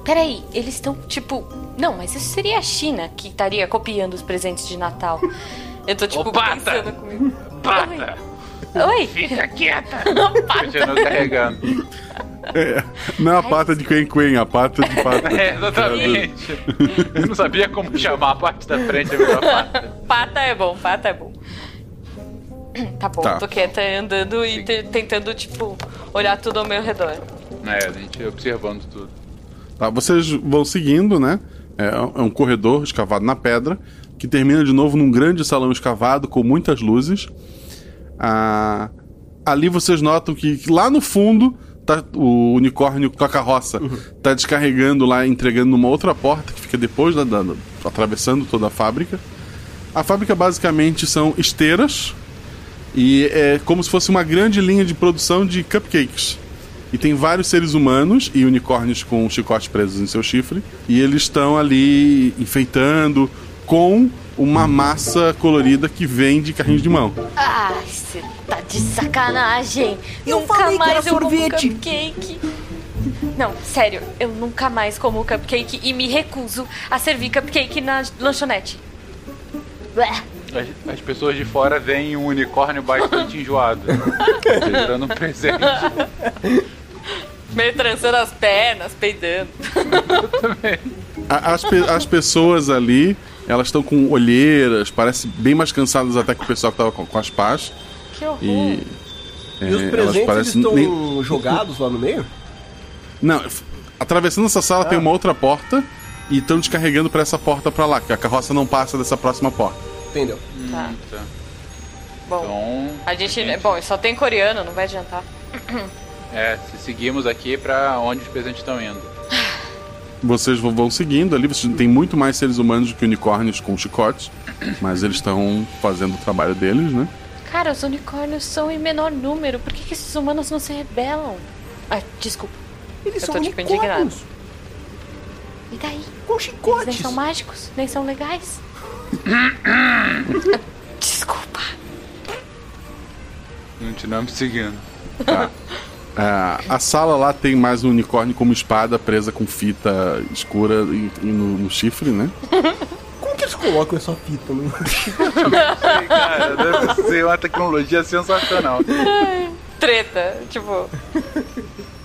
Speaker 10: Peraí, eles estão tipo. Não, mas isso seria a China que estaria copiando os presentes de Natal. Eu tô tipo pensando comigo.
Speaker 8: tá. Pata!
Speaker 10: Oi!
Speaker 8: Fica quieta!
Speaker 13: Continua carregando.
Speaker 1: É, não é a pata de Quen Quen, a pata de pata.
Speaker 13: É, exatamente. Eu não sabia como chamar a parte da frente.
Speaker 10: Pata é bom, pata é bom. Tá bom,
Speaker 13: Tá.
Speaker 10: tô quieta andando e te- tentando, tipo, olhar tudo ao meu redor.
Speaker 13: É, a gente observando tudo.
Speaker 1: Tá, vocês vão seguindo, né? É, é um corredor escavado na pedra, que termina de novo num grande salão escavado com muitas luzes. Ah, ali vocês notam que, que lá no fundo tá o unicórnio com a carroça tá descarregando lá, entregando numa outra porta que fica depois da, da- da- atravessando toda a fábrica. A fábrica basicamente são esteiras e é como se fosse uma grande linha de produção de cupcakes. E tem vários seres humanos e unicórnios com chicotes presos em seu chifre. E eles estão ali enfeitando com uma massa colorida que vem de carrinhos de mão.
Speaker 10: Ah, você tá de sacanagem!
Speaker 5: Eu
Speaker 10: nunca
Speaker 5: falei que
Speaker 10: mais
Speaker 5: era
Speaker 10: eu como
Speaker 5: sorvete.
Speaker 10: cupcake! Não, sério, eu nunca mais como cupcake e me recuso a servir cupcake na lanchonete. Ué,
Speaker 1: As, as pessoas de fora veem um unicórnio bastante enjoado. Dando um presente.
Speaker 10: Meio trançando as pernas, peidando.
Speaker 1: A- As, pe- as pessoas ali, elas estão com olheiras, parece bem mais cansadas até que o pessoal que tava com, com as pás.
Speaker 10: Que horror.
Speaker 1: E,
Speaker 5: E os
Speaker 1: é,
Speaker 5: presentes eles estão
Speaker 1: nem-
Speaker 5: jogados lá no meio?
Speaker 1: Não, f- atravessando essa sala
Speaker 5: Ah.
Speaker 1: tem uma outra porta e estão descarregando pra essa porta pra lá, que a carroça não passa dessa próxima porta.
Speaker 5: Entendeu?
Speaker 10: Tá.
Speaker 1: Bom.
Speaker 13: Então,
Speaker 10: A gente. é Bom, só tem coreano, não vai adiantar.
Speaker 1: É, se seguimos aqui pra onde os presentes estão indo. Vocês vão- vão seguindo ali, vocês tem muito mais seres humanos do que unicórnios com chicotes, mas eles estão fazendo o trabalho deles, né?
Speaker 12: Cara, os unicórnios são em menor número. Por que, que esses humanos não se rebelam? Ah, desculpa.
Speaker 5: Eles
Speaker 12: Eu
Speaker 5: são
Speaker 12: tô, tipo, indignado.
Speaker 5: unicórnios.
Speaker 12: E daí?
Speaker 5: Com chicotes.
Speaker 12: Eles nem são mágicos, nem são legais. Desculpa.
Speaker 1: Continuamos seguindo. Tá. Ah, a sala lá tem mais um unicórnio com uma espada presa com fita escura e, e no, no chifre, né?
Speaker 5: Como que eles colocam essa fita? no-
Speaker 1: Cara, deve ser uma tecnologia sensacional.
Speaker 10: Treta, tipo.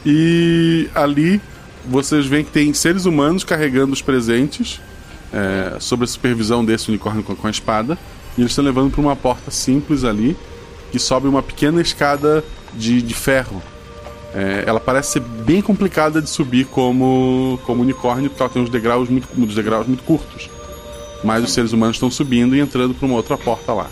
Speaker 1: E ali vocês veem que tem seres humanos carregando os presentes é, sob a supervisão desse unicórnio com, com a espada. E eles estão levando para uma porta simples ali que sobe uma pequena escada de, de ferro. É, ela parece ser bem complicada de subir como, como unicórnio, porque ela tem uns degraus muito, uns degraus muito curtos. Mas os seres humanos estão subindo e entrando para uma outra porta lá.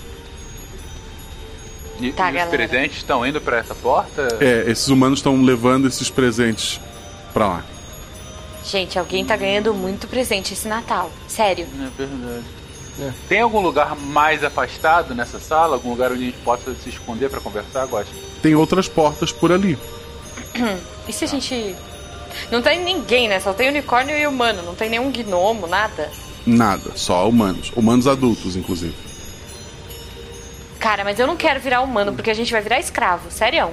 Speaker 13: E,
Speaker 10: Tá,
Speaker 13: e os
Speaker 10: galera.
Speaker 13: presentes estão indo pra essa porta?
Speaker 1: É, esses humanos estão levando esses presentes para lá.
Speaker 12: Gente, alguém tá ganhando muito presente esse Natal. Sério.
Speaker 10: Né.
Speaker 13: É
Speaker 1: É.
Speaker 13: verdade. Tem algum lugar mais afastado nessa sala? Algum lugar onde a gente possa se esconder pra conversar, Gosta?
Speaker 1: Tem outras portas por ali.
Speaker 10: E se a gente. Não tem ninguém, né? Só tem unicórnio e humano. Não tem nenhum gnomo, nada.
Speaker 1: Nada, só humanos. Humanos adultos, inclusive.
Speaker 12: Cara, mas eu não quero virar humano, porque a gente vai virar escravo. Sério.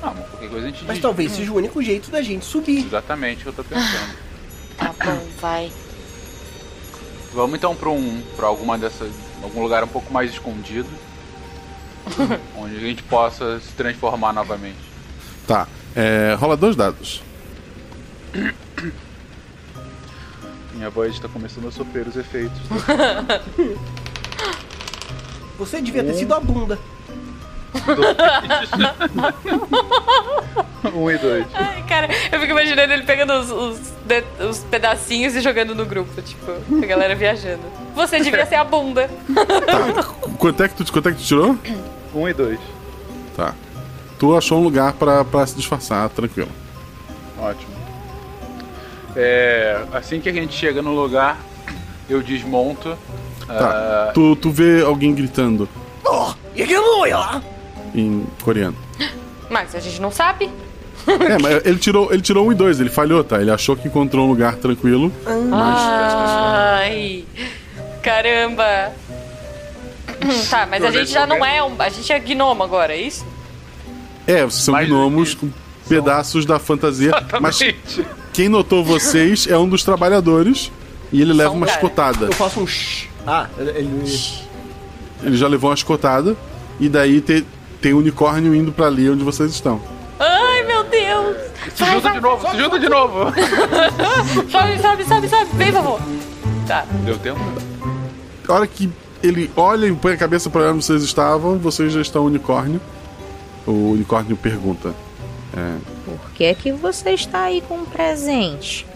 Speaker 13: Qualquer coisa a gente
Speaker 5: Mas
Speaker 13: diz.
Speaker 5: talvez seja o único jeito da gente subir.
Speaker 13: Exatamente o que eu tô pensando.
Speaker 12: Tá bom, vai.
Speaker 13: Vamos então pra um. pra alguma dessas. algum lugar um pouco mais escondido. onde a gente possa se transformar novamente.
Speaker 1: Tá. é, rola dois dados.
Speaker 13: Minha voz está começando a sofrer os efeitos.
Speaker 5: Você devia ter sido a bunda.
Speaker 1: um e dois.
Speaker 10: Ai, cara, eu fico imaginando ele pegando os, os de- os pedacinhos e jogando no grupo, tipo, a galera viajando. Você devia ser a bunda.
Speaker 1: Quanto é que tu, quanto é que tu tirou?
Speaker 13: Um e dois.
Speaker 1: Tá. Tu achou um lugar pra, pra se disfarçar, tranquilo.
Speaker 13: Ótimo. É, assim que a gente chega no lugar, eu desmonto.
Speaker 1: Tá.
Speaker 13: ah,
Speaker 1: Tu, tu vê alguém gritando
Speaker 13: Oh,
Speaker 1: em coreano.
Speaker 10: Mas a gente não sabe.
Speaker 1: É, mas ele tirou, ele tirou um e dois, ele falhou, tá? Ele achou que encontrou um lugar tranquilo.
Speaker 10: Ah, Ai, caramba. Hum, Tá, mas a gente já não é um. A gente é gnomo agora, é isso?
Speaker 1: É, vocês são gnomos com pedaços da fantasia. Mas quem notou vocês é um dos trabalhadores e ele leva uma escotada.
Speaker 5: Eu faço um shh. Ah, ele.
Speaker 1: Ele já levou uma escotada e daí te- tem um unicórnio indo pra ali onde vocês estão.
Speaker 10: Ai, meu Deus.
Speaker 13: Se junta de novo, se junta de novo.
Speaker 10: Sobe, sobe, sobe, sobe. Vem, vovô. Tá.
Speaker 13: Deu tempo?
Speaker 1: A hora que ele olha e põe a cabeça pra onde vocês estavam, vocês já estão unicórnio. O unicórnio pergunta. é,
Speaker 2: Por que é que você está aí com um presente?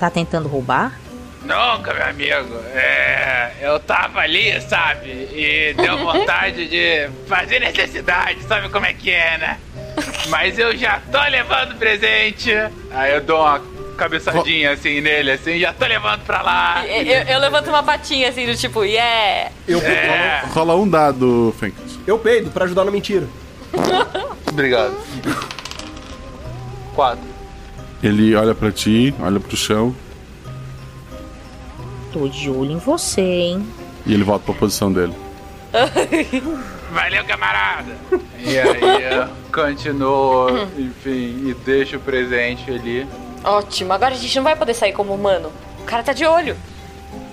Speaker 2: Tá tentando roubar?
Speaker 8: Nunca, meu amigo. É, eu tava ali, sabe? E deu vontade de fazer necessidade, sabe como é que é, né? Mas eu já tô levando presente.
Speaker 13: Aí eu dou uma cabeçadinha assim nele, assim, já tô levando pra lá.
Speaker 10: Eu, eu- eu levanto uma patinha assim, do tipo, yeah.
Speaker 5: Eu
Speaker 13: É.
Speaker 1: rola um dado, Fênix.
Speaker 5: Eu peido pra ajudar na mentira.
Speaker 13: Obrigado. Quatro.
Speaker 1: Ele olha pra ti, olha pro chão
Speaker 2: Tô de olho em você, hein?
Speaker 1: e ele volta pra posição dele.
Speaker 8: Valeu, camarada.
Speaker 13: E aí eu continuo, enfim, e deixo o presente ali.
Speaker 10: Ótimo, agora a gente não vai poder sair como humano. O cara tá de olho.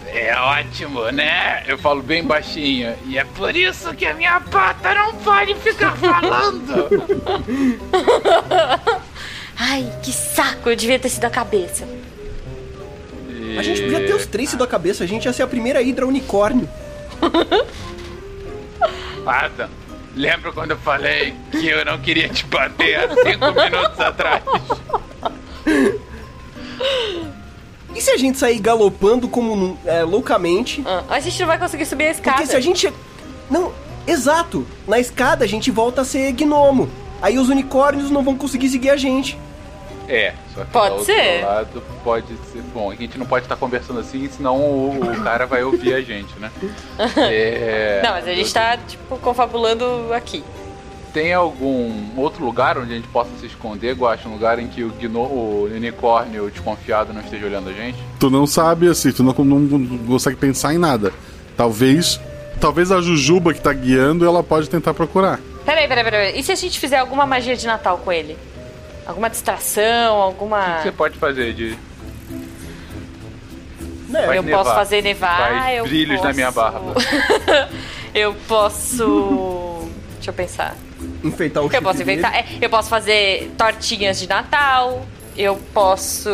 Speaker 8: É ótimo, né? Eu falo bem baixinho. E é por isso que a minha pata não pode ficar falando.
Speaker 6: Ai, que saco, eu devia ter sido a cabeça.
Speaker 5: A gente podia ter os três sido a cabeça, a gente ia ser a primeira hidra unicórnio.
Speaker 8: Adam, lembra quando eu falei que eu não queria te bater há cinco minutos atrás?
Speaker 5: E se a gente sair galopando como é, loucamente?
Speaker 10: Ah, a gente não vai conseguir subir a escada.
Speaker 5: Porque se a gente. Não, exato! Na escada a gente volta a ser gnomo. Aí os unicórnios não vão conseguir seguir a gente.
Speaker 13: É, só que
Speaker 5: Pode
Speaker 13: do
Speaker 5: ser.
Speaker 13: outro lado pode ser. Bom, É a gente não pode estar conversando assim, senão o, o cara vai ouvir a gente, né? É,
Speaker 10: Não, mas a gente tá, tipo, confabulando aqui.
Speaker 13: Tem algum outro lugar onde a gente possa se esconder, Guacha? Um lugar em que o, gno, o unicórnio desconfiado não esteja olhando a gente?
Speaker 1: Tu não sabe, assim, tu não, não consegue pensar em nada. Talvez. Talvez a Jujuba que tá guiando, ela pode tentar procurar.
Speaker 10: Peraí, peraí, peraí. E se a gente fizer alguma magia de Natal com ele? Alguma distração, alguma.
Speaker 13: Você pode fazer de.
Speaker 10: Não,
Speaker 13: Vai
Speaker 10: É, eu posso fazer nevar,
Speaker 13: Faz
Speaker 10: eu
Speaker 13: brilhos na
Speaker 10: posso-
Speaker 13: minha barba.
Speaker 10: Eu posso. Deixa eu pensar.
Speaker 5: Enfeitar o
Speaker 10: Eu posso
Speaker 5: chifre
Speaker 10: inventar.
Speaker 5: dele.
Speaker 10: é, eu posso fazer tortinhas de Natal. Eu posso.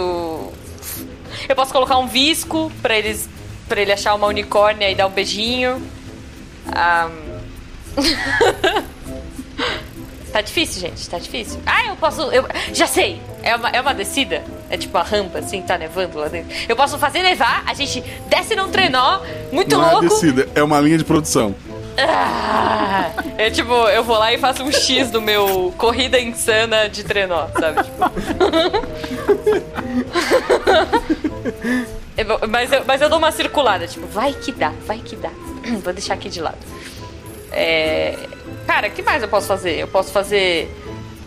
Speaker 10: Eu posso colocar um visco pra eles. para ele achar uma unicórnia e dar um beijinho. Ahn. tá difícil, gente. Tá difícil. Ah, eu posso. Eu... Já sei! É uma, é uma descida? É tipo uma rampa, assim, tá nevando lá dentro. Eu posso fazer nevar, a gente desce num trenó, muito
Speaker 1: não
Speaker 10: louco.
Speaker 1: é descida, é uma linha de produção.
Speaker 10: Ah, é tipo, eu vou lá e faço um X no meu corrida insana de trenó, sabe? Tipo. Eu vou- mas, eu, mas eu dou uma circulada, tipo, vai que dá, vai que dá. Vou deixar aqui de lado. É, Cara, o que mais eu posso fazer? Eu posso fazer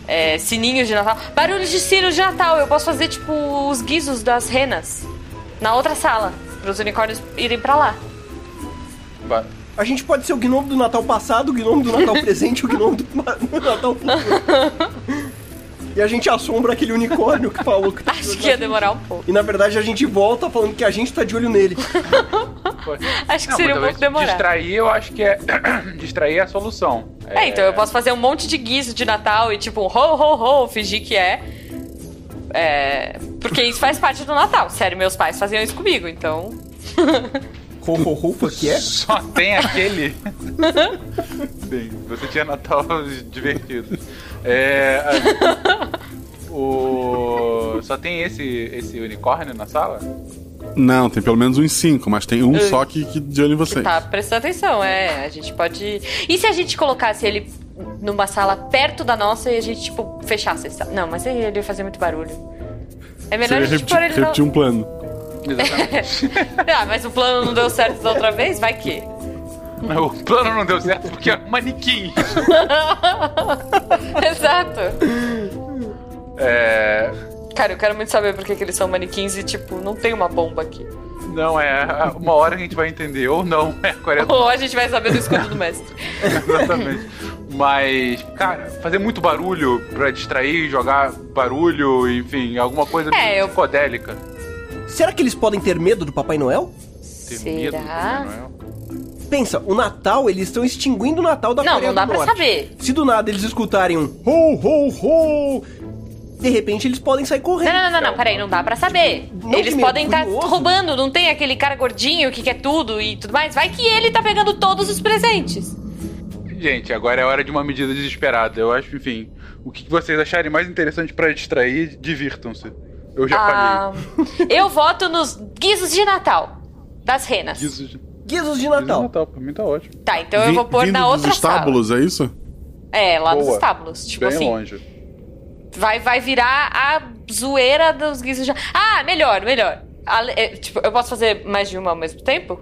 Speaker 10: é, sininhos de Natal. Barulhos de sino de Natal. Eu posso fazer, tipo, os guizos das renas na outra sala. Para os unicórnios irem pra lá.
Speaker 5: A gente pode ser o gnomo do Natal passado, o gnomo do Natal presente, o gnomo do, ma- do Natal futuro. E a gente assombra aquele unicórnio que falou que tá
Speaker 10: Acho que ia demorar um pouco.
Speaker 5: E na verdade a gente volta falando que a gente tá de olho nele.
Speaker 10: Acho que
Speaker 13: Não,
Speaker 10: seria um pouco
Speaker 13: mas talvez
Speaker 10: demorado.
Speaker 13: Distrair, eu acho que é. distrair é a solução.
Speaker 10: É, então eu posso fazer um monte de guiso de Natal e tipo um ho ho ho, fingir que é. É. Porque isso faz parte do Natal. Sério, meus pais faziam isso comigo, então.
Speaker 5: Ho ho ho, que é?
Speaker 13: Só tem aquele. Sim, você tinha Natal divertido. É. a- O. Só tem esse, esse unicórnio na sala?
Speaker 1: Não, tem pelo menos uns cinco, mas tem um
Speaker 10: Ai.
Speaker 1: só que, que de olho em vocês.
Speaker 10: Tá, prestando atenção, é. A gente pode. E se a gente colocasse ele numa sala perto da nossa e a gente, tipo, fechasse essa. Não, mas aí ele ia fazer muito barulho. É melhor
Speaker 1: Você
Speaker 10: a gente
Speaker 1: repetir,
Speaker 10: pôr ele
Speaker 1: repetir
Speaker 10: na.
Speaker 1: um plano.
Speaker 10: ah, mas o plano não deu certo da outra vez? Vai que.
Speaker 13: O plano não deu certo porque era um manequim.
Speaker 10: Exato.
Speaker 13: É.
Speaker 10: Cara, eu quero muito saber por que, que eles são manequins e, tipo, não tem uma bomba aqui.
Speaker 13: Não, é. Uma hora a gente vai entender, ou não, é 40
Speaker 10: Ou a gente vai saber do escudo do mestre.
Speaker 13: Exatamente. Mas, cara, fazer muito barulho pra distrair, jogar barulho, enfim, alguma coisa
Speaker 10: É, eu-
Speaker 13: psicodélica.
Speaker 5: Será que eles podem ter medo do Papai Noel?
Speaker 10: Será?
Speaker 5: Pensa, o Natal, eles estão extinguindo o Natal da
Speaker 10: Não,
Speaker 5: Coreia
Speaker 10: não dá
Speaker 5: do
Speaker 10: pra
Speaker 5: Norte.
Speaker 10: saber.
Speaker 5: Se do nada eles escutarem um ho ho ho, de repente eles podem sair correndo.
Speaker 10: Não, não, não, não, peraí, não dá pra saber.
Speaker 5: Não,
Speaker 10: eles
Speaker 5: primeiro,
Speaker 10: podem estar
Speaker 5: curioso.
Speaker 10: roubando, não tem aquele cara gordinho que quer tudo e tudo mais. Vai que ele tá pegando todos os presentes.
Speaker 13: Gente, agora é hora de uma medida desesperada. Eu acho, enfim, o que vocês acharem mais interessante pra distrair, divirtam-se. Eu já
Speaker 10: Ah, eu voto nos guizos de Natal, das renas.
Speaker 13: falei. Guizos de
Speaker 5: Guizos de Natal.
Speaker 13: Natal, pra mim tá ótimo.
Speaker 10: Tá, então eu
Speaker 1: Vin-
Speaker 10: vou pôr
Speaker 1: vindo
Speaker 10: na
Speaker 1: dos
Speaker 10: outra sala.
Speaker 1: estábulos, é isso?
Speaker 10: É, lá nos
Speaker 1: Boa.
Speaker 10: estábulos. Tipo
Speaker 1: Bem
Speaker 10: assim,
Speaker 1: longe.
Speaker 10: Vai, vai virar a zoeira dos guizos de... Ah, melhor, melhor. Ale- é, tipo, eu posso fazer mais de uma ao mesmo tempo?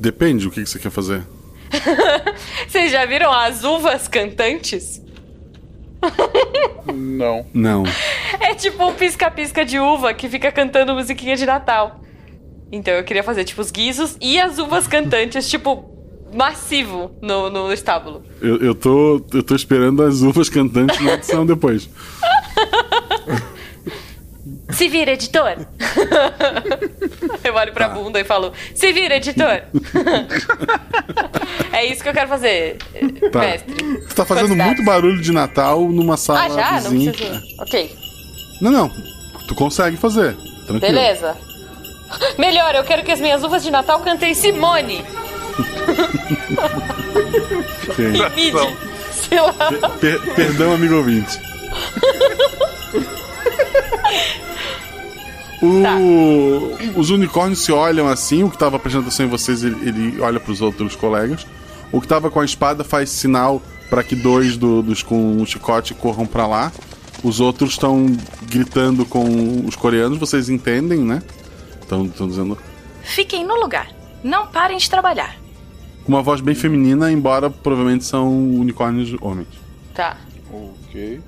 Speaker 1: Depende do que, que você quer fazer.
Speaker 10: Vocês já viram as uvas cantantes?
Speaker 13: Não.
Speaker 1: Não.
Speaker 10: É tipo um pisca-pisca de uva que fica cantando musiquinha de Natal. Então eu queria fazer, tipo, os guizos e as uvas cantantes, tipo, massivo no, no estábulo.
Speaker 1: Eu, eu, tô, eu tô esperando as uvas cantantes na edição depois.
Speaker 10: Se vira, editor! eu olho pra bunda e falo: Se vira, editor! é isso que eu quero fazer,
Speaker 1: Tá.
Speaker 10: mestre.
Speaker 1: Você tá fazendo muito barulho de Natal numa sala
Speaker 10: Ah, já? Não
Speaker 1: vizinha.
Speaker 10: preciso. Ok,
Speaker 1: Não, não. Tu consegue fazer. Tranquilo.
Speaker 10: beleza. Melhor, eu quero que as minhas uvas de Natal cantem Simone!
Speaker 1: Ok.
Speaker 10: E Midi! Sei lá.
Speaker 1: Per- perdão, amigo ouvinte. O- Os unicórnios se olham assim, o que tava prestando atenção em vocês, ele, ele olha pros outros colegas. O que tava com a espada faz sinal para que dois do- dos com o chicote corram para lá. Os outros estão gritando com os coreanos, vocês entendem, né? Estão dizendo
Speaker 12: Fiquem no lugar. Não parem de trabalhar.
Speaker 1: com uma voz bem feminina, embora provavelmente são unicórnios homens.
Speaker 10: Tá.
Speaker 13: Ok.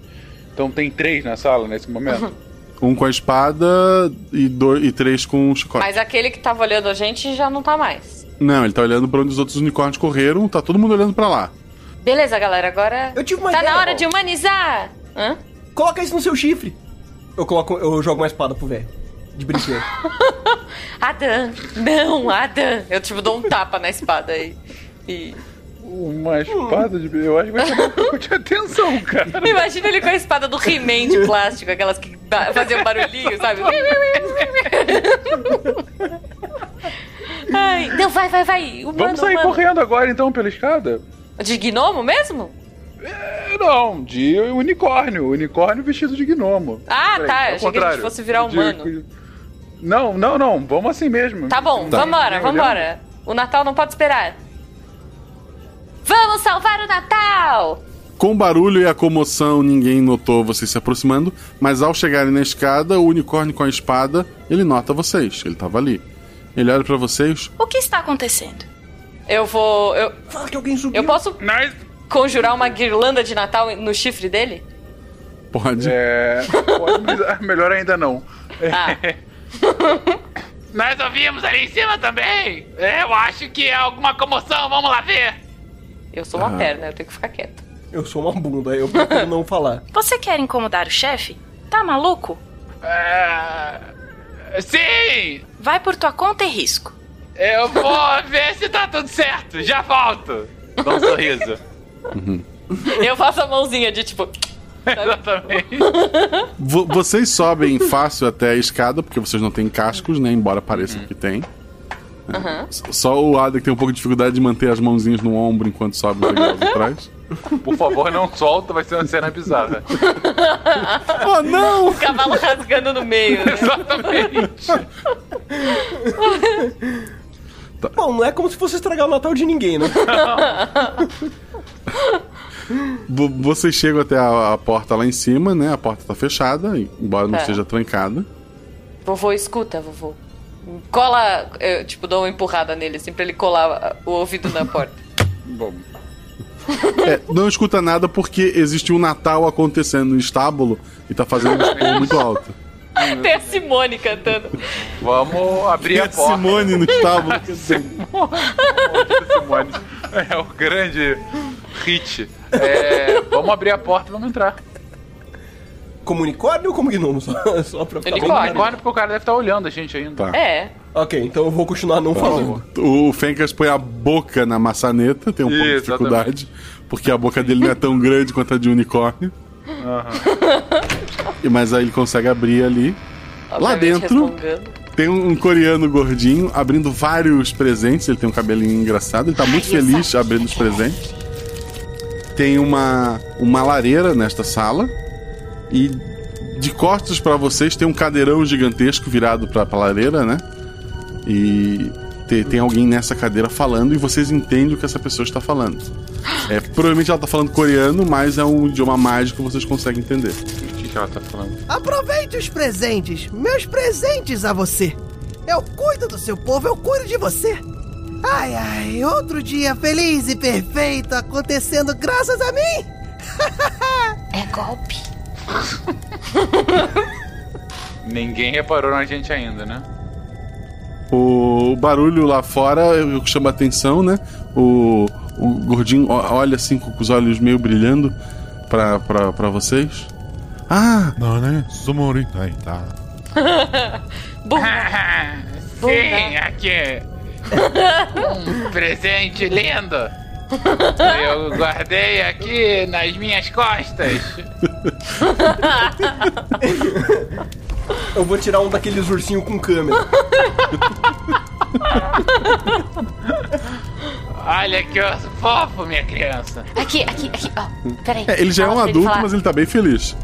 Speaker 13: Então tem três na sala nesse momento?
Speaker 1: Um com a espada e, dois, e três com o chicote.
Speaker 10: Mas aquele que tava olhando a gente já não tá mais.
Speaker 1: Não, ele tá olhando pra onde os outros unicórnios correram, tá todo mundo olhando pra lá.
Speaker 10: Beleza, galera, agora. Eu tive uma Tá na hora de humanizar! Hã?
Speaker 5: Coloca isso no seu chifre. Eu coloco, eu jogo uma espada pro velho. De brinquedo.
Speaker 10: Adam! Não, Adam! Eu, tipo, dou um tapa na espada aí. E.
Speaker 13: Uma espada de. Eu acho que vai chamar um pouco de atenção, cara.
Speaker 10: Imagina ele com a espada do He-Man de plástico, aquelas que ba- faziam barulhinho, sabe? Ai, não, vai, vai, vai. Humano,
Speaker 13: Vamos sair
Speaker 10: humano.
Speaker 13: correndo agora então pela escada?
Speaker 10: De gnomo mesmo?
Speaker 13: É, Não, de unicórnio. Unicórnio vestido de gnomo.
Speaker 10: Ah,
Speaker 13: Peraí,
Speaker 10: tá,
Speaker 13: ao
Speaker 10: achei que a
Speaker 13: contrário.
Speaker 10: gente fosse virar
Speaker 13: De-
Speaker 10: humano.
Speaker 13: Não, não, não. Vamos assim mesmo.
Speaker 10: Tá bom,
Speaker 13: Tá.
Speaker 10: vambora, vambora. O Natal não pode esperar. Vamos salvar o Natal!
Speaker 1: Com o barulho e a comoção, ninguém notou vocês se aproximando, mas ao chegarem na escada, o unicórnio com a espada, ele nota vocês, ele tava ali. Ele olha pra vocês,
Speaker 12: O que está acontecendo?
Speaker 10: Eu vou. Eu... Fala que alguém subiu. Eu posso conjurar uma guirlanda de Natal no chifre dele?
Speaker 1: pode.
Speaker 13: É. pode, mas, ah, melhor ainda não.
Speaker 10: Ah.
Speaker 8: É, Nós ouvimos ali em cima também. Eu acho que é alguma comoção, vamos lá ver.
Speaker 10: Eu sou uma
Speaker 5: Ah.
Speaker 10: perna, eu tenho que ficar quieta.
Speaker 5: Eu sou uma bunda, eu prefiro não falar.
Speaker 12: Você quer incomodar o chefe? Tá maluco?
Speaker 8: Sim!
Speaker 12: Vai por tua conta e risco.
Speaker 8: Eu vou ver se tá tudo certo. Já volto. Dá um sorriso.
Speaker 10: Eu faço a mãozinha de tipo.
Speaker 8: Exatamente.
Speaker 1: Vo- vocês sobem fácil até a escada, porque vocês não têm cascos, né? Embora pareça que tem.
Speaker 10: Aham.
Speaker 1: Só o Ada que tem um pouco de dificuldade de manter as mãozinhas no ombro enquanto sobe os degraus atrás.
Speaker 13: Por favor, não solta, vai ser uma cena bizarra.
Speaker 10: Ah,
Speaker 1: Oh, não!
Speaker 10: O cavalo rasgando no meio. Né?
Speaker 5: Bom, não é como se fosse estragar o Natal de ninguém, né?
Speaker 1: Vo- Vocês chegam até a, a porta lá em cima, né? A porta tá fechada, embora não
Speaker 10: Tá.
Speaker 1: esteja trancada.
Speaker 10: Vovô, escuta, vovô. Cola. Eu, tipo, dou uma empurrada nele, assim, pra ele colar ah, o ouvido na porta.
Speaker 13: Bom.
Speaker 1: É, não escuta nada porque existe um Natal acontecendo no estábulo e tá fazendo um som muito alto.
Speaker 10: Tem a Simone cantando.
Speaker 13: Vamos abrir a
Speaker 1: Tem a
Speaker 13: porta.
Speaker 1: Simone no estábulo.
Speaker 13: Simone. É o grande hit. É, vamos abrir a porta e vamos entrar.
Speaker 5: Como unicórnio ou como gnomo? Só, só pra
Speaker 13: Tá Ele
Speaker 5: Como
Speaker 13: unicórnio porque o cara deve estar olhando a gente ainda.
Speaker 1: Tá.
Speaker 10: É.
Speaker 5: Ok, então eu vou continuar não falando.
Speaker 1: O Fencas põe a boca na maçaneta, tem um pouco de
Speaker 13: Isso,
Speaker 1: dificuldade, porque a boca dele não é tão grande quanto a de unicórnio. E- Mas aí ele consegue abrir ali. Lá
Speaker 10: Obviamente
Speaker 1: dentro
Speaker 10: respongando.
Speaker 1: tem um um coreano gordinho abrindo vários presentes. Ele tem um cabelinho engraçado, ele tá muito
Speaker 10: Ai, eu
Speaker 1: feliz abrindo os presentes. Tem uma, uma lareira nesta sala. E de costas pra vocês tem um cadeirão gigantesco virado pra, pra lareira, né? E te- tem alguém nessa cadeira falando e vocês entendem o que essa pessoa está falando. É, provavelmente ela tá falando coreano, mas é um idioma mágico que vocês conseguem entender.
Speaker 13: O que que ela tá falando?
Speaker 6: Aproveite os presentes, meus presentes a você. Eu cuido do seu povo, eu cuido de você. Ai, ai, outro dia feliz e perfeito acontecendo graças a mim. é golpe.
Speaker 13: Ninguém reparou na gente ainda, né?
Speaker 1: O barulho lá fora é o que chama a atenção, né? O, o gordinho o- olha assim com os olhos meio brilhando pra, pra, pra vocês. Ah!
Speaker 19: Não, né? Sumori. Ai, tá.
Speaker 8: Sim, aqui. Um presente lindo. Eu guardei aqui nas minhas costas.
Speaker 5: Eu vou tirar um daqueles ursinhos com câmera.
Speaker 8: Olha que osso fofo, minha criança.
Speaker 10: Aqui, aqui, aqui. Ó, peraí.
Speaker 1: É, ele já é um
Speaker 10: Fala pra
Speaker 1: adulto,
Speaker 10: falar.
Speaker 1: mas ele tá bem feliz.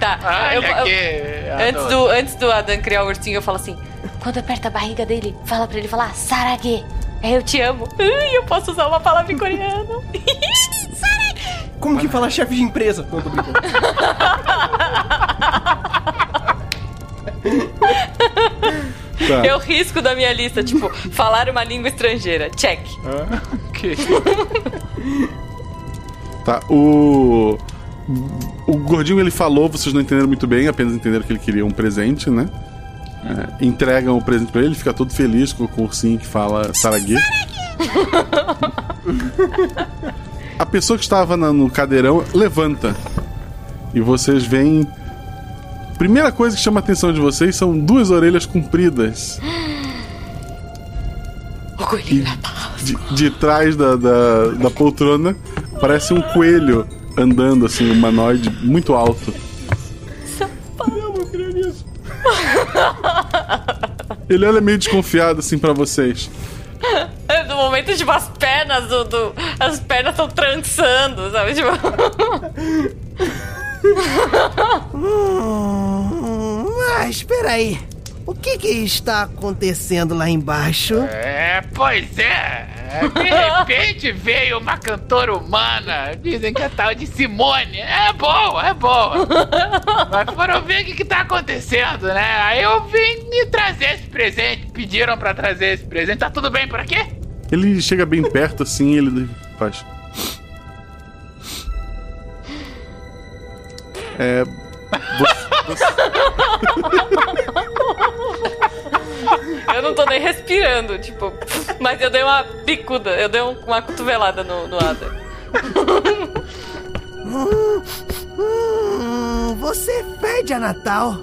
Speaker 10: Tá.
Speaker 8: Olha
Speaker 10: eu, eu-
Speaker 8: que
Speaker 10: antes,
Speaker 8: adulto.
Speaker 10: do, antes do Adam criar o ursinho, eu falo assim: quando aperta a barriga dele, fala pra ele falar Sarage. É, eu te amo. Ai, eu posso usar uma palavra em coreano.
Speaker 5: Como que fala chefe de empresa? Não, tô brincando.
Speaker 1: Tá.
Speaker 10: Eu risco da minha lista, tipo, falar uma língua estrangeira. Check.
Speaker 8: Ah.
Speaker 1: Tá, o. O gordinho ele falou, vocês não entenderam muito bem, apenas entenderam que ele queria um presente, né? É, entregam o presente pra ele, ele fica todo feliz com com o ursinho que fala Saragui. A pessoa que estava na- no cadeirão levanta. E vocês veem. Primeira coisa que chama a atenção de vocês são duas orelhas compridas. E de, de trás da, da, da poltrona parece um coelho andando assim, humanoide, muito alto.
Speaker 5: Eu não é creio nisso.
Speaker 1: Ele olha meio desconfiado assim pra vocês.
Speaker 10: No momento, tipo, as pernas do. do- as pernas estão trançando, sabe? Tipo.
Speaker 6: Hum, mas espera aí. O que que está acontecendo lá embaixo?
Speaker 8: É, pois é. De repente veio uma cantora humana. Dizem que é tal de Simone. É boa, é boa. Mas foram ver o que, que tá acontecendo, né? Aí eu vim me trazer esse presente. Pediram pra trazer esse presente. Tá tudo bem por aqui?
Speaker 1: Ele chega bem perto assim, ele faz. É. vo-
Speaker 10: eu não tô nem respirando, tipo. Mas eu dei uma bicuda, eu dei um- uma cotovelada no, no Adam.
Speaker 6: Hum, hum, você fede a Natal.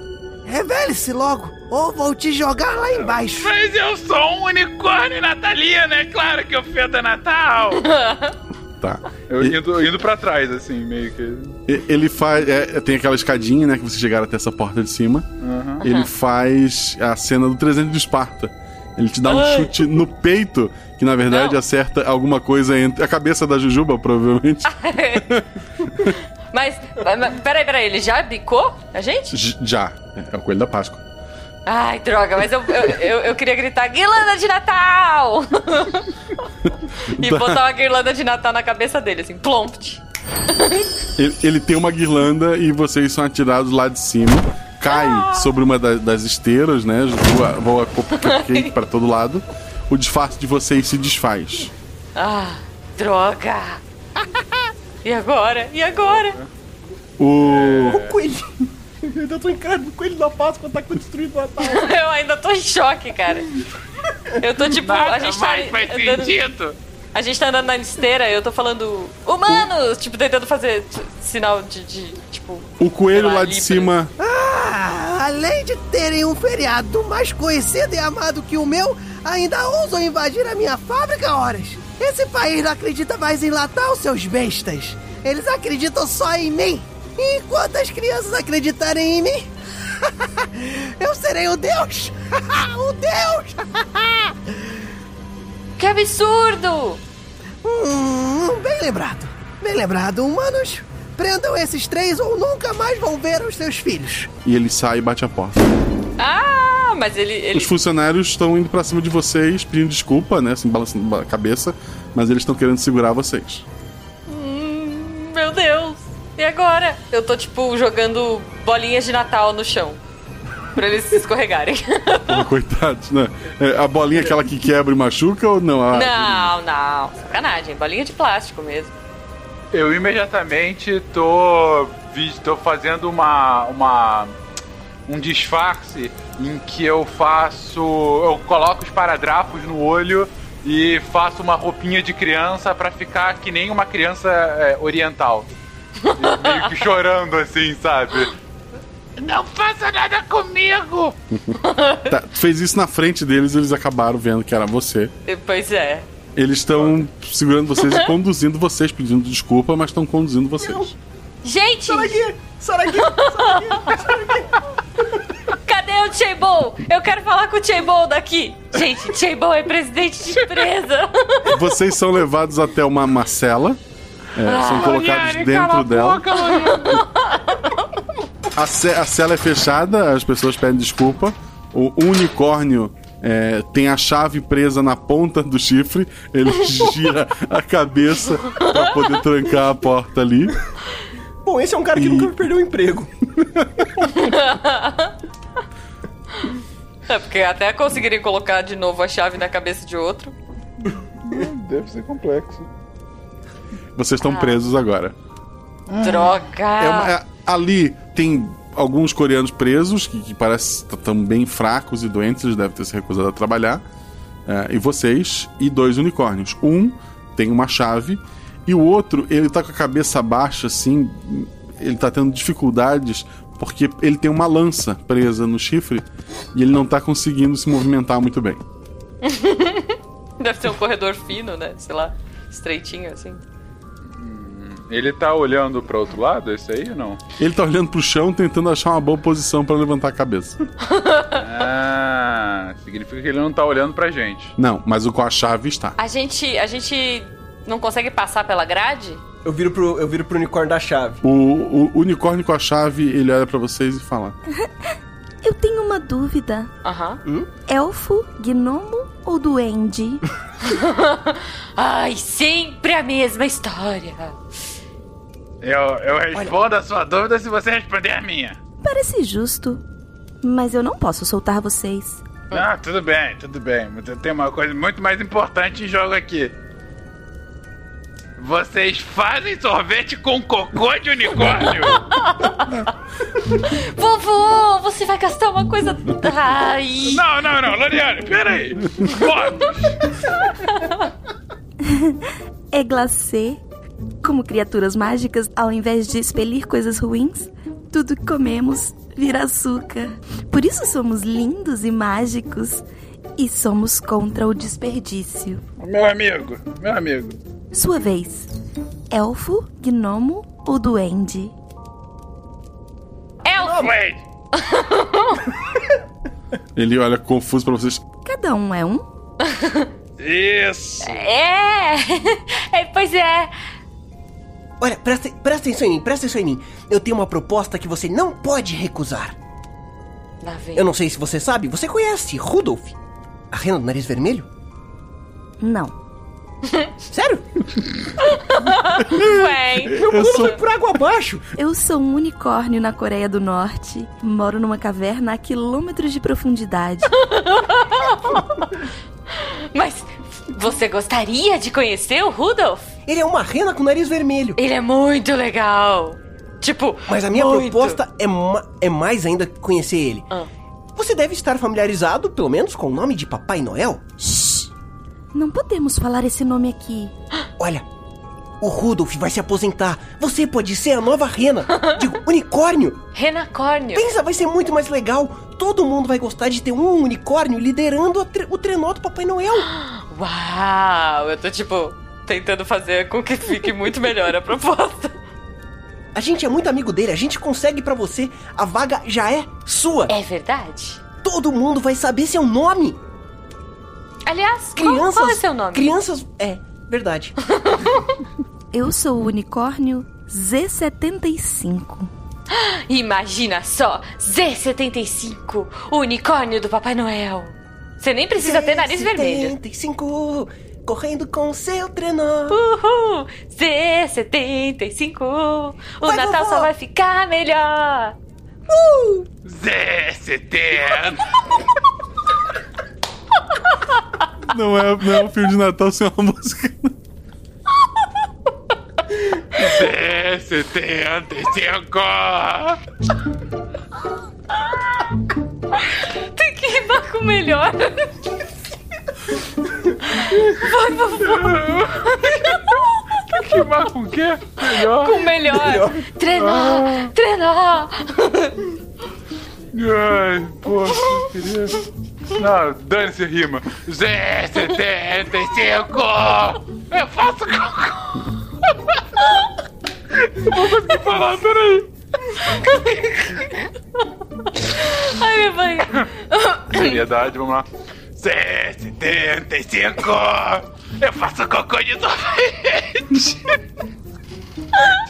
Speaker 6: Revele-se logo, ou vou te jogar lá embaixo.
Speaker 8: Mas eu sou um unicórnio natalino, é claro que eu feda Natal.
Speaker 1: Tá.
Speaker 20: Eu indo, indo pra trás, assim, meio que.
Speaker 1: E- Ele faz. é, tem aquela escadinha, né? Que vocês chegaram até essa porta de cima.
Speaker 20: Uhum.
Speaker 1: Ele faz a cena do 300 de Esparta. Ele te dá um
Speaker 20: Ai.
Speaker 1: chute no peito, que na verdade acerta alguma coisa entre a cabeça da Jujuba, provavelmente.
Speaker 10: Mas, mas, peraí, peraí, ele já bicou a gente?
Speaker 1: J- Já. É, É o coelho da Páscoa.
Speaker 10: Ai, droga, mas eu, eu, eu, eu queria gritar guirlanda de Natal! e
Speaker 1: Tá.
Speaker 10: botar uma guirlanda de Natal na cabeça dele, assim, plompt.
Speaker 1: Ele, ele tem uma guirlanda e vocês são atirados lá de cima. Cai sobre uma da- das esteiras, né? Voa, voa cupcake pra todo lado. O disfarce de vocês se desfaz.
Speaker 10: Ah, droga! E agora? E agora?
Speaker 1: O.
Speaker 5: Coelhinho. Eu ainda tô encarando o coelho da Páscoa, tá destruído o Natal.
Speaker 10: Eu ainda tô em choque, cara. Eu tô tipo.
Speaker 8: Nada
Speaker 10: a gente
Speaker 8: mais
Speaker 10: tá
Speaker 8: faz
Speaker 10: andando-
Speaker 8: sentido.
Speaker 10: A gente tá andando na esteira, eu tô falando humanos, tipo, tentando fazer t- sinal de, de, tipo.
Speaker 1: O coelho lá de cima.
Speaker 6: Ah, além de terem um feriado mais conhecido e amado que o meu, ainda ousam invadir a minha fábrica horas. Esse país não acredita mais em Natal, seus bestas. Eles acreditam só em mim. E enquanto as crianças acreditarem em mim, eu serei o Deus. o Deus.
Speaker 10: que absurdo!
Speaker 6: Hum, bem lembrado. Bem lembrado, humanos. Prendam esses três ou nunca mais vão ver os seus filhos.
Speaker 1: E ele sai e bate a porta.
Speaker 10: Ah, mas ele. ele...
Speaker 1: Os funcionários estão indo pra cima de vocês, pedindo desculpa, né? Assim, balançando a cabeça. Mas eles estão querendo segurar vocês.
Speaker 10: Hum, Meu Deus! E agora? Eu tô, tipo, jogando bolinhas de Natal no chão. Pra eles se escorregarem.
Speaker 1: Pô, coitados, né? É, a bolinha é aquela que quebra e machuca ou não? Ah, A-
Speaker 10: não, não. Sacanagem. Bolinha de plástico mesmo.
Speaker 13: Eu imediatamente tô, vi- tô fazendo uma, uma um disfarce em que eu faço, eu coloco os paradrapos no olho e faço uma roupinha de criança pra ficar que nem uma criança é, oriental, E meio que chorando assim, sabe?
Speaker 8: Não faça nada comigo!
Speaker 1: Tá, tu fez isso na frente deles, eles acabaram vendo que era você.
Speaker 6: Pois é.
Speaker 1: Eles estão segurando vocês e conduzindo vocês, pedindo desculpa, mas estão conduzindo vocês.
Speaker 6: Gente! Sai
Speaker 5: daqui! Sai daqui!
Speaker 6: Cadê o Chainbow? Eu quero falar com o Chainbow daqui! Gente, Chainbow é presidente de empresa!
Speaker 1: Vocês são levados até uma macela, é, são colocados
Speaker 8: Loriane, Ah,
Speaker 1: dentro
Speaker 8: cala a
Speaker 1: dela.
Speaker 8: boca, Loriane.
Speaker 1: A, ce- a cela é fechada, as pessoas pedem desculpa. O unicórnio é, tem a chave presa na ponta do chifre. Ele gira a cabeça pra poder trancar a porta ali.
Speaker 5: Bom, esse é um cara que nunca perdeu o emprego.
Speaker 6: É porque até conseguirem colocar de novo a chave na cabeça de outro.
Speaker 8: Hum,
Speaker 21: Deve ser complexo.
Speaker 1: Vocês estão
Speaker 6: Ah.
Speaker 1: presos agora.
Speaker 6: Droga!
Speaker 1: Ah.
Speaker 10: Ah.
Speaker 1: É uma- é- ali tem alguns coreanos presos que, que parecem estão bem fracos e doentes, eles devem ter se recusado a trabalhar. É, e vocês, e dois unicórnios. Um tem uma chave, e o outro, ele tá com a cabeça baixa, assim, ele tá tendo dificuldades porque ele tem uma lança presa no chifre e ele não tá conseguindo se movimentar muito bem.
Speaker 6: Deve ser um corredor fino, né? Sei lá, estreitinho assim.
Speaker 13: Ele tá olhando pra outro lado, esse aí ou não?
Speaker 1: Ele tá olhando pro chão, tentando achar uma boa posição pra levantar a cabeça.
Speaker 13: Ah, significa que ele não tá olhando pra gente.
Speaker 1: Não, mas o com a chave está.
Speaker 6: A gente, a gente não consegue passar pela grade?
Speaker 5: Eu viro pro, eu viro pro unicórnio da chave.
Speaker 1: O, o unicórnio com a chave, ele olha pra vocês e fala:
Speaker 2: Eu tenho uma dúvida.
Speaker 6: Aham.
Speaker 2: Elfo, gnomo ou duende?
Speaker 6: Ai, sempre a mesma história.
Speaker 8: Eu, eu respondo a sua dúvida se você responder a minha.
Speaker 2: Parece justo, mas eu não posso soltar vocês.
Speaker 8: Ah, tudo bem, tudo bem. Mas eu tenho uma coisa muito mais importante em jogo aqui. Vocês fazem sorvete com cocô de unicórnio?
Speaker 10: Vovô, você vai gastar uma coisa. Ai.
Speaker 8: não, não, não, Loriane, peraí. Fotos.
Speaker 2: É glacê? Como criaturas mágicas, ao invés de expelir coisas ruins, tudo que comemos vira açúcar. Por isso somos lindos e mágicos e somos contra o desperdício.
Speaker 8: Meu amigo, meu amigo.
Speaker 2: Sua vez. Elfo, gnomo ou duende?
Speaker 8: Elfo!
Speaker 1: Ele olha confuso pra vocês.
Speaker 2: Cada um é um?
Speaker 8: Isso!
Speaker 10: É! é pois é.
Speaker 5: Olha, presta, presta atenção em mim, presta atenção em mim. Eu tenho uma proposta que você não pode recusar.
Speaker 6: Lá vem.
Speaker 5: Eu não sei se você sabe, você conhece Rudolf, a rena do nariz vermelho?
Speaker 2: Não.
Speaker 5: Sério?
Speaker 6: Ué,
Speaker 5: Meu mundo foi por água abaixo.
Speaker 2: Eu sou um unicórnio na Coreia do Norte. Moro numa caverna a quilômetros de profundidade.
Speaker 10: Mas você gostaria de conhecer o Rudolf?
Speaker 5: Ele é uma rena com nariz vermelho.
Speaker 10: Ele é muito legal. Tipo,
Speaker 5: Mas a minha
Speaker 10: muito. Ah.
Speaker 5: proposta é, ma- é mais ainda que conhecer ele. Você deve estar familiarizado, pelo menos, com o nome de Papai Noel.
Speaker 2: Não podemos falar esse nome aqui.
Speaker 5: Olha, o Rudolf vai se aposentar. Você pode ser a nova rena. Digo, unicórnio.
Speaker 10: Renacórnio.
Speaker 5: Pensa, vai ser muito mais legal. Todo mundo vai gostar de ter um unicórnio liderando a tre- o trenó do Papai Noel.
Speaker 6: Uau, eu tô tipo tentando fazer com que fique muito melhor a proposta.
Speaker 5: A gente é muito amigo dele, a gente consegue pra você. A vaga já é sua.
Speaker 10: É verdade.
Speaker 5: Todo mundo vai saber seu nome.
Speaker 10: Aliás, qual-
Speaker 5: Crianças.
Speaker 10: qual é seu nome?
Speaker 5: Crianças. É, verdade.
Speaker 2: Eu sou o unicórnio Z75.
Speaker 10: Imagina só, Z75, o unicórnio do Papai Noel. Você nem precisa ter nariz vermelho.
Speaker 5: 75, correndo com seu trenó.
Speaker 10: Uhul! Z75, o
Speaker 5: Vai,
Speaker 10: Natal
Speaker 5: vovó. Uh!
Speaker 10: só vai ficar melhor.
Speaker 8: Zé, CT.
Speaker 1: Não é, não é um filme de Natal sem uma música.
Speaker 8: Zé, 75.
Speaker 10: Tem que rimar com o melhor. Vai, vovô.
Speaker 8: Tem que rimar com o quê? Melhor.
Speaker 10: Com o melhor. Treinar, treinar.
Speaker 13: Ai, pô, eu
Speaker 22: queria.
Speaker 13: Não, dane-se rima. Ah.
Speaker 8: Zé 75! Eu faço cocô!
Speaker 13: Eu vou conseguir falar, peraí.
Speaker 10: Ai, meu pai.
Speaker 13: Seriedade, vamos lá.
Speaker 8: Zé 75! Eu faço cocô de sorvete!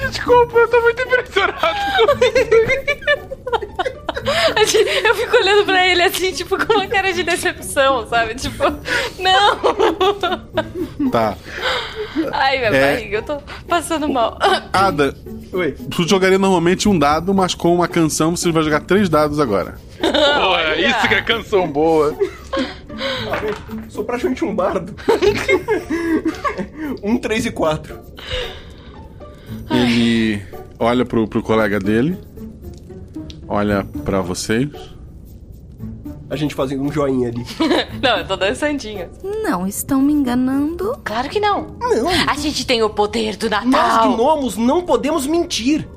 Speaker 13: Desculpa, eu tô muito impressionado
Speaker 10: Assim, Eu fico olhando pra ele assim, tipo, com uma cara de decepção, sabe? Tipo, não!
Speaker 1: Tá.
Speaker 10: Ai, minha
Speaker 1: É.
Speaker 10: barriga, eu tô passando mal.
Speaker 1: Ada. Oi. Tu jogaria normalmente um dado, mas com uma canção você vai jogar três dados agora.
Speaker 13: Pô, é isso que é canção boa.
Speaker 5: Sou praticamente um bardo. um, três e quatro.
Speaker 1: Ele olha pro, pro colega dele. Olha pra vocês.
Speaker 5: A gente fazendo um joinha ali.
Speaker 10: Não, eu tô dançandinha.
Speaker 2: Não estão me enganando.
Speaker 10: Claro que não. Não. A gente tem o poder do Natal.
Speaker 5: Nós gnomos não podemos mentir.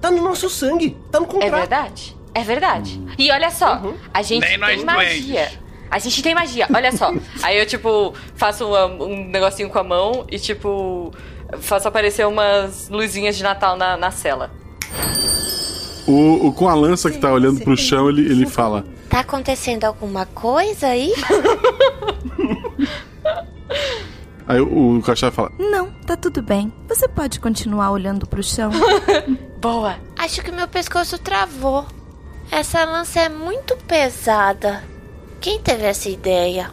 Speaker 5: Tá no nosso sangue, tá no contrato.
Speaker 10: É verdade. É verdade. E olha só,
Speaker 5: Uhum.
Speaker 10: a gente
Speaker 5: Nem nós
Speaker 10: tem magia. A gente tem magia, olha só. Aí eu, tipo, faço uma- um negocinho com a mão e, tipo, faço aparecer umas luzinhas de Natal na, na cela.
Speaker 1: O, o- com a lança que tá olhando pro chão, ele, ele fala:
Speaker 4: Tá acontecendo alguma coisa aí?
Speaker 1: Aí o, o cachorro fala:
Speaker 2: Não, tá tudo bem. Você pode continuar olhando pro chão.
Speaker 10: Boa.
Speaker 4: Acho que meu pescoço travou. Essa lança é muito pesada. Quem teve essa ideia?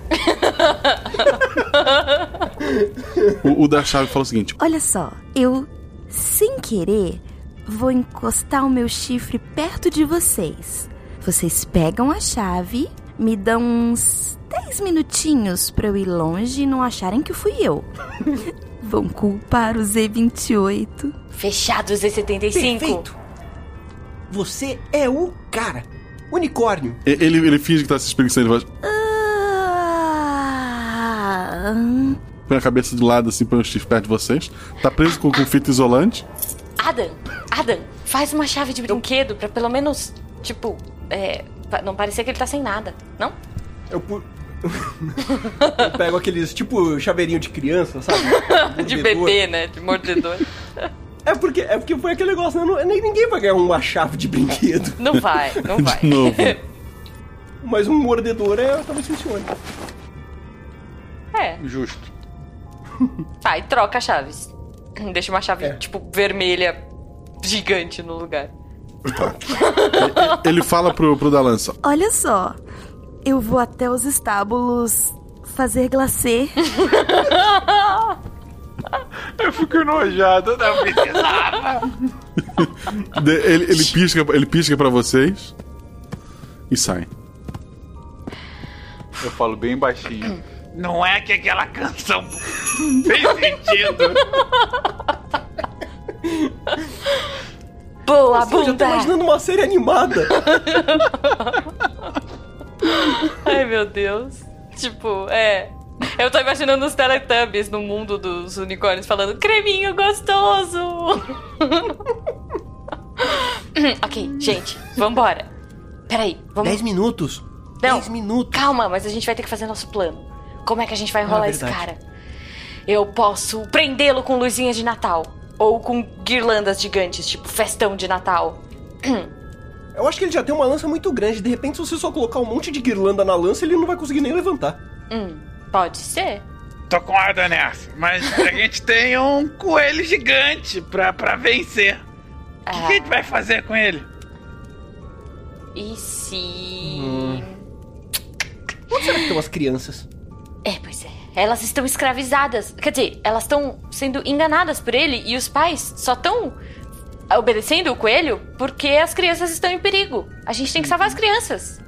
Speaker 1: O, o da chave fala o seguinte:
Speaker 2: Olha só, eu, sem querer, vou encostar o meu chifre perto de vocês. Vocês pegam a chave, me dão uns 10 minutinhos pra eu ir longe e não acharem que fui eu. Vão culpar o Z28.
Speaker 10: Fechado, Z75.
Speaker 5: Perfeito. Você é o cara. Unicórnio.
Speaker 1: E- Ele, ele finge que tá se espreguiçando, ele vai.
Speaker 2: Ah, hum.
Speaker 1: Põe a cabeça de lado assim, põe o chifre perto de vocês. Tá preso com, com fita isolante.
Speaker 10: Adam, Adam, faz uma chave de brinquedo pra pelo menos, tipo, é, pa- não parecer que ele tá sem nada, não?
Speaker 5: Eu, pu- Eu pego aqueles, tipo, chaveirinho de criança, sabe?
Speaker 10: De
Speaker 5: Mordedor.
Speaker 10: bebê, né? De mordedor.
Speaker 5: É porque, é porque foi aquele negócio, né? Não- nem ninguém vai ganhar uma chave de brinquedo.
Speaker 10: Não vai, não vai.
Speaker 5: De novo. Mas um mordedor é, talvez funcione.
Speaker 10: É.
Speaker 5: Justo.
Speaker 10: Tá, e troca as chaves. Deixa uma
Speaker 5: É.
Speaker 10: chave, tipo, vermelha gigante no lugar.
Speaker 1: Tá. E- Ele fala pro, pro da lança:
Speaker 2: Olha só, eu vou até os estábulos fazer glacê.
Speaker 13: Eu fico enojado, né? não precisava.
Speaker 1: de- ele, ele pisca, ele pisca pra vocês. E sai.
Speaker 22: Eu falo bem baixinho.
Speaker 8: Não é que aquela canção fez sentido.
Speaker 10: Boa,
Speaker 5: Eu já tô imaginando uma série animada.
Speaker 10: Ai, meu Deus. Tipo, é. Eu tô imaginando os Teletubbies no mundo dos unicórnios falando creminho gostoso. ok, gente, vambora. Peraí, vamos.
Speaker 5: Dez minutos.
Speaker 10: Não, minutos. Calma, mas a gente vai ter que fazer nosso plano. Como é que a gente vai enrolar esse
Speaker 5: Ah, verdade.
Speaker 10: cara? Eu posso prendê-lo com luzinha de Natal. Ou com guirlandas gigantes, tipo festão de Natal.
Speaker 5: Eu acho que ele já tem uma lança muito grande. De repente, se você só colocar um monte de guirlanda na lança, ele não vai conseguir nem levantar.
Speaker 10: Hum, pode ser.
Speaker 8: Tô com a nessa, mas a gente tem um coelho gigante pra, pra vencer. O
Speaker 10: Ah.
Speaker 8: que, que a gente vai fazer com ele?
Speaker 10: E se.
Speaker 5: Onde será que estão as crianças?
Speaker 10: É, pois é. Elas estão escravizadas. Quer dizer, elas estão sendo enganadas por ele e os pais só estão obedecendo o coelho porque as crianças estão em perigo. A gente tem que
Speaker 1: Uhum.
Speaker 10: salvar as crianças.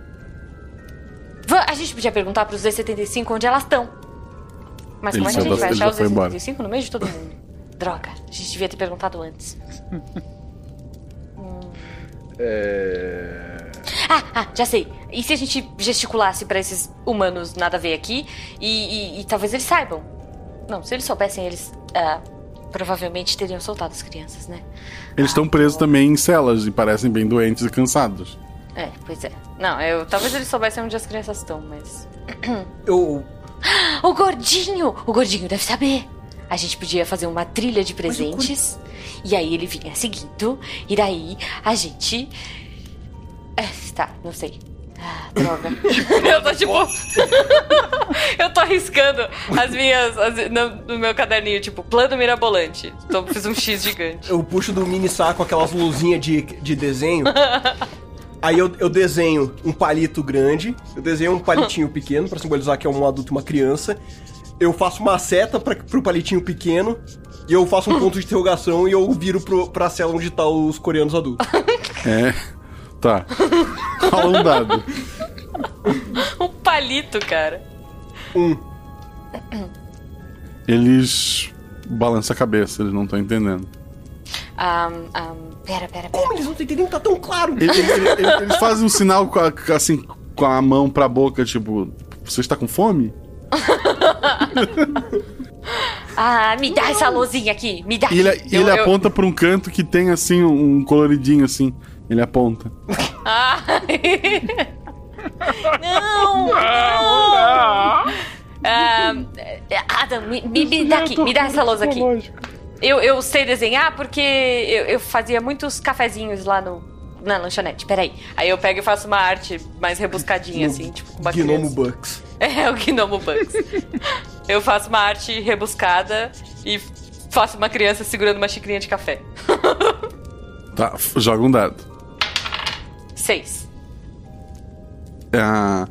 Speaker 10: Va- A gente podia perguntar pros Z75 onde elas estão. Mas
Speaker 1: Ele
Speaker 10: como é que
Speaker 1: saiu
Speaker 10: a gente
Speaker 1: da-
Speaker 10: vai
Speaker 1: ele
Speaker 10: achar
Speaker 1: já
Speaker 10: os
Speaker 1: foi embora.
Speaker 10: Z75 no meio de todo mundo? Droga, a gente devia ter perguntado antes.
Speaker 22: É.
Speaker 10: Ah, ah, já sei. E se a gente gesticulasse pra esses humanos nada a ver aqui? E, e- e talvez eles saibam. Não, se eles soubessem, eles ah, provavelmente teriam soltado as crianças, né?
Speaker 1: Eles estão presos também em celas e parecem bem doentes e cansados.
Speaker 10: É, pois é. Não, eu talvez ele soubesse onde as crianças estão, mas.
Speaker 5: Eu.
Speaker 10: O gordinho! O gordinho deve saber! A gente podia fazer uma trilha de presentes. E aí ele vinha seguindo. E daí a gente. É, tá, não sei. Ah, droga. eu tô tipo. eu tô arriscando as minhas. as- no, no meu caderninho, tipo, plano mirabolante. Então fiz um X gigante.
Speaker 5: Eu puxo do mini saco aquelas luzinhas de, de desenho. Aí eu, eu desenho um palito grande, eu desenho um palitinho pequeno pra simbolizar que é um adulto e uma criança. Eu faço uma seta para pro palitinho pequeno e eu faço um ponto de interrogação e eu viro pro, pra cela onde tá os coreanos adultos.
Speaker 10: Ah,
Speaker 1: É. Tá. Rola um dado.
Speaker 10: Um palito, cara.
Speaker 5: Um.
Speaker 1: Eles balançam a cabeça, eles não estão entendendo.
Speaker 10: Ahm, ahm, pera, pera, pera.
Speaker 5: Como eles não estão entendendo? Tá tão claro!
Speaker 1: Ele- ele- ele- Eles, fazem um sinal com a, assim, com a mão pra boca, tipo, você está com fome?
Speaker 10: Ah, me dá essa luzinha aqui, me dá.
Speaker 1: E ele, e
Speaker 10: Eu-
Speaker 1: ele
Speaker 10: eu-
Speaker 1: aponta pra um canto que tem assim um coloridinho assim. Ele aponta.
Speaker 10: Ai. não, não. Ah, Adam, me, me- me dá aqui, me dá essa lousa aqui. Eu, eu sei desenhar porque eu, eu fazia muitos cafezinhos lá no, na lanchonete. Peraí. Aí eu pego e faço uma arte mais rebuscadinha, assim, tipo, com uma
Speaker 5: Gnomo
Speaker 10: criança.
Speaker 5: Bucks.
Speaker 10: É o Gnomo Bugs. eu faço uma arte rebuscada e faço uma criança segurando uma xicrinha de café.
Speaker 1: Tá, f- joga um dado.
Speaker 10: Seis.
Speaker 1: Ah,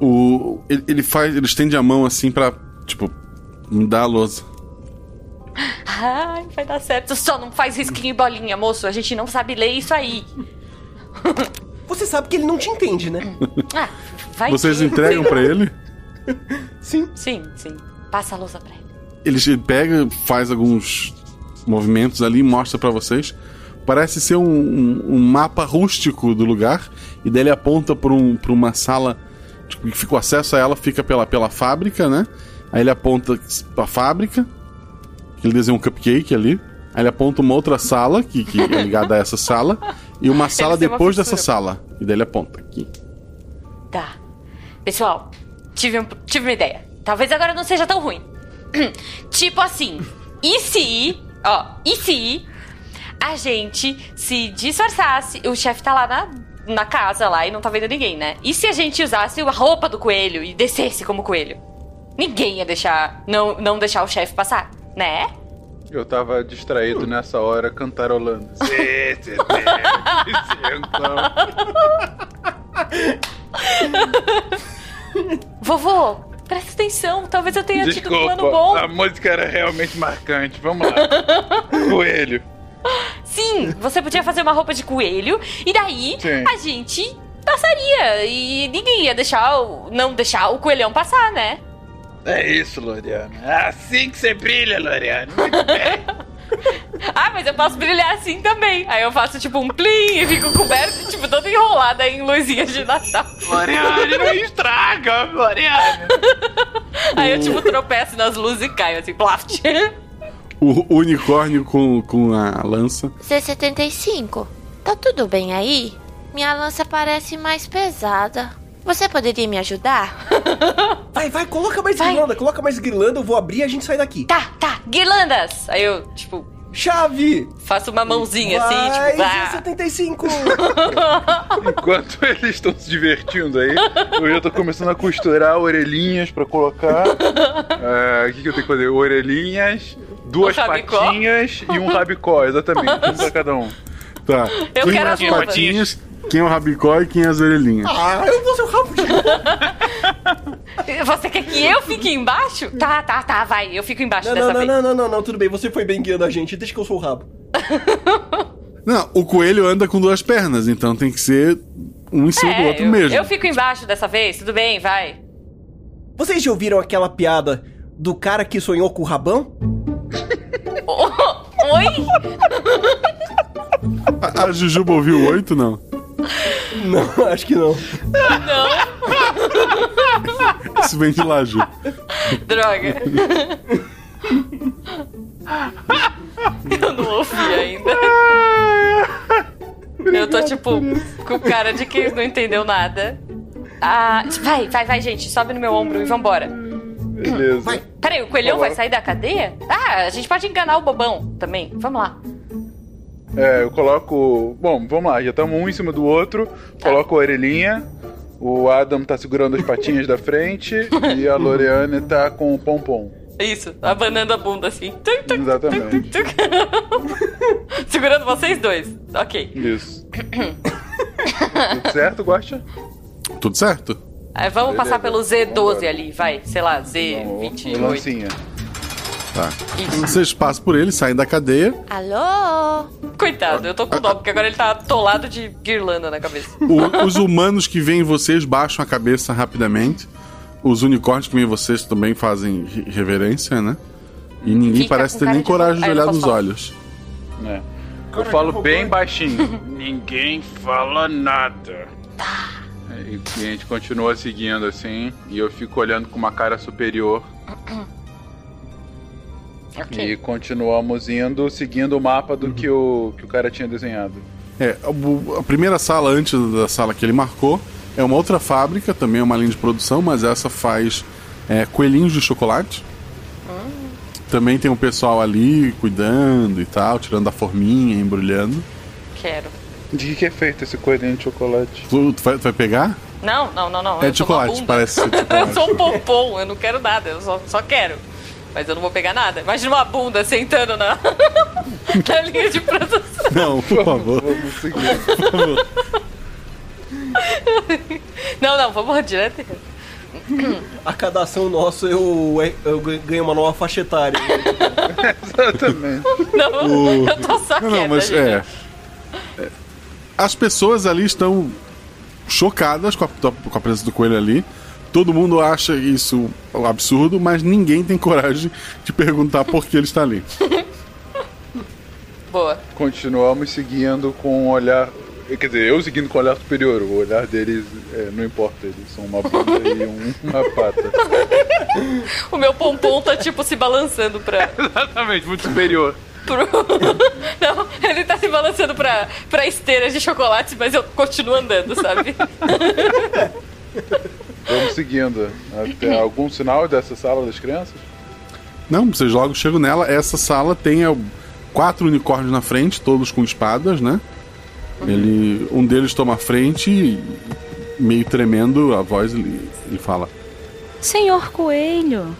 Speaker 1: o, ele, ele faz. Ele estende a mão assim pra. Tipo, me dá a lousa.
Speaker 10: Ai, vai dar certo. Só não faz risquinho e bolinha, moço. A gente não sabe ler isso aí.
Speaker 5: Você sabe que ele não te entende, né?
Speaker 10: Ah, vai
Speaker 1: Vocês
Speaker 10: que-
Speaker 1: entregam pra ele?
Speaker 5: Sim.
Speaker 10: Sim, sim. Passa a lousa pra ele.
Speaker 1: Ele che- pega, faz alguns movimentos ali, mostra pra vocês. Parece ser um, um- um mapa rústico do lugar. E daí ele aponta pra, um- pra uma sala tipo, que fica o acesso a ela, fica pela, pela fábrica, né? Aí ele aponta pra fábrica. que Ele desenha um cupcake ali. Aí ele aponta uma outra sala, que, que é ligada a essa sala. E uma sala
Speaker 10: tem uma
Speaker 1: depois
Speaker 10: fissura.
Speaker 1: dessa sala. E daí ele aponta aqui.
Speaker 10: Tá. Pessoal, tive, um- tive uma ideia. Talvez agora não seja tão ruim. tipo assim, e se, ó, e se a gente se disfarçasse, o chefe tá lá na, na casa lá e não tá vendo ninguém, né? E se a gente usasse a roupa do coelho e descesse como coelho? Ninguém ia deixar, não, não deixar o chefe passar, né?
Speaker 13: Eu tava distraído nessa hora cantarolando. Cê, cê,
Speaker 10: Vovô, presta atenção, talvez eu tenha tido um plano bom.
Speaker 13: Desculpa, tá a música era realmente marcante. Vamos lá. Coelho.
Speaker 10: Sim, você podia fazer uma roupa de coelho e daí
Speaker 13: Sim.
Speaker 10: a gente passaria e ninguém ia deixar o, não deixar o coelhão passar, né?
Speaker 13: É isso, Loriana.
Speaker 8: É
Speaker 13: Assim que você brilha, Loriana.
Speaker 10: Ah, mas eu posso brilhar assim também. Aí eu faço tipo um plim e fico coberto, tipo, toda enrolada em luzinha de Natal.
Speaker 23: Loriane, não estraga, Loriane.
Speaker 10: Aí eu tipo tropeço nas luzes e caio assim, plaft.
Speaker 1: O unicórnio com, com a lança.
Speaker 4: C75, tá tudo bem aí? Minha lança parece mais pesada. Você poderia me ajudar?
Speaker 5: Vai, vai, coloca mais guirlanda, coloca mais guirlanda, eu vou abrir e a gente sai daqui.
Speaker 10: Tá, tá, guirlandas! Aí eu, tipo,
Speaker 5: chave!
Speaker 10: Faço uma mãozinha assim,
Speaker 5: Vai, é
Speaker 10: tipo, vá.
Speaker 5: 75!
Speaker 13: Enquanto eles estão se divertindo aí, eu já tô começando a costurar orelhinhas pra colocar. Ah, O que, que eu tenho que fazer? Orelhinhas, duas
Speaker 23: Um rabicó?
Speaker 13: patinhas e um rabicó, exatamente. Um pra cada um.
Speaker 1: Tá.
Speaker 13: Eu
Speaker 1: quem
Speaker 13: quero
Speaker 1: é as
Speaker 13: as luvas.
Speaker 1: patinhas, quem é o rabicó e quem é as orelhinhas.
Speaker 5: Ah, eu vou ser o rabo
Speaker 10: Você quer que eu fique embaixo? Tá, tá, tá, vai, eu fico embaixo
Speaker 5: Não,
Speaker 10: dessa
Speaker 5: não, não,
Speaker 10: vez.
Speaker 5: não, não, não, não, tudo bem, você foi bem guiando a gente, deixa que eu sou o rabo.
Speaker 1: Não, o coelho anda com duas pernas, então tem que ser um em cima
Speaker 4: É,
Speaker 1: do outro
Speaker 10: É, eu,
Speaker 1: mesmo.
Speaker 10: eu fico embaixo dessa vez, tudo bem, vai.
Speaker 5: Vocês já ouviram aquela piada do cara que sonhou com o rabão?
Speaker 10: Oi?
Speaker 1: A, a Jujuba ouviu oito, não?
Speaker 5: Não, acho que não.
Speaker 10: Não.
Speaker 1: Isso vem de lá, Ju.
Speaker 10: Droga. Eu não ouvi ainda. Eu tô tipo com cara de que não entendeu nada. Ah, vai, vai, vai, gente. Sobe no meu ombro e vambora.
Speaker 13: Beleza.
Speaker 10: Peraí, o coelhão
Speaker 13: Vambora.
Speaker 10: vai sair da cadeia? Ah, a gente pode enganar o bobão também. Vamos lá.
Speaker 13: É, eu coloco. Bom, vamos lá, já estamos um em cima do outro. Coloco a orelhinha. O Adam tá segurando as patinhas da frente. E a Loriane tá com o pompom.
Speaker 10: É Isso, abanando a bunda assim. Tum, tum,
Speaker 13: Exatamente.
Speaker 10: Segurando vocês dois. Ok.
Speaker 13: Isso. Tudo certo, Guaxa?
Speaker 1: Tudo certo?
Speaker 10: Ah, vamos
Speaker 13: Beleza,
Speaker 10: passar pelo Z12
Speaker 13: vambora.
Speaker 10: ali, vai. Sei lá, Z28.
Speaker 13: Lancinha.
Speaker 1: Tá. Vocês passam por ele, saem da cadeia.
Speaker 10: Alô? Coitado, eu tô com dó, porque agora ele tá atolado de guirlanda na cabeça.
Speaker 1: O- os humanos que veem vocês baixam a cabeça rapidamente. Os unicórnios que veem vocês também fazem re- reverência, né? E ninguém
Speaker 4: Fica
Speaker 1: parece
Speaker 4: com
Speaker 1: ter
Speaker 4: cara
Speaker 1: nem
Speaker 4: de
Speaker 1: coragem
Speaker 4: bobo.
Speaker 1: de
Speaker 4: Ah, eu
Speaker 1: olhar
Speaker 4: posso
Speaker 1: nos
Speaker 4: falar.
Speaker 1: olhos.
Speaker 13: É.
Speaker 4: Eu falo bem baixinho. Ninguém fala nada.
Speaker 13: É, E a gente continua seguindo assim. E eu fico olhando com uma cara superior. E continuamos indo, seguindo o mapa do que, o, que o cara tinha desenhado.
Speaker 1: É, o- a primeira sala antes da sala que ele marcou é uma outra fábrica, também é uma linha de produção, mas essa faz é, coelhinhos de chocolate. Também tem o pessoal ali cuidando e tal, tirando a forminha, embrulhando.
Speaker 10: Quero.
Speaker 13: De que, que é feito esse coelhinho de chocolate?
Speaker 1: Tu, tu vai, tu vai pegar?
Speaker 10: Não, não, não, não.
Speaker 1: É
Speaker 10: eu sou uma
Speaker 1: chocolate,
Speaker 10: bunda.
Speaker 1: parece ser
Speaker 13: tá
Speaker 1: chocolate.
Speaker 10: eu sou um pompom, eu não quero nada, eu só, só quero. Mas eu não vou pegar nada. Imagina uma bunda sentando na, na linha de produção.
Speaker 1: Não, por favor. Por favor.
Speaker 10: Não, não, vamos direto.
Speaker 5: A cada ação nossa eu, é, eu ganho uma nova faixa etária.
Speaker 13: Exatamente.
Speaker 10: Não,
Speaker 1: O-
Speaker 10: eu tô só
Speaker 1: não,
Speaker 10: quieta,
Speaker 1: não, mas
Speaker 10: gente.
Speaker 1: é. É. As pessoas ali estão chocadas com a, com a presença do coelho ali. Todo mundo acha isso um absurdo, mas ninguém tem coragem de perguntar por que ele está ali.
Speaker 10: Boa.
Speaker 13: Continuamos seguindo com o olhar. Quer dizer, eu seguindo com o olhar superior. O olhar deles é, não importa, eles são uma bunda e um- uma pata.
Speaker 10: O meu pompom tá tipo se balançando pra.
Speaker 4: Exatamente, muito superior.
Speaker 10: pro- Não, ele tá se balançando pra, pra esteira de chocolate, mas eu continuo andando, sabe?
Speaker 13: Vamos seguindo. Até algum sinal dessa sala das crianças?
Speaker 1: Não, vocês logo chegam nela. Essa sala tem é, quatro unicórnios na frente, todos com espadas, né? Ele, um deles toma a frente, e, meio tremendo a voz, ele, ele fala:
Speaker 12: Senhor Coelho,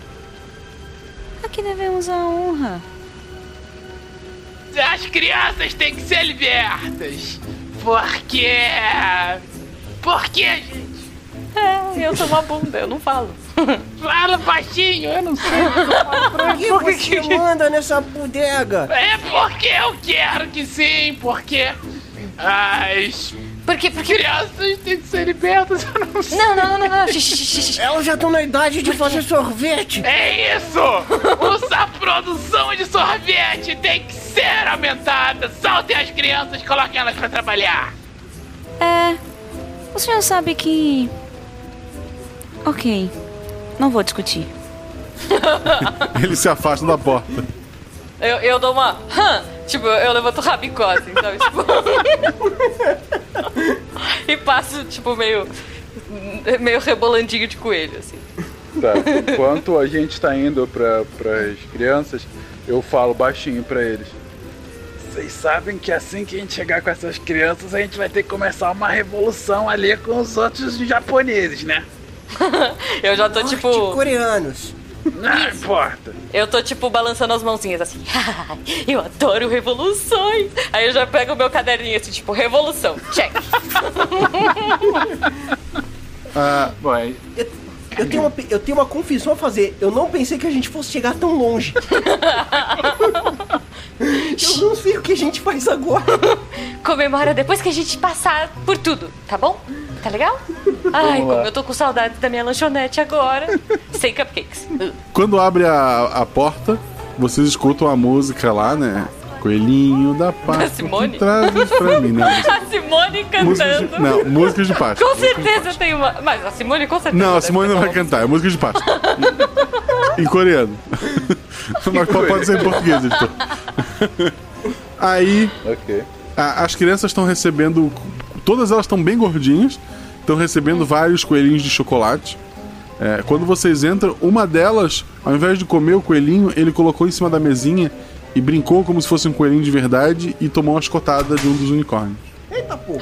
Speaker 12: a que devemos a honra?
Speaker 8: As crianças têm que ser libertas. Por
Speaker 4: é?
Speaker 8: quê? Por quê, gente?
Speaker 10: É, eu sou uma bunda, eu não falo.
Speaker 8: Fala baixinho, eu não sei.
Speaker 5: Pra que você manda nessa bodega?
Speaker 8: É porque eu quero que sim, porque as
Speaker 24: porque, porque...
Speaker 8: crianças têm que ser libertas, eu não sei.
Speaker 24: Não, não, não, não.
Speaker 8: Elas já estão na idade de fazer sorvete. É isso! Usa a produção de sorvete tem que ser aumentada. Saltem as crianças, coloquem elas pra trabalhar.
Speaker 12: É. O senhor sabe que. Ok. Não vou discutir.
Speaker 1: Ele se afasta da porta.
Speaker 10: Eu, eu dou uma. "Hã", Tipo, eu levanto o rabicó, assim, sabe? Tipo... e passo, tipo, meio. meio rebolandinho de coelho, assim.
Speaker 13: Tá. Enquanto a gente tá indo pra, pras crianças, eu falo baixinho pra eles.
Speaker 8: Vocês sabem que assim que a gente chegar com essas crianças, a gente vai ter que começar uma revolução ali com os outros japoneses, né?
Speaker 10: Eu já tô, tipo.
Speaker 5: coreanos.
Speaker 8: Não importa.
Speaker 10: Eu tô, tipo, balançando as mãozinhas assim. eu adoro revoluções. Aí eu já pego o meu caderninho assim, tipo, revolução, check.
Speaker 1: Ah,
Speaker 4: vai.
Speaker 5: Eu, eu tenho uma, pe- eu tenho uma confissão a fazer. Eu não pensei que a gente fosse chegar tão longe.
Speaker 10: eu não sei o que a gente faz agora. Comemora depois que a gente passar por tudo, tá bom? Tá legal? Ai,
Speaker 1: Vamos lá.
Speaker 10: como eu tô com saudade da minha lanchonete agora. Sem cupcakes.
Speaker 1: Quando abre a, a porta, vocês escutam a música lá, né? Coelhinho da
Speaker 10: A
Speaker 1: Páscoa.
Speaker 10: Simone?
Speaker 1: Traz isso pra mim, né?
Speaker 10: A Simone
Speaker 1: Músicas de,
Speaker 10: cantando.
Speaker 1: não, músicas de Páscoa.
Speaker 10: Com
Speaker 1: músicas de
Speaker 10: certeza tem uma. Mas a Simone com certeza.
Speaker 1: Não, a
Speaker 10: deve
Speaker 1: Simone
Speaker 10: ter
Speaker 1: não vai
Speaker 10: uma.
Speaker 1: cantar, é música de Páscoa. em coreano. Mas pode ser em português, editor. Aí. A- as crianças estão recebendo. Todas elas estão bem gordinhas, estão recebendo vários coelhinhos de chocolate. É, quando vocês entram, uma delas, ao invés de comer o coelhinho, ele colocou em cima da mesinha e brincou como se fosse um coelhinho de verdade e tomou uma escotada de um dos unicórnios.
Speaker 2: Eita porra!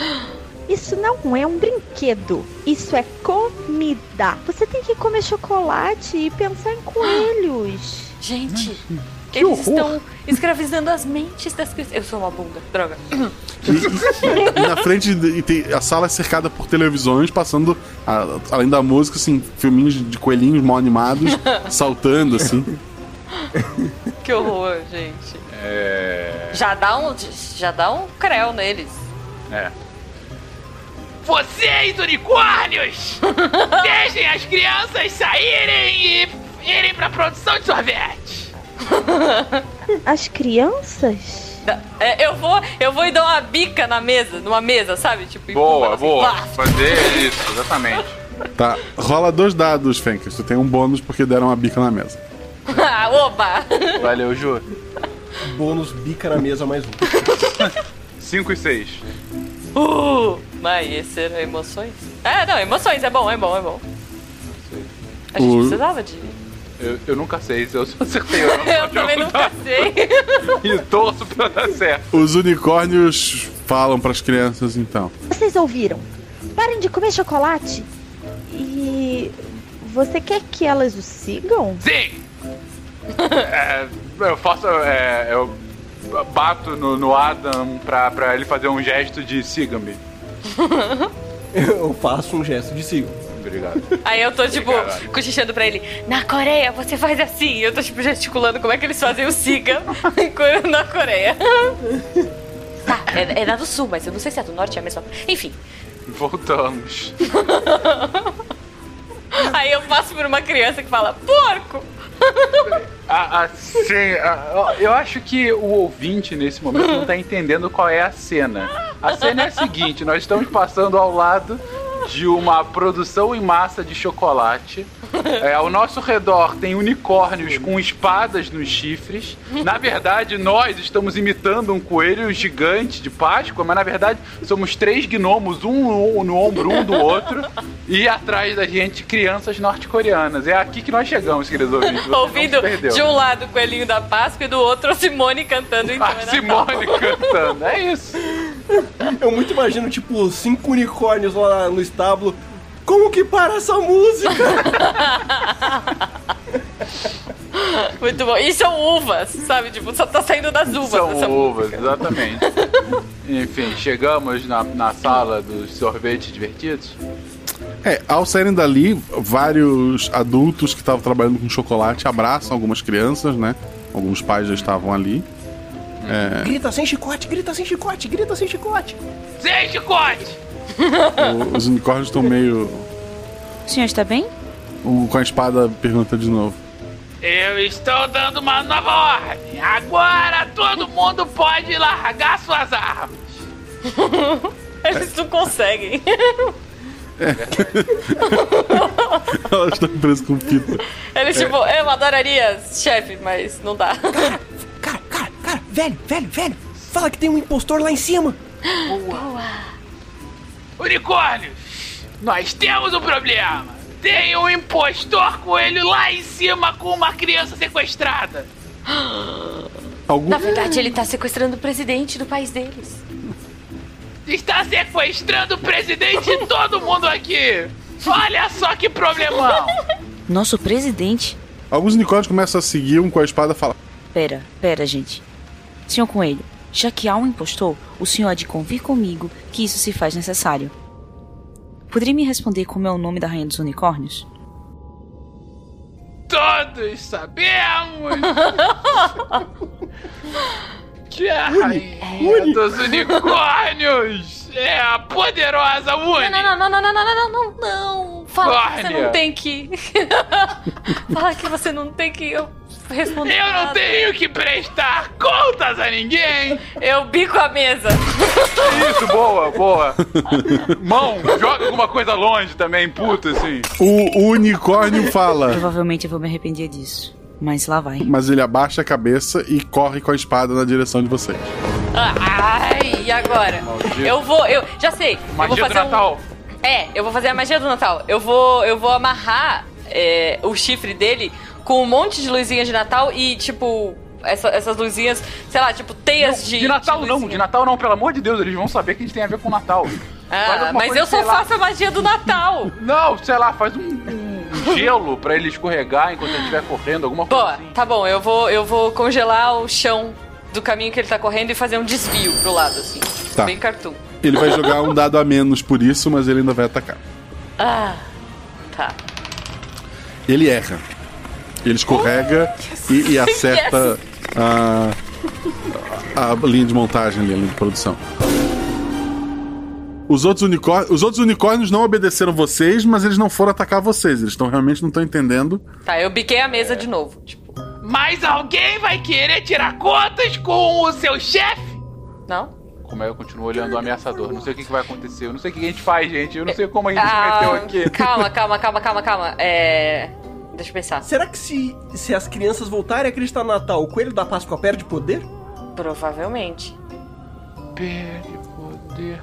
Speaker 2: Isso não é um brinquedo, isso é comida. Você tem que comer chocolate e pensar em coelhos.
Speaker 10: Gente,
Speaker 2: que
Speaker 10: eles
Speaker 2: horror.
Speaker 10: estão escravizando as mentes das crianças. Eu sou uma bunda, droga.
Speaker 1: E na frente, de- e tem- a sala é cercada por televisões, passando, a- além da música, assim, filminhos de coelhinhos mal animados, saltando, assim.
Speaker 10: que horror, gente.
Speaker 13: É.
Speaker 10: Já dá um, já dá um creu neles.
Speaker 13: É.
Speaker 8: Vocês, unicórnios! deixem as crianças saírem e irem pra produção de sorvete!
Speaker 2: As crianças?
Speaker 10: É, eu vou, eu vou e dou uma bica na mesa, numa mesa, sabe? Tipo, e pumba,
Speaker 13: Boa,
Speaker 10: assim,
Speaker 13: boa.
Speaker 10: pá.
Speaker 13: Fazer isso, exatamente.
Speaker 1: Tá, rola dois dados, Fencas. Tu tem um bônus porque deram uma bica na mesa.
Speaker 10: Ah, Oba!
Speaker 13: Valeu, Ju.
Speaker 5: Bônus bica na mesa mais um.
Speaker 13: 5 e 6.
Speaker 10: Uh, mas esse era emoções? É, não, emoções, é bom, é bom, é bom. A gente
Speaker 13: O-
Speaker 10: precisava de.
Speaker 13: Eu, eu nunca sei se eu só acertei ou não.
Speaker 10: Eu também nunca sei.
Speaker 13: E torço pra dar certo.
Speaker 1: Os unicórnios falam pras crianças, então.
Speaker 2: Vocês ouviram? Parem de comer chocolate. E você quer que elas o sigam?
Speaker 13: Sim! É, eu faço. é, eu bato no, no Adam pra, pra ele fazer um gesto de siga-me.
Speaker 5: Eu faço um gesto de sigo.
Speaker 13: Obrigado.
Speaker 10: Aí eu tô, tipo,
Speaker 5: Caralho.
Speaker 10: cochichando pra ele, na Coreia você faz assim. E eu tô, tipo, gesticulando como é que eles fazem o Siga na Coreia.
Speaker 12: Ah,
Speaker 10: tá, é, é lá do sul, mas eu não sei se é do norte, é a mesma. Enfim.
Speaker 13: Voltamos.
Speaker 10: Aí eu passo por uma criança que fala, porco!
Speaker 13: A- a- sim, a- eu acho que o ouvinte nesse momento não tá entendendo qual é a cena. A cena é a seguinte: nós estamos passando ao lado de uma produção em massa de chocolate. É, ao nosso redor tem unicórnios com espadas nos chifres. Na verdade, nós estamos imitando um coelho gigante de Páscoa, mas na verdade somos três gnomos, um no, no ombro um do outro, e atrás da gente crianças norte-coreanas. É aqui que nós chegamos, queridos ouvintes. Vocês não se
Speaker 10: Ouvindo
Speaker 13: perderam.
Speaker 10: de um lado o coelhinho da Páscoa e do outro a Simone cantando então. é Natal.
Speaker 13: Simone cantando, é isso.
Speaker 5: Eu muito imagino, tipo, cinco unicórnios lá no estábulo. Como que para essa música?
Speaker 10: Muito bom. E são uvas, sabe? Tipo, só tá saindo das uvas. essa
Speaker 13: São
Speaker 10: música.
Speaker 13: uvas, exatamente. Enfim, chegamos na, na sala dos sorvetes divertidos.
Speaker 1: É, ao saírem dali, vários adultos que estavam trabalhando com chocolate abraçam algumas crianças, né? Alguns pais já estavam ali. É,
Speaker 5: grita sem chicote, grita sem chicote, grita sem chicote.
Speaker 8: Sem chicote!
Speaker 1: o- os unicórnios estão meio.
Speaker 25: O senhor está bem?
Speaker 1: o- com a espada pergunta de novo.
Speaker 8: Eu estou dando uma nova ordem. Agora todo mundo pode largar suas armas.
Speaker 10: Eles não conseguem.
Speaker 1: É. Elas estão presas com fita. É.
Speaker 10: Eles, tipo, eu adoraria, chefe, mas não dá.
Speaker 5: Cara, velho, velho, velho. Fala que tem um impostor lá em cima.
Speaker 8: Unicórnio, nós temos um problema. Tem um impostor coelho lá em cima com uma criança sequestrada.
Speaker 1: Algum...
Speaker 10: Na verdade, ele tá sequestrando o presidente do país deles.
Speaker 8: Está sequestrando o presidente e todo mundo aqui. Olha só que problemão.
Speaker 12: Nosso presidente?
Speaker 1: Alguns unicórnios começam a seguir um com a espada e falam:
Speaker 12: Pera, pera, gente. Senhor Coelho, já que há um impostor, o senhor há de convir comigo que isso se faz necessário. Poderia me responder como é o nome da Rainha dos Unicórnios?
Speaker 8: Todos sabemos que a rainha dos unicórnios é a poderosa
Speaker 10: Não,
Speaker 8: Uni.
Speaker 10: não, não, não, não, não, não, não, não, não. Fala que você
Speaker 8: Guarda.
Speaker 10: não tem que. Fala que você não tem que eu responder.
Speaker 8: Eu não
Speaker 10: nada.
Speaker 8: tenho que prestar contas a ninguém.
Speaker 10: Eu bico a mesa.
Speaker 13: Isso, boa, boa. Mão, joga alguma coisa longe também, puta assim.
Speaker 1: O unicórnio fala.
Speaker 12: Provavelmente eu vou me arrepender disso. Mas lá vai.
Speaker 1: Mas ele abaixa a cabeça e corre com a espada na direção de vocês.
Speaker 10: Ai, agora?
Speaker 13: Maldito.
Speaker 10: Eu vou, eu já sei. eu vou
Speaker 13: Magia do
Speaker 10: fazer um-
Speaker 13: Natal.
Speaker 10: É, eu vou fazer a magia do Natal. Eu vou, eu vou amarrar é, o chifre dele com um monte de luzinhas de Natal e tipo essa- essas luzinhas, sei lá, tipo teias de
Speaker 13: De Natal
Speaker 10: assim,
Speaker 13: não, de Natal não, pelo amor de Deus, eles vão saber que a gente tem a ver com o Natal. Faz
Speaker 10: Ah,
Speaker 13: alguma
Speaker 10: mas
Speaker 13: coisa,
Speaker 10: eu só
Speaker 13: sei lá.
Speaker 10: faço a magia do Natal.
Speaker 13: Não, sei lá, faz um, um gelo pra ele escorregar enquanto ele estiver correndo, alguma coisa. assim.
Speaker 10: Boa, tá bom, eu vou, eu vou congelar o chão do caminho que ele tá correndo e fazer um desvio pro lado, assim.
Speaker 1: Tá.
Speaker 10: Bem cartoon.
Speaker 1: Ele vai jogar um dado a menos por isso, mas ele ainda vai atacar.
Speaker 10: Ah, tá.
Speaker 1: Ele erra. Ele escorrega
Speaker 10: Oh,
Speaker 1: e, e acerta a, a linha de montagem ali, a linha de produção. Os outros, unicór- os outros unicórnios não obedeceram vocês, mas eles não foram atacar vocês. Eles estão realmente não estão entendendo.
Speaker 10: Tá, eu biquei a
Speaker 13: É.
Speaker 10: mesa de novo.
Speaker 8: Mas alguém vai querer tirar contas com o seu chefe?
Speaker 10: Não?
Speaker 13: Como é que eu continuo olhando o ameaçador? Não sei o que, que vai acontecer, eu não sei o que a gente faz, gente. Eu não sei como a gente
Speaker 10: Ah,
Speaker 13: se meteu aqui.
Speaker 10: Calma, calma, calma, calma, calma. É. Deixa eu pensar.
Speaker 5: Será que se, se as crianças voltarem a acreditar no Natal, o coelho da Páscoa perde poder?
Speaker 10: Provavelmente.
Speaker 13: Perde poder.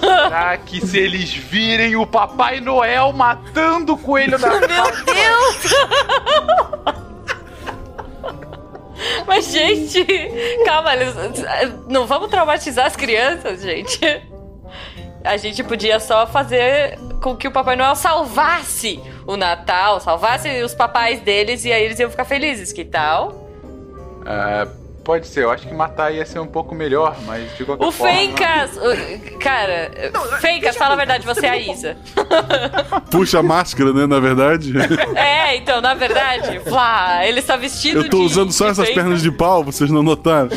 Speaker 13: Será que se eles virem o Papai Noel matando o coelho da.
Speaker 10: Meu Deus! Mas, gente, calma, eles- não vamos traumatizar as crianças, gente. A gente podia só fazer com que o Papai Noel salvasse o Natal, salvasse os papais deles e aí eles iam ficar felizes, que tal?
Speaker 13: É, pode ser, eu acho que matar ia ser um pouco melhor, mas de qualquer
Speaker 10: O
Speaker 13: forma.
Speaker 10: Fencas! o- Cara, Fencas, fala a verdade, você é a Isa.
Speaker 1: Puxa a máscara, né? Na verdade.
Speaker 10: É, então, na verdade, vá, ele está vestido
Speaker 1: Eu tô
Speaker 10: de-
Speaker 1: usando só
Speaker 10: de
Speaker 1: essas
Speaker 10: Fencas.
Speaker 1: pernas de pau, vocês não notaram.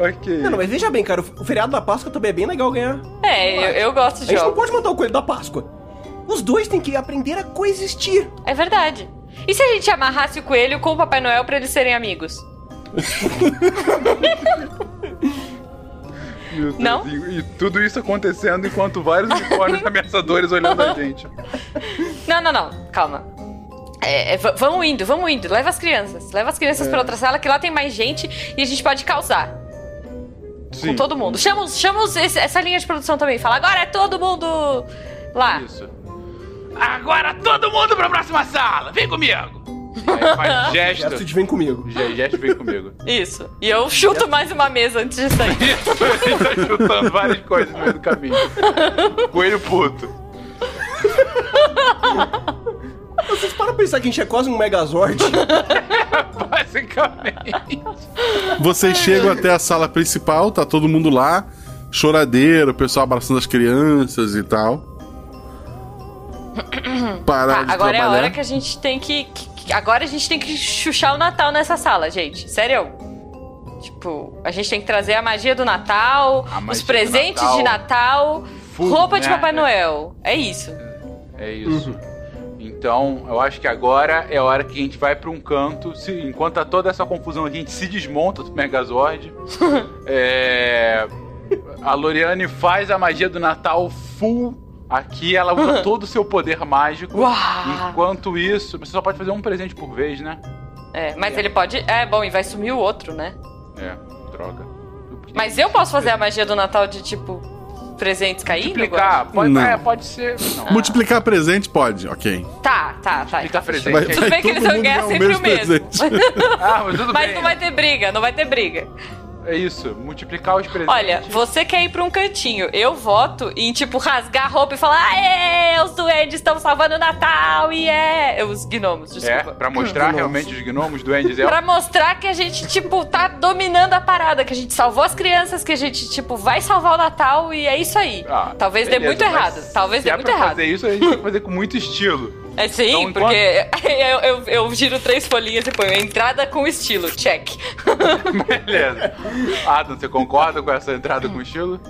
Speaker 13: ok.
Speaker 5: Não, não, mas veja bem, cara, o feriado da Páscoa também é bem legal ganhar.
Speaker 10: É, eu, eu gosto
Speaker 5: A
Speaker 10: de
Speaker 5: gente não
Speaker 10: jogos.
Speaker 5: pode matar o coelho da Páscoa. Os dois têm que aprender a coexistir.
Speaker 10: É verdade. E se a gente amarrasse o coelho com o Papai Noel pra eles serem amigos?
Speaker 13: Meu Deus,
Speaker 10: Não?
Speaker 13: E, e tudo isso acontecendo enquanto vários unicórnios ameaçadores olhando a gente.
Speaker 10: Não, não, não. Calma. É, é, v- vamos indo, vamos indo. Leva as crianças. Leva as crianças
Speaker 13: É.
Speaker 10: pra outra sala que lá tem mais gente e a gente pode causar. Com todo mundo. Chama, os- chama os- esse- essa linha de produção também. Fala, agora é todo mundo lá.
Speaker 13: Isso.
Speaker 8: Agora todo mundo pra próxima sala. Vem comigo.
Speaker 13: Aí faz gesto.
Speaker 5: Gesto de vem comigo.
Speaker 13: Gesto vem comigo.
Speaker 10: Isso. E eu chuto mais uma mesa antes de sair.
Speaker 13: Ele tá chutando várias coisas no meio do caminho. Coelho puto.
Speaker 5: Vocês param pra pensar que a gente é quase um Megazord.
Speaker 13: Basicamente.
Speaker 1: Vocês
Speaker 10: É.
Speaker 1: chegam até a sala principal, tá todo mundo lá, choradeira, o pessoal abraçando as crianças e tal. Parar Tá, de
Speaker 10: agora é a
Speaker 1: trabalhar.
Speaker 10: hora que a gente tem que, que- que- Agora a gente tem que chuchar o Natal nessa sala, gente. Sério. Tipo, a gente tem que trazer a magia do Natal,
Speaker 13: magia
Speaker 10: os
Speaker 13: do
Speaker 10: presentes
Speaker 13: Natal.
Speaker 10: de Natal,
Speaker 13: Fogo,
Speaker 10: roupa de
Speaker 13: né?
Speaker 10: Papai Noel. É isso.
Speaker 13: É isso.
Speaker 10: Uhum.
Speaker 13: Então, eu acho que agora é a hora que a gente vai pra um canto. Se, enquanto tá toda essa confusão, a gente se desmonta do Megazord. É, a Loriane faz a magia do Natal full. Aqui ela usa todo o seu poder mágico.
Speaker 10: Uau!
Speaker 13: Enquanto isso, você só pode fazer um presente por vez, né?
Speaker 10: É, mas ele pode. É bom, e vai sumir o outro, né?
Speaker 13: É, droga.
Speaker 10: Mas eu posso fazer a magia do Natal de tipo. Presentes caindo?
Speaker 13: Multiplicar,
Speaker 10: agora?
Speaker 13: pode,
Speaker 1: Não.
Speaker 13: é, pode ser.
Speaker 10: Ah.
Speaker 13: Não.
Speaker 1: Multiplicar presente pode, ok.
Speaker 10: Tá, tá, tá. Fica
Speaker 1: presente. Vai-
Speaker 10: Tudo
Speaker 1: vai
Speaker 10: bem que
Speaker 1: todo
Speaker 10: eles vão
Speaker 1: mundo
Speaker 10: ganhar
Speaker 1: ganhar o
Speaker 10: sempre o
Speaker 1: mesmo
Speaker 10: mesmo.
Speaker 1: presente.
Speaker 13: Ah, mas tudo bem.
Speaker 10: não vai ter briga, não vai ter briga.
Speaker 13: É isso, multiplicar os presentes. É,
Speaker 10: Olha, você quer ir pra um cantinho, eu voto em, tipo, rasgar a roupa e falar Aê, os duendes estão salvando o Natal, e é... Os gnomos, desculpa.
Speaker 13: É, pra mostrar realmente os gnomos, duendes, é elfos.
Speaker 10: Pra mostrar que a gente, tipo, tá dominando a parada, que a gente salvou as crianças, que a gente, tipo, vai salvar o Natal e é isso aí.
Speaker 13: Ah,
Speaker 10: Talvez dê
Speaker 13: beleza,
Speaker 10: muito
Speaker 13: mas
Speaker 10: errado, talvez
Speaker 13: se
Speaker 10: dê
Speaker 13: é
Speaker 10: muito
Speaker 13: pra
Speaker 10: errado.
Speaker 13: fazer isso, a gente tem que fazer com muito estilo.
Speaker 10: É sim,
Speaker 13: Então,
Speaker 10: porque eu, eu- eu giro três folhinhas e ponho entrada com estilo, check.
Speaker 13: Beleza. Adam, você concorda com essa
Speaker 10: É.
Speaker 13: entrada com estilo?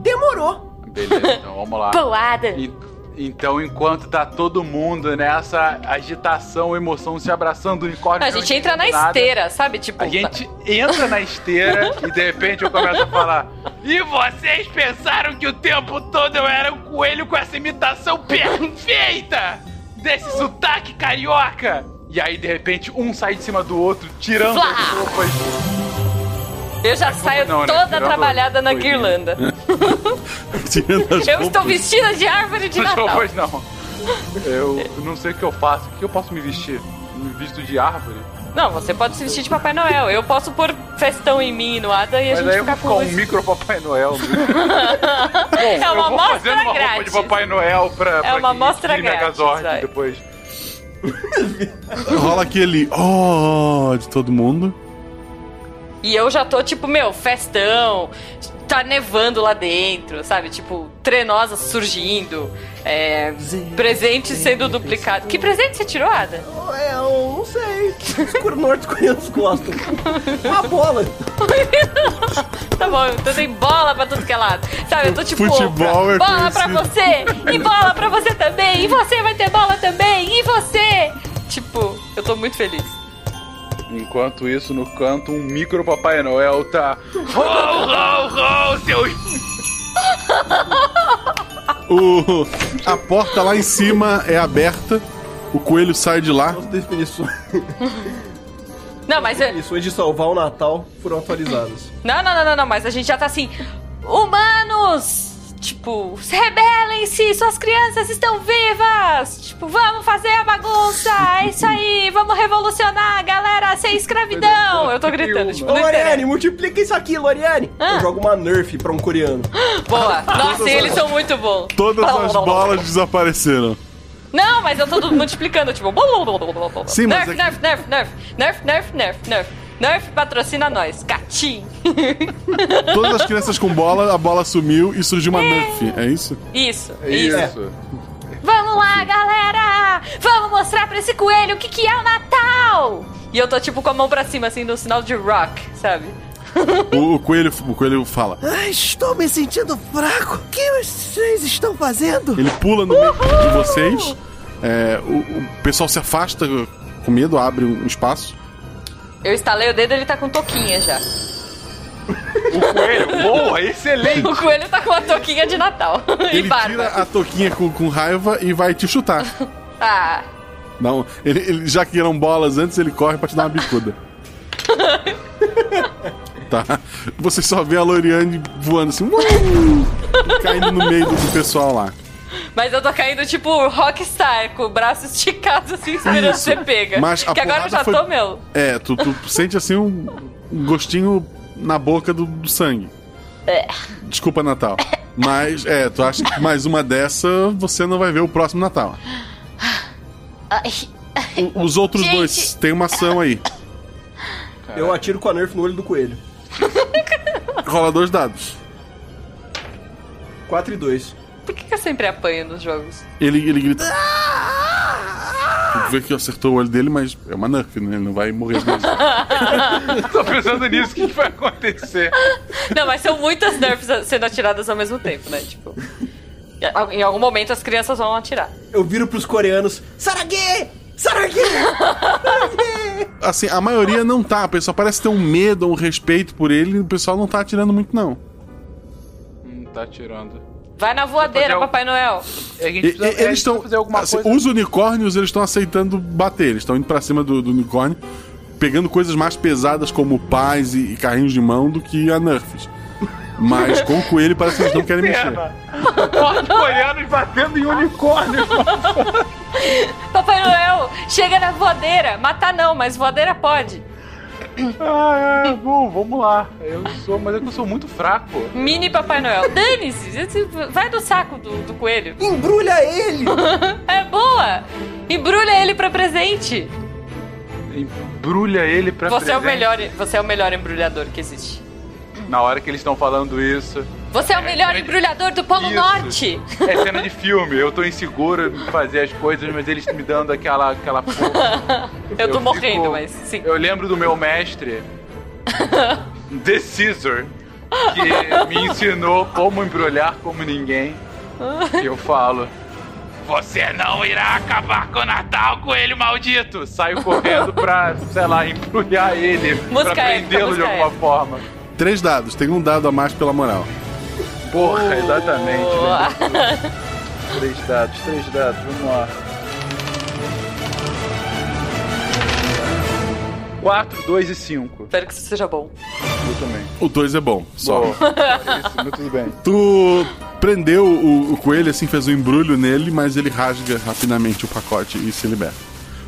Speaker 5: Demorou.
Speaker 13: Beleza, então vamos lá.
Speaker 10: Boada.
Speaker 13: E- então, enquanto tá todo mundo nessa agitação, emoção, se abraçando, o unicórnio...
Speaker 10: A
Speaker 13: não
Speaker 10: gente entra na
Speaker 13: entende nada.
Speaker 10: esteira, sabe? Tipo,
Speaker 13: A gente entra na esteira e de repente eu começo a falar...
Speaker 8: E vocês pensaram que o tempo todo eu era um coelho com essa imitação perfeita desse sotaque carioca?
Speaker 13: E aí, de repente, um sai de cima do outro, tirando
Speaker 8: Flá!
Speaker 13: as roupas.
Speaker 10: Eu já saio
Speaker 1: não, né?
Speaker 10: toda
Speaker 1: Tirando
Speaker 10: trabalhada na
Speaker 1: coisinha.
Speaker 10: guirlanda.
Speaker 1: Tirando as
Speaker 10: Eu estou
Speaker 1: roupas.
Speaker 10: vestida de árvore de
Speaker 13: Essas
Speaker 10: Natal.
Speaker 13: roupas não. Eu não sei o que eu faço. O que eu posso me vestir? Me visto de árvore?
Speaker 10: Não, você pode se vestir de Papai Noel. Eu posso pôr festão em mim e no Ada e a
Speaker 13: Mas
Speaker 10: gente
Speaker 13: aí eu
Speaker 10: ficar
Speaker 13: vou
Speaker 10: com
Speaker 13: ficar um
Speaker 10: luz.
Speaker 13: micro Papai Noel.
Speaker 10: é uma
Speaker 13: eu vou
Speaker 10: amostra
Speaker 13: fazendo uma roupa de
Speaker 10: grátis. É
Speaker 13: Papai Noel pra, pra
Speaker 10: uma
Speaker 13: que
Speaker 10: amostra
Speaker 13: vire
Speaker 10: grátis,
Speaker 13: Megazord
Speaker 10: vai.
Speaker 13: depois.
Speaker 1: Rola aquele ó de todo mundo.
Speaker 10: E eu já tô tipo, meu, festão, tá nevando lá dentro, sabe? Tipo, trenosas surgindo, é, presentes sendo duplicados. Que presente você tirou, Ada?
Speaker 5: É, Eu não sei. Escuro norte conheço gosto. Uma bola.
Speaker 10: tá bom, então tem bola pra tudo que é lado. Sabe, eu tô tipo.
Speaker 5: Futebol é
Speaker 10: bola pra
Speaker 5: conhecido.
Speaker 10: você! E bola pra você também! E você vai ter bola também! E você! Tipo, eu tô muito feliz.
Speaker 26: Enquanto isso, no canto, um micro Papai Noel tá.
Speaker 8: Ho, ho, ho, seus
Speaker 1: O- a porta lá em cima é aberta. O coelho sai de lá.
Speaker 10: Não, mas. eu-
Speaker 5: Isso é de salvar o Natal foram atualizadas.
Speaker 10: Não, não, não, não, não, mas a gente já tá assim. Humanos! Tipo, se rebelem-se! Suas crianças estão vivas! Tipo, vamos fazer a bagunça! É isso aí! Vamos revolucionar, galera! Sem escravidão! Eu tô gritando, tipo, Ah.
Speaker 5: Ô,
Speaker 10: não interessa.
Speaker 5: Loriane, multiplica isso aqui, Loriane. Eu jogo uma Nerf pra um coreano.
Speaker 10: Boa! Nossa, eles são muito bons!
Speaker 1: Todas as bolas desapareceram.
Speaker 10: Não, mas eu tô do- multiplicando, tipo. blá, blá, blá, blá, blá, blá.
Speaker 1: Sim, mas
Speaker 10: nerf,
Speaker 1: é que-
Speaker 10: nerf, nerf, nerf, nerf, nerf, nerf, nerf. Nerf patrocina nós. Catim.
Speaker 1: Todas as crianças com bola, a bola sumiu e surgiu uma Nerf. É isso?
Speaker 10: Isso, isso.
Speaker 1: Isso.
Speaker 10: Vamos lá, galera! Vamos mostrar pra esse coelho o que, que é o Natal! E eu tô tipo com a mão pra cima, assim, no sinal de rock, sabe?
Speaker 1: O, o coelho, o coelho fala.
Speaker 6: Ai, estou me sentindo fraco. O que vocês estão fazendo?
Speaker 1: Ele pula no meio de vocês. é, o, o pessoal se afasta com medo, abre um espaço.
Speaker 10: Eu estalei o dedo ele tá com toquinha já.
Speaker 13: Coelho, boa, excelente!
Speaker 10: O coelho tá com uma toquinha de Natal. e
Speaker 1: Ele
Speaker 10: barba.
Speaker 1: tira a toquinha com, com raiva e vai te chutar.
Speaker 10: Ah.
Speaker 1: Não, um, ele, ele- já que eram bolas antes, ele corre pra te dar uma bicuda. tá? Você só vê a Loriane voando assim, uau, e caindo no meio do pessoal lá.
Speaker 10: Mas eu tô caindo tipo rockstar, com o braço esticado assim, esperando
Speaker 1: Isso.
Speaker 10: você pega.
Speaker 1: Mas a
Speaker 10: que agora eu
Speaker 1: porrada
Speaker 10: já
Speaker 1: foi-
Speaker 10: tô, meu.
Speaker 1: É, tu, tu sente assim um, um gostinho na boca do, do sangue.
Speaker 10: É.
Speaker 1: Desculpa, Natal. Mas, é, tu acha que mais uma dessa você não vai ver o próximo Natal.
Speaker 4: Ai,
Speaker 1: O- os outros
Speaker 4: Gente.
Speaker 1: dois têm uma ação aí.
Speaker 5: Eu atiro com a Nerf no olho do coelho.
Speaker 1: Rola dois dados.
Speaker 5: 4 e 2.
Speaker 10: Por que, que eu sempre apanho nos jogos?
Speaker 1: Ele, ele grita. Tu vê que acertou o olho dele, mas é uma nerf, né? Ele não vai morrer de nerf.
Speaker 13: Tô pensando nisso, o que que vai acontecer?
Speaker 10: Não, mas são muitas nerfs sendo atiradas ao mesmo tempo, né? Tipo. Em algum momento as crianças vão atirar.
Speaker 5: Eu viro pros coreanos. Sarague! Sarague!
Speaker 1: Assim, a maioria não tá. O pessoal parece ter um medo, um respeito por ele. E o pessoal não tá atirando muito, não.
Speaker 13: Hum, tá tirando. é
Speaker 10: Vai na voadeira, Papai Noel.
Speaker 1: E- e- eles estão. assim, Os unicórnios, eles estão aceitando bater. Eles estão indo pra cima do, do unicórnio, pegando coisas mais pesadas como pás e, e carrinhos de mão do que a nerfs. Mas com o coelho parece que eles não querem mexer.
Speaker 13: coreanos batendo em unicórnio.
Speaker 10: Papai Noel, chega na voadeira. Matar não, mas voadeira pode.
Speaker 13: Ah, é, bom, vamos lá. Eu sou, mas é que eu sou muito fraco.
Speaker 10: Mini Papai Noel. Dane-se, esse- vai do saco do, do coelho.
Speaker 5: Embrulha ele!
Speaker 10: é boa! Embrulha ele pra presente.
Speaker 13: Embrulha ele pra
Speaker 10: você é o
Speaker 13: presente.
Speaker 10: melhor, você é o melhor embrulhador que existe.
Speaker 13: Na hora que eles estão falando isso.
Speaker 10: Você é o melhor embrulhador do Polo Norte.
Speaker 13: É cena de filme, eu tô inseguro em fazer as coisas, mas eles me dando aquela. aquela
Speaker 10: Eu tô
Speaker 13: fico-
Speaker 10: morrendo, mas sim.
Speaker 13: Eu lembro do meu mestre, The Caesar, que me ensinou como embrulhar como ninguém. E eu falo.
Speaker 8: Você não irá acabar com o Natal, coelho maldito!
Speaker 13: Saio correndo pra, sei lá, embrulhar ele,
Speaker 8: Música
Speaker 13: pra
Speaker 8: épica,
Speaker 13: prendê-lo de
Speaker 8: música
Speaker 13: alguma
Speaker 8: épica.
Speaker 13: forma.
Speaker 1: Três dados, tem um dado a mais pela moral.
Speaker 13: Porra, exatamente.
Speaker 10: Boa.
Speaker 13: Três dados, três dados, vamos lá. Quatro, dois e cinco.
Speaker 10: Espero que isso seja bom.
Speaker 27: Eu também.
Speaker 1: O 2 é bom, só.
Speaker 27: Boa. É Isso, muito bem.
Speaker 1: Tu prendeu o, o coelho, assim, fez um embrulho nele, mas ele rasga rapidamente o pacote e se liberta.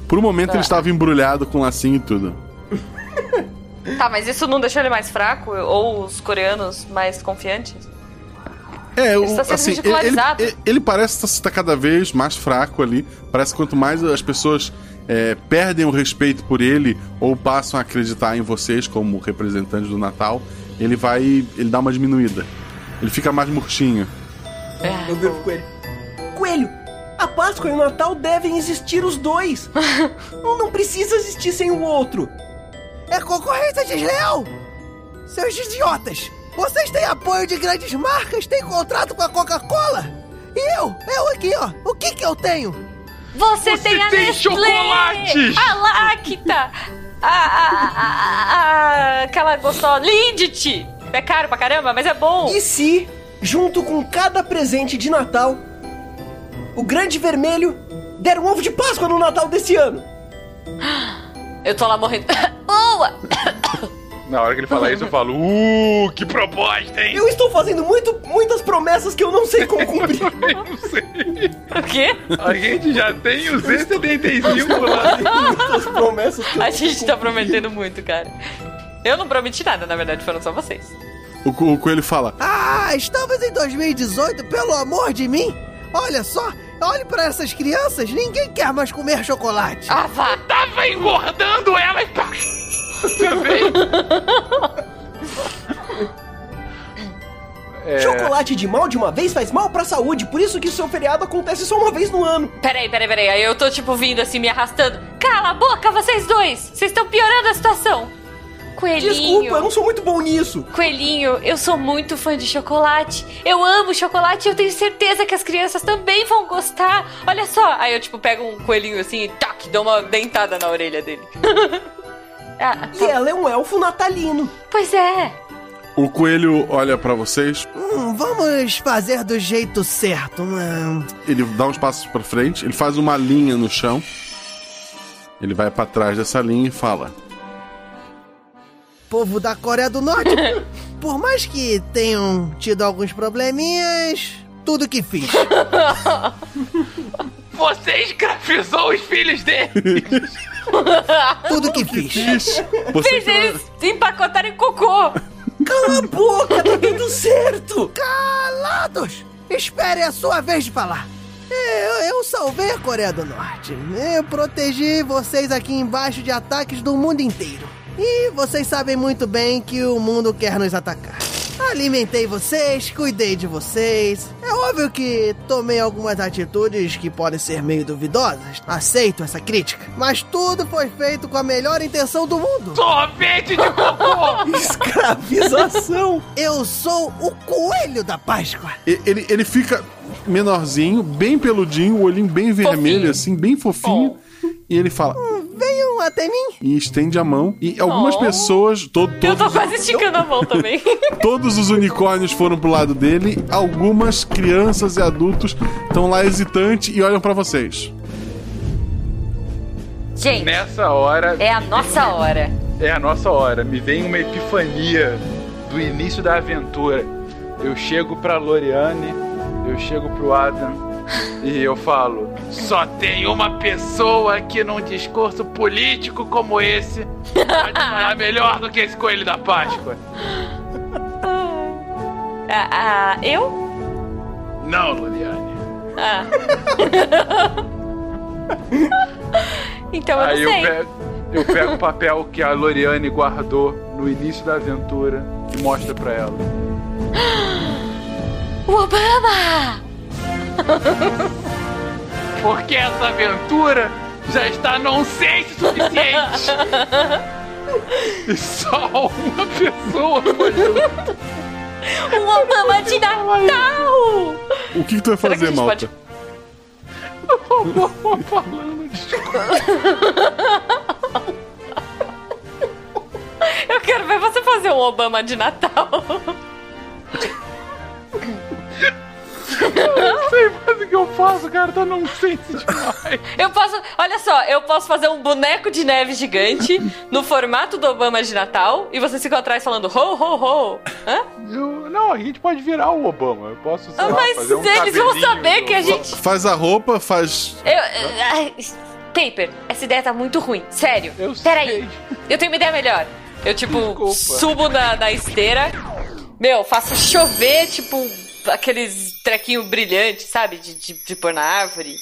Speaker 1: Por um momento
Speaker 10: Tá.
Speaker 1: ele estava embrulhado com lacinho e tudo.
Speaker 10: Tá, mas isso não deixou ele mais fraco? Ou os coreanos mais confiantes?
Speaker 1: É,
Speaker 10: Ele
Speaker 1: o-
Speaker 10: está sendo
Speaker 1: assim, ele,
Speaker 10: ridicularizado.
Speaker 1: ele- ele parece estar tá cada vez mais fraco ali. Parece que quanto mais as pessoas é, perdem o respeito por ele ou passam a acreditar em vocês como representantes do Natal, ele vai. ele dá uma diminuída. Ele fica mais murchinho.
Speaker 10: É.
Speaker 5: Eu
Speaker 10: Ah,
Speaker 5: viro pro coelho. Coelho, a Páscoa e o Natal devem existir os dois. um não precisa existir sem o outro.
Speaker 6: É concorrência desleal! Seus idiotas! Vocês têm apoio de grandes marcas, têm contrato com a Coca-Cola! E eu, eu aqui, ó, o que que eu tenho?
Speaker 28: Você, tem a
Speaker 10: tem
Speaker 28: Nestlé!
Speaker 10: chocolates!
Speaker 28: A
Speaker 10: tá.
Speaker 28: Lacta!
Speaker 10: A, a, a, a, ah, aquela gostosa. Lindt! É caro pra caramba, mas é bom!
Speaker 5: E se, junto com cada presente de Natal, o grande vermelho der um ovo de Páscoa no Natal desse ano?
Speaker 10: Eu tô lá morrendo. Boa!
Speaker 13: Na hora que ele falar isso, eu falo, uh, que proposta, hein?
Speaker 5: Eu estou fazendo muito, muitas promessas que eu não sei como cumprir.
Speaker 10: O quê?
Speaker 13: A gente já tem o Z75 lá.
Speaker 5: promessas
Speaker 10: A gente tá prometendo muito, cara. Eu não prometi nada, na verdade, foram só vocês.
Speaker 1: O, co- o coelho fala:
Speaker 6: Ah, estamos em 2018, pelo amor de mim! Olha só, olhe para essas crianças, ninguém quer mais comer chocolate!
Speaker 10: Ah, vá!
Speaker 8: Tava engordando ela e tá.
Speaker 13: É.
Speaker 5: Chocolate de mal de uma vez faz mal pra saúde, por isso que seu feriado acontece só uma vez no ano.
Speaker 10: Peraí, peraí, peraí. Aí eu tô, tipo, vindo assim, me arrastando. Cala a boca, vocês dois! Vocês estão piorando a situação! Coelhinho.
Speaker 5: Desculpa, eu não sou muito bom nisso.
Speaker 10: Coelhinho, eu sou muito fã de chocolate. Eu amo chocolate e eu tenho certeza que as crianças também vão gostar. Olha só. Aí eu, tipo, pego um coelhinho assim e tac, dou uma dentada na orelha dele. Ah,
Speaker 5: E ela é um elfo natalino.
Speaker 10: Pois é.
Speaker 1: O coelho olha pra vocês,
Speaker 6: Hum, vamos fazer do jeito certo. hum.
Speaker 1: ele dá uns passos pra frente, ele faz uma linha no chão. Ele vai pra trás dessa linha e fala:
Speaker 6: Povo da Coreia do Norte, por mais que tenham tido alguns probleminhas, tudo que fiz.
Speaker 8: Você escravizou os filhos dele.
Speaker 6: Tudo que fiz.
Speaker 1: Você
Speaker 10: Fez eles empacotarem cocô.
Speaker 5: Cala a boca, tá dando certo!
Speaker 6: Calados! Espere a sua vez de falar. Eu, eu salvei a Coreia do Norte. Eu protegi vocês aqui embaixo de ataques do mundo inteiro. E vocês sabem muito bem que o mundo quer nos atacar. Alimentei vocês, cuidei de vocês. É óbvio que tomei algumas atitudes que podem ser meio duvidosas. Aceito essa crítica. Mas tudo foi feito com a melhor intenção do mundo.
Speaker 8: Sorvete de cocô.
Speaker 5: Escravização!
Speaker 6: Eu sou o coelho da Páscoa.
Speaker 1: E- Ele, ele fica menorzinho, bem peludinho, o olhinho bem vermelho, assim, bem fofinho. E ele fala.
Speaker 6: Venham até mim.
Speaker 1: E estende a mão. E algumas
Speaker 6: Oh.
Speaker 1: pessoas. To,
Speaker 10: Eu tô
Speaker 1: todos-
Speaker 10: quase esticando a mão também.
Speaker 1: Todos os unicórnios foram pro lado dele. Algumas crianças e adultos estão lá hesitantes e olham pra vocês.
Speaker 10: Gente,
Speaker 13: Nessa hora,
Speaker 10: é a nossa hora.
Speaker 13: é a nossa hora. Me vem uma epifania do início da aventura. Eu chego pra Loriane, eu chego pro Adam e eu falo:
Speaker 8: Só tem uma pessoa que num discurso político como esse pode falar melhor do que esse coelho da Páscoa.
Speaker 10: Ah, ah, eu?
Speaker 8: Não, Loriane.
Speaker 10: Ah. então eu
Speaker 13: Aí
Speaker 10: não
Speaker 13: eu
Speaker 10: sei.
Speaker 13: pego, eu pego o papel que a Loriane guardou no início da aventura e mostro pra ela.
Speaker 8: O Obama! Porque essa aventura já está nonsense o suficiente. E só uma pessoa pode...
Speaker 10: Um Obama de Natal!
Speaker 1: O que, que tu vai
Speaker 10: Será que
Speaker 1: fazer,
Speaker 10: a gente
Speaker 1: Malta?
Speaker 8: falando de
Speaker 10: Eu quero ver você fazer um Obama de Natal.
Speaker 13: Eu não sei mais o que eu faço, cara. Tá num senso
Speaker 10: Eu posso. Olha só, eu posso fazer um boneco de neve gigante no formato do Obama de Natal e vocês ficam atrás falando ho, ho, ho. Hã?
Speaker 13: não, a gente pode virar o Obama. Eu posso, sei
Speaker 10: Ah,
Speaker 13: lá,
Speaker 10: mas
Speaker 13: fazer um
Speaker 10: eles vão
Speaker 13: cabelinho
Speaker 10: saber
Speaker 13: do-
Speaker 10: que a gente-
Speaker 1: Faz a roupa, faz.
Speaker 10: Eu. eh, ai, Paper, essa ideia tá muito ruim. Sério. Eu Peraí. Eu tenho uma ideia melhor. Eu, tipo, subo na, na esteira. Meu, faço chover, tipo, aqueles trequinho brilhante, sabe? De, de, de pôr na árvore.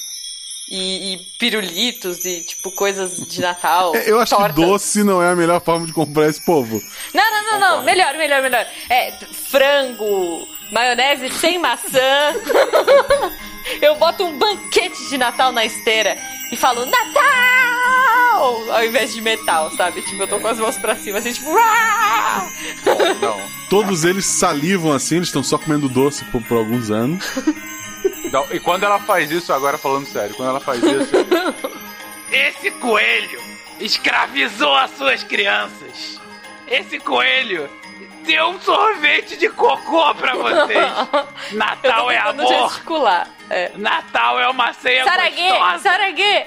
Speaker 10: E, e pirulitos e, tipo, coisas de Natal.
Speaker 1: É, Eu acho que doce não é a melhor forma de comprar esse povo.
Speaker 10: Não, não, não, não. Melhor, melhor, melhor. É, frango, maionese sem maçã. Eu boto um banquete de Natal na esteira e falo Natal! Ao invés de metal, sabe? Tipo, eu tô com as mãos pra cima, assim, tipo... "Uá!"
Speaker 1: Todos eles salivam assim, eles estão só comendo doce por, por alguns anos.
Speaker 13: um,
Speaker 29: Não, e quando ela faz isso, agora falando sério, quando ela faz isso,
Speaker 8: Esse coelho escravizou as suas crianças. Esse coelho deu um sorvete de cocô pra vocês. Natal é
Speaker 10: Eu tô tentando
Speaker 8: amor.
Speaker 10: gesticular. É.
Speaker 8: Natal é uma ceia
Speaker 10: Saraguê,
Speaker 8: gostosa.
Speaker 10: Saraguê!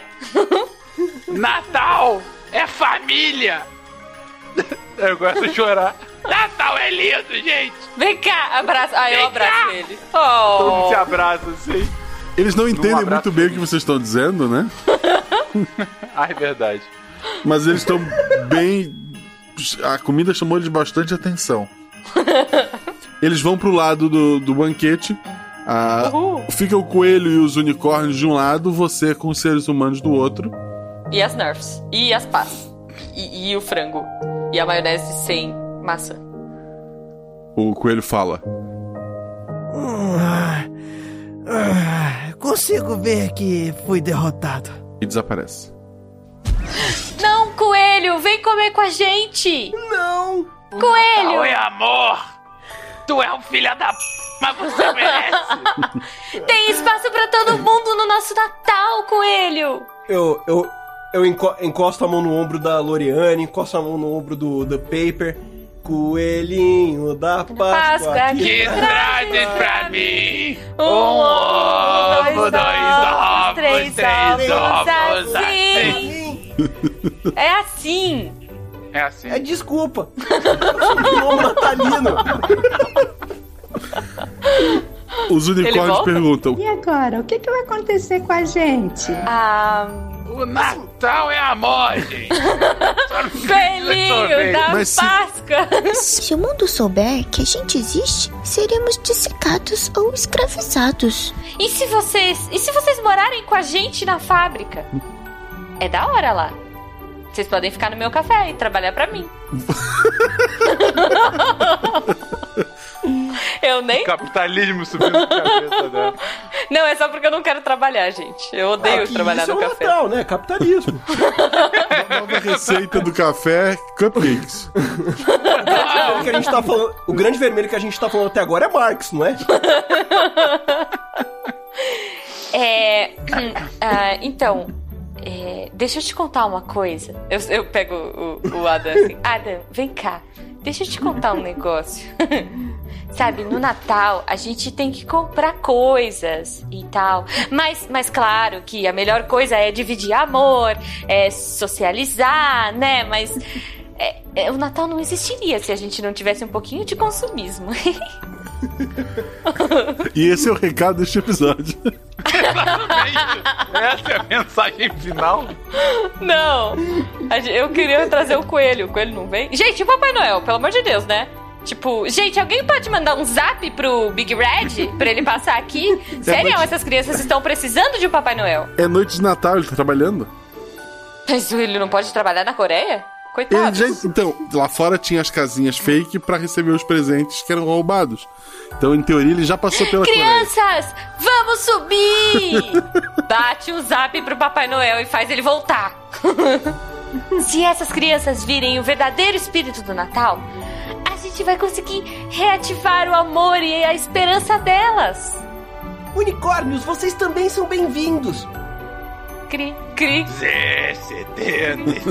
Speaker 8: Natal é família.
Speaker 13: Eu gosto de chorar.
Speaker 8: Natal é lindo, gente.
Speaker 10: Vem cá, abraça. Ah, eu
Speaker 8: Vem
Speaker 10: abraço
Speaker 8: cá.
Speaker 10: ele.
Speaker 13: Todo mundo
Speaker 10: Oh.
Speaker 13: se abraça assim.
Speaker 1: Eles não entendem
Speaker 13: abraço
Speaker 1: muito bem o que vocês estão dizendo, né?
Speaker 13: Ah, é verdade.
Speaker 1: Mas eles estão bem. A comida chamou eles bastante atenção. Eles vão pro lado do, do banquete. Ah, fica o coelho e os unicórnios de um lado, você com os seres humanos do outro.
Speaker 10: E as nerfs. E as pás. E, e o frango. E a maionese sem maçã.
Speaker 1: O coelho fala.
Speaker 6: Ah, ah, consigo ver que fui derrotado.
Speaker 1: E desaparece.
Speaker 30: Não, coelho, vem comer com a gente! Não! Coelho!
Speaker 8: Natal é amor. Tu é um filho da... p- Mas você merece.
Speaker 30: Tem espaço pra todo mundo no nosso Natal, coelho!
Speaker 5: Eu, eu, eu enco- encosto a mão no ombro da Loriane, encosto a mão no ombro do The Paper. Coelhinho da Páscoa.
Speaker 8: Páscoa
Speaker 5: que
Speaker 8: que
Speaker 5: traz
Speaker 8: trazes pra mim um
Speaker 10: ovo,
Speaker 8: ovo, dois ovos,
Speaker 10: três ovos,
Speaker 8: três
Speaker 10: assim.
Speaker 8: ovos, assim.
Speaker 10: É assim!
Speaker 29: É assim.
Speaker 5: É desculpa. Nome natalino.
Speaker 1: Os unicórnios perguntam:
Speaker 31: E agora, o que, que vai acontecer com a gente?
Speaker 8: O Natal é amor, gente.
Speaker 10: Coelhinho
Speaker 8: um
Speaker 10: da
Speaker 31: Mas se-
Speaker 10: Páscoa!
Speaker 2: Se o mundo souber que a gente existe, seremos dissecados ou escravizados.
Speaker 30: E se vocês. E se vocês morarem com a gente na fábrica?
Speaker 10: É da hora lá. Vocês podem ficar no meu café e trabalhar pra mim. eu nem.
Speaker 13: Capitalismo subindo a cabeça né? dela.
Speaker 10: Não, é só porque eu não quero trabalhar, gente. Eu odeio
Speaker 5: Ah, que
Speaker 10: trabalhar
Speaker 5: isso
Speaker 10: no
Speaker 5: é o
Speaker 10: café.
Speaker 5: Natal, né? Capitalismo.
Speaker 1: Nova receita do café, cupcakes.
Speaker 5: O que a gente tá falando- o grande vermelho que a gente tá falando até agora é Marx, não é?
Speaker 10: É. hum, ah, então. é, deixa eu te contar uma coisa. Eu, eu pego o, o Adam assim. Adam, vem cá. Deixa eu te contar um negócio. Sabe, no Natal a gente tem que comprar coisas e tal. Mas, mas claro que a melhor coisa é dividir amor, é socializar, né? Mas é, é, o Natal não existiria se a gente não tivesse um pouquinho de consumismo.
Speaker 1: E esse é o recado deste episódio.
Speaker 13: Essa é a mensagem final?
Speaker 10: Não! A gen- Eu queria trazer o coelho. O coelho não vem? Gente, e o Papai Noel, pelo amor de Deus, né? Tipo, gente, alguém pode mandar um zap pro Big Red pra ele passar aqui? Sério,
Speaker 1: pode-
Speaker 10: essas crianças estão precisando de um Papai Noel.
Speaker 1: É noite de Natal, ele tá trabalhando?
Speaker 10: Mas ele não pode trabalhar na Coreia?
Speaker 1: Ele
Speaker 10: Coitado.
Speaker 1: já- então, lá fora tinha as casinhas fake pra receber os presentes que eram roubados. Então, em teoria, ele já passou pela Coreia.
Speaker 10: Crianças, vamos subir! Bate um zap pro Papai Noel e faz ele voltar. Se essas crianças virem o verdadeiro espírito do Natal, a gente vai conseguir reativar o amor e a esperança delas.
Speaker 5: Unicórnios, vocês também são bem-vindos.
Speaker 10: Cri, cri.
Speaker 8: Zé, sedento.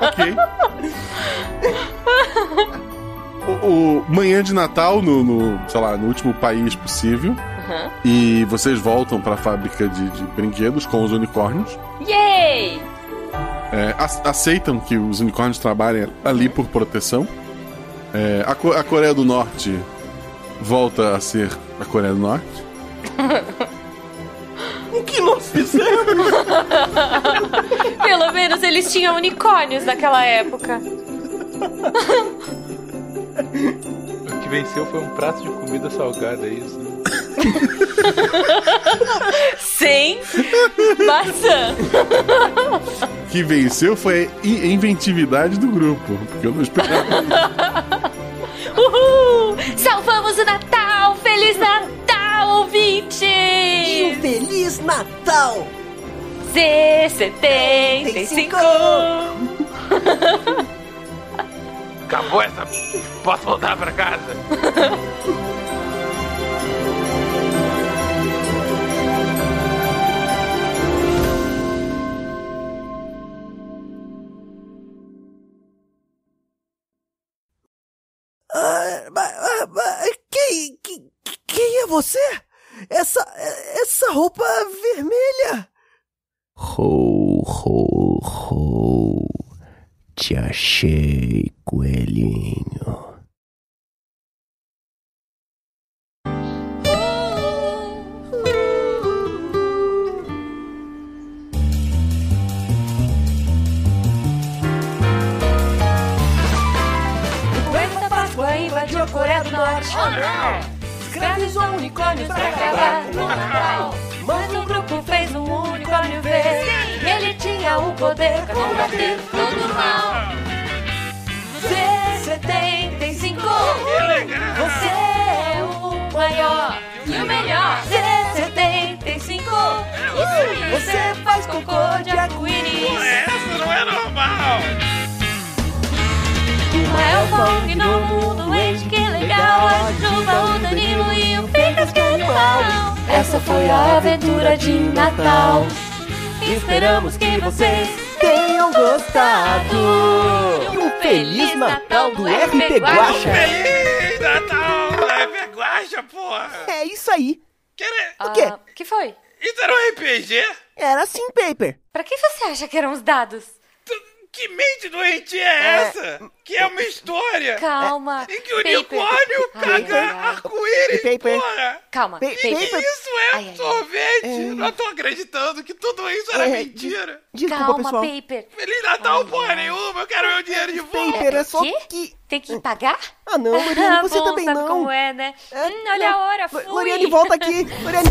Speaker 1: Ok.
Speaker 32: o, o- manhã de Natal no, no, sei lá, no último país possível.
Speaker 33: Uhum.
Speaker 32: E vocês voltam pra fábrica de, de brinquedos com os unicórnios.
Speaker 33: Yay!
Speaker 32: É, a- aceitam que os unicórnios trabalhem ali por proteção. É, a, Co- a Coreia do Norte volta a ser a Coreia do Norte.
Speaker 6: O que nós fizemos?
Speaker 34: Pelo menos eles tinham unicórnios naquela época.
Speaker 13: O que venceu foi um prato de comida salgada, é isso? né?
Speaker 34: Sem maçã.
Speaker 32: que venceu foi a i- inventividade do grupo. Porque eu não esperava.
Speaker 34: Uhul! Salvamos o Natal! Feliz Natal, ouvintes! E um Feliz Natal! Z75!
Speaker 8: Acabou essa. Posso voltar pra casa?
Speaker 6: Ah, mas- ah, mas quem, que- que- quem é você? Essa, essa roupa é vermelha?
Speaker 35: Ho, ho, ho. Te achei, coelhinho.
Speaker 10: Aguenta Páscoa invadiu a Coreia do Norte.
Speaker 34: Oh, não!
Speaker 10: Escravizou unicórnios pra acabar com o Natal. Mas um grupo fez um unicórnio ver. E ele tinha o poder pra combater todo o mal. Z75 Você é o maior e o melhor Z75 Você faz cocô de arco-íris Essa não é normal é o maior Kong no mundo, ente que legal Ajuda o Danilo e o Picas que é animal Essa foi a aventura de Natal Esperamos que vocês tenham gostado Um Feliz Natal do
Speaker 8: FP Guaxa.
Speaker 10: Feliz
Speaker 8: Natal, é guacha, porra!
Speaker 6: É isso aí.
Speaker 34: O
Speaker 6: quê?
Speaker 34: Ah, que foi?
Speaker 8: Isso era um RPG?
Speaker 6: Era assim, Paper.
Speaker 34: Pra que você acha que eram os dados?
Speaker 8: Que mente doente é essa? Que é uma história?
Speaker 34: Calma.
Speaker 8: Em que
Speaker 34: Paper.
Speaker 8: unicórnio
Speaker 34: Ai,
Speaker 8: caga
Speaker 34: ai, ai.
Speaker 8: arco-íris,
Speaker 34: Paper.
Speaker 8: porra!
Speaker 34: Calma,
Speaker 8: Que
Speaker 34: Paper.
Speaker 8: isso é sorvete? Não tô acreditando que tudo isso era
Speaker 34: É.
Speaker 8: mentira.
Speaker 34: Calma, Paper.
Speaker 8: Feliz Natal, porra nenhuma, eu quero meu dinheiro de volta.
Speaker 34: É, que... Tem que pagar?
Speaker 6: Ah, não, Mariana, você
Speaker 34: Bom,
Speaker 6: também
Speaker 34: sabe
Speaker 6: não.
Speaker 34: como é, né? hum, olha a hora, fui.
Speaker 6: Loriane, volta aqui. Loriane.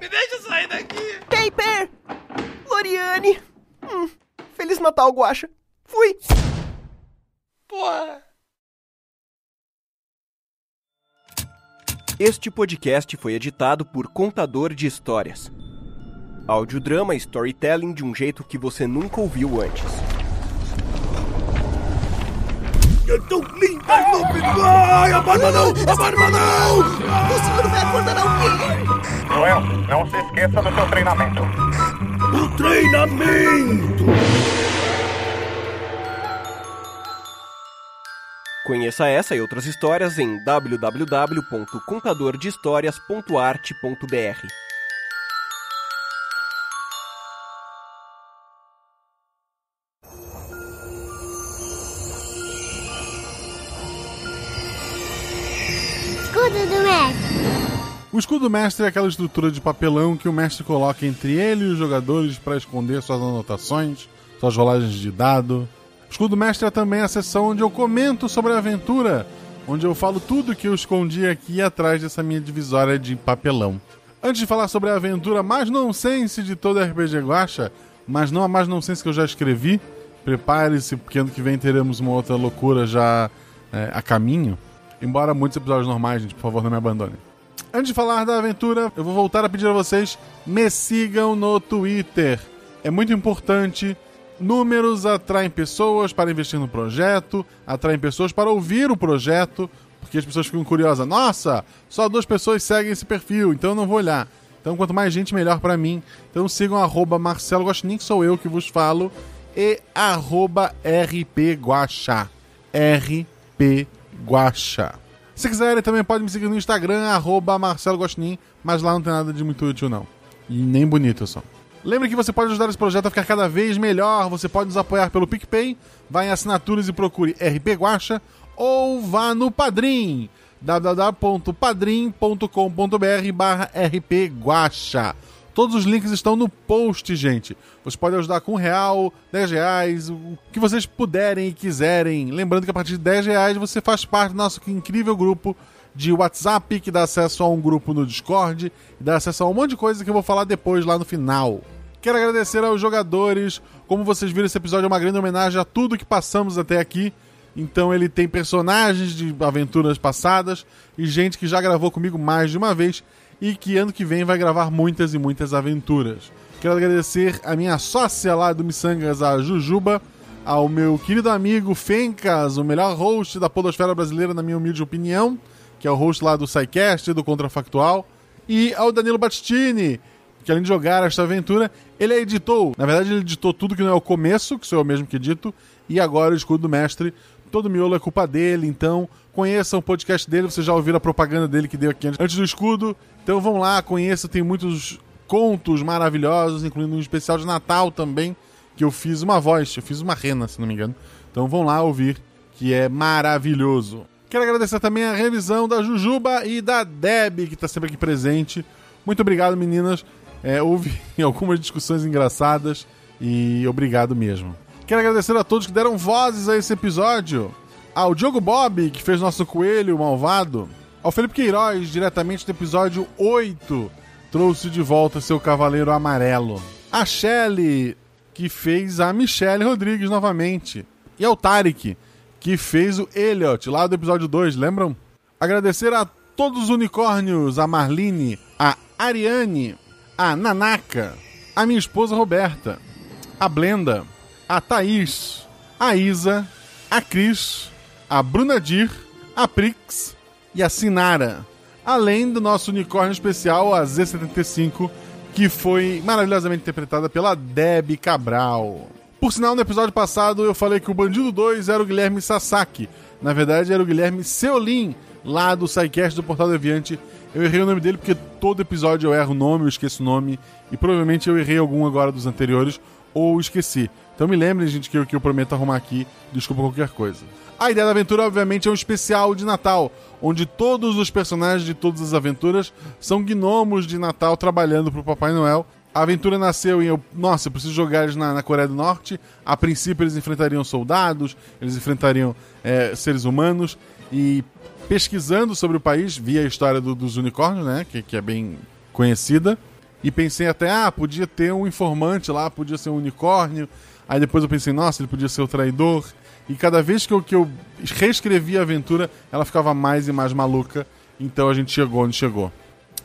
Speaker 8: Me deixa sair daqui.
Speaker 6: Paper! Loriane. Hum, Feliz Natal, Guaxa. Fui.
Speaker 8: Porra.
Speaker 5: Este podcast foi editado por Contador de Histórias. Audiodrama e storytelling de um jeito que você nunca ouviu antes.
Speaker 10: Eu tô lindo, é ai, não me vai, a barba não, a barba não! O senhor vai acordar alguém!
Speaker 7: Noel, não se esqueça do seu treinamento.
Speaker 10: O treinamento!
Speaker 5: Conheça essa e outras histórias em www.contadordehistorias.arte.br.
Speaker 2: Escudo do mestre.
Speaker 1: O escudo mestre é aquela estrutura de papelão que o mestre coloca entre ele e os jogadores para esconder suas anotações, suas rolagens de dado. O escudo mestre é também a sessão onde eu comento sobre a aventura, onde eu falo tudo que eu escondi aqui atrás dessa minha divisória de papelão. Antes de falar sobre a aventura mais nonsense de todo RPG Guacha, mas não a mais nonsense que eu já escrevi, prepare-se, porque ano que vem teremos uma outra loucura já é, a caminho. Embora muitos episódios normais, gente, por favor, não me abandone. Antes de falar da aventura, eu vou voltar a pedir a vocês: me sigam no Twitter. É muito importante. Números atraem pessoas para investir no projeto, atraem pessoas para ouvir o projeto, porque as pessoas ficam curiosas. Nossa, só duas pessoas seguem esse perfil, então eu não vou olhar. Então, quanto mais gente, melhor para mim. Então, sigam arroba Marcelo Guaxinim, que sou eu que vos falo, e arroba RP Guaxá. RP Guaxa. Se quiserem, também pode me seguir no Instagram, arroba Marcelo Gostinin, mas lá não tem nada de muito útil, não. E nem bonito só. Lembre que você pode ajudar esse projeto a ficar cada vez melhor. Você pode nos apoiar pelo PicPay, vá em assinaturas e procure RP Guacha, ou vá no Padrim, www.padrim.com.br barra RP Guacha. Todos os links estão no post, gente. Você pode ajudar com um real, 10 reais, o que vocês puderem e quiserem. Lembrando que a partir de 10 reais você faz parte do nosso incrível grupo de WhatsApp, que dá acesso a um grupo no Discord, e dá acesso a um monte de coisa que eu vou falar depois lá no final. Quero agradecer aos jogadores. Como vocês viram, esse episódio é uma grande homenagem a tudo que passamos até aqui. Então ele tem personagens de aventuras passadas e gente que já gravou comigo mais de uma vez e que ano que vem vai gravar muitas e muitas aventuras. Quero agradecer a minha sócia lá do Missangas, a Jujuba, ao meu querido amigo Fencas, o melhor host da podosfera brasileira, na minha humilde opinião, que é o host lá do SciCast, do Contrafactual, e ao Danilo Battistini, que além de jogar esta aventura, ele editou. Na verdade, ele editou tudo que não é o começo, que sou eu mesmo que edito, e agora o Escudo do Mestre, todo miolo é culpa dele, então conheçam o podcast dele, vocês já ouviram a propaganda dele que deu aqui antes do escudo. Então vão lá, conheçam, tem muitos contos maravilhosos, incluindo um especial de Natal também, que eu fiz uma voz, eu fiz uma rena, se não me engano. Então vão lá ouvir, que é maravilhoso. Quero agradecer também a revisão da Jujuba e da Deb, que está sempre aqui presente. Muito obrigado, meninas. É, houve algumas discussões engraçadas e obrigado mesmo. Quero agradecer a todos que deram vozes a esse episódio. Ao Diogo Bob, que fez nosso coelho malvado. Ao Felipe Queiroz, diretamente do episódio 8, trouxe de volta seu cavaleiro amarelo. A Shelley, que fez a Michelle Rodrigues novamente. E ao Tarek, que fez o Elliot, lá do episódio 2, lembram? Agradecer a todos os unicórnios, a Marlene, a Ariane, a Nanaka, a minha esposa Roberta, a Blenda, a Thaís, a Isa, a Cris, a Bruna Dir, a Prix e a Sinara. Além do nosso unicórnio especial, a Z75, que foi maravilhosamente interpretada pela Deb Cabral. Por sinal, no episódio passado eu falei que o Bandido 2 era o Guilherme Sasaki. Na verdade, era o Guilherme Seolin, lá do SciCast do Portal Deviante. Eu errei o nome dele porque todo episódio eu erro o nome, eu esqueço o nome. E provavelmente eu errei algum agora dos anteriores, ou esqueci. Então me lembrem, gente, que eu, que eu prometo arrumar aqui. Desculpa qualquer coisa. A ideia da aventura, obviamente, é um especial de Natal, onde todos os personagens de todas as aventuras são gnomos de Natal trabalhando pro Papai Noel. A aventura nasceu em. eu- Nossa, eu preciso jogar eles na, na Coreia do Norte. A princípio, eles enfrentariam soldados, eles enfrentariam é, seres humanos. E pesquisando sobre o país, vi a história do- dos unicórnios, né? Que, que é bem conhecida. E pensei até, ah, podia ter um informante lá, podia ser um unicórnio. Aí depois eu pensei, nossa, ele podia ser o traidor. E cada vez que eu, que eu reescrevi a aventura, ela ficava mais e mais maluca. Então a gente chegou onde chegou.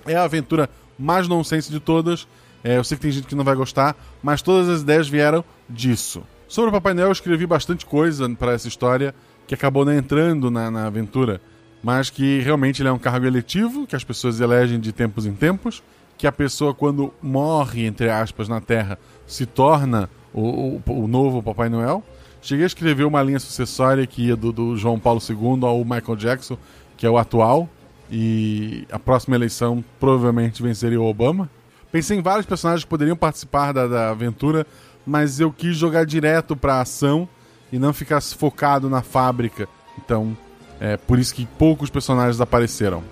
Speaker 1: É a aventura mais nonsense de todas. É, eu sei que tem gente que não vai gostar, mas todas as ideias vieram disso. Sobre o Papai Noel, eu escrevi bastante coisa para essa história que acabou não entrando na, na aventura, mas que realmente ele é um cargo eletivo que as pessoas elegem de tempos em tempos. Que a pessoa, quando morre, entre aspas, na Terra, se torna o, o- o novo Papai Noel. Cheguei a escrever uma linha sucessória que ia do, do João Paulo II ao Michael Jackson, que é o atual, e a próxima eleição provavelmente venceria o Obama. Pensei em vários personagens que poderiam participar da, da aventura, mas eu quis jogar direto pra ação e não ficar focado na fábrica. Então, é por isso que poucos personagens apareceram.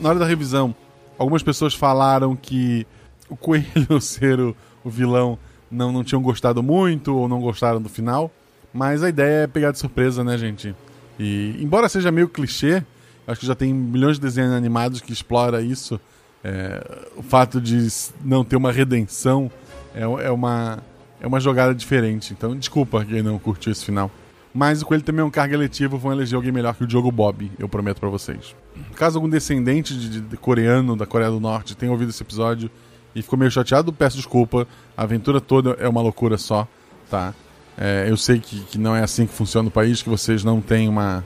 Speaker 1: Na hora da revisão, algumas pessoas falaram que o coelho ser o, o vilão não, não tinham gostado muito ou não gostaram do final. Mas a ideia é pegar de surpresa, né, gente? E embora seja meio clichê, acho que já tem milhões de desenhos animados que explora isso. é, o fato de s- não ter uma redenção é, é uma, é uma jogada diferente. Então, desculpa quem não curtiu esse final. Mas o Coelho também é um cargo eletivo, vão eleger alguém melhor que o Diogo Bob, eu prometo pra vocês. Caso algum descendente de, de- de coreano da Coreia do Norte tenha ouvido esse episódio e ficou meio chateado, peço desculpa. A aventura toda é uma loucura só, tá? É, eu sei que, que não é assim que funciona o país, que vocês não têm uma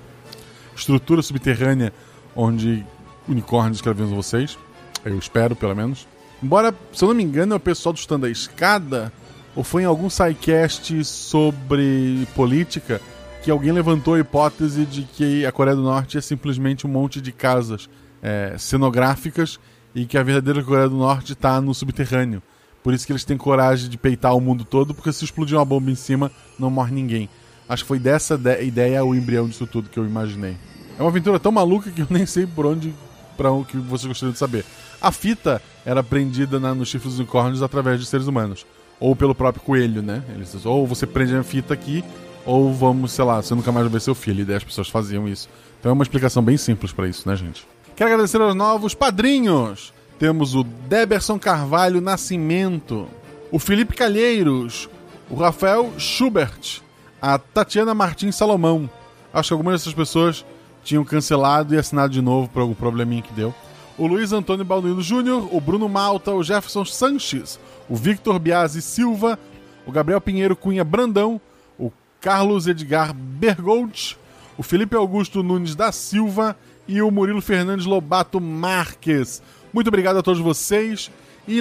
Speaker 1: estrutura subterrânea onde unicórnios escravizam vocês. Eu espero, pelo menos. Embora, se eu não me engano, é o pessoal do Stand da Escada, ou foi em algum sidecast sobre política, que alguém levantou a hipótese de que a Coreia do Norte é simplesmente um monte de casas é, cenográficas e que a verdadeira Coreia do Norte está no subterrâneo. Por isso que eles têm coragem de peitar o mundo todo, porque se explodir uma bomba em cima, não morre ninguém. Acho que foi dessa ide- ideia o embrião disso tudo que eu imaginei. É uma aventura tão maluca que eu nem sei por onde para o um que você gostaria de saber. A fita era prendida na, nos chifres dos unicórnios através de seres humanos. Ou pelo próprio coelho, né? Eles dizem, ou você prende a fita aqui, ou vamos, sei lá, você nunca mais vai ver seu filho. E daí as pessoas faziam isso. Então é uma explicação bem simples para isso, né, gente? Quero agradecer aos novos padrinhos. Temos o Deberson Carvalho Nascimento, o Felipe Calheiros, o Rafael Schubert, a Tatiana Martins Salomão. Acho que algumas dessas pessoas tinham cancelado e assinado de novo por algum probleminha que deu. O Luiz Antônio Balduino Júnior, o Bruno Malta, o Jefferson Sanches, o Victor Biasi Silva, o Gabriel Pinheiro Cunha Brandão, o Carlos Edgar Bergold, o Felipe Augusto Nunes da Silva e o Murilo Fernandes Lobato Marques. Muito obrigado a todos vocês e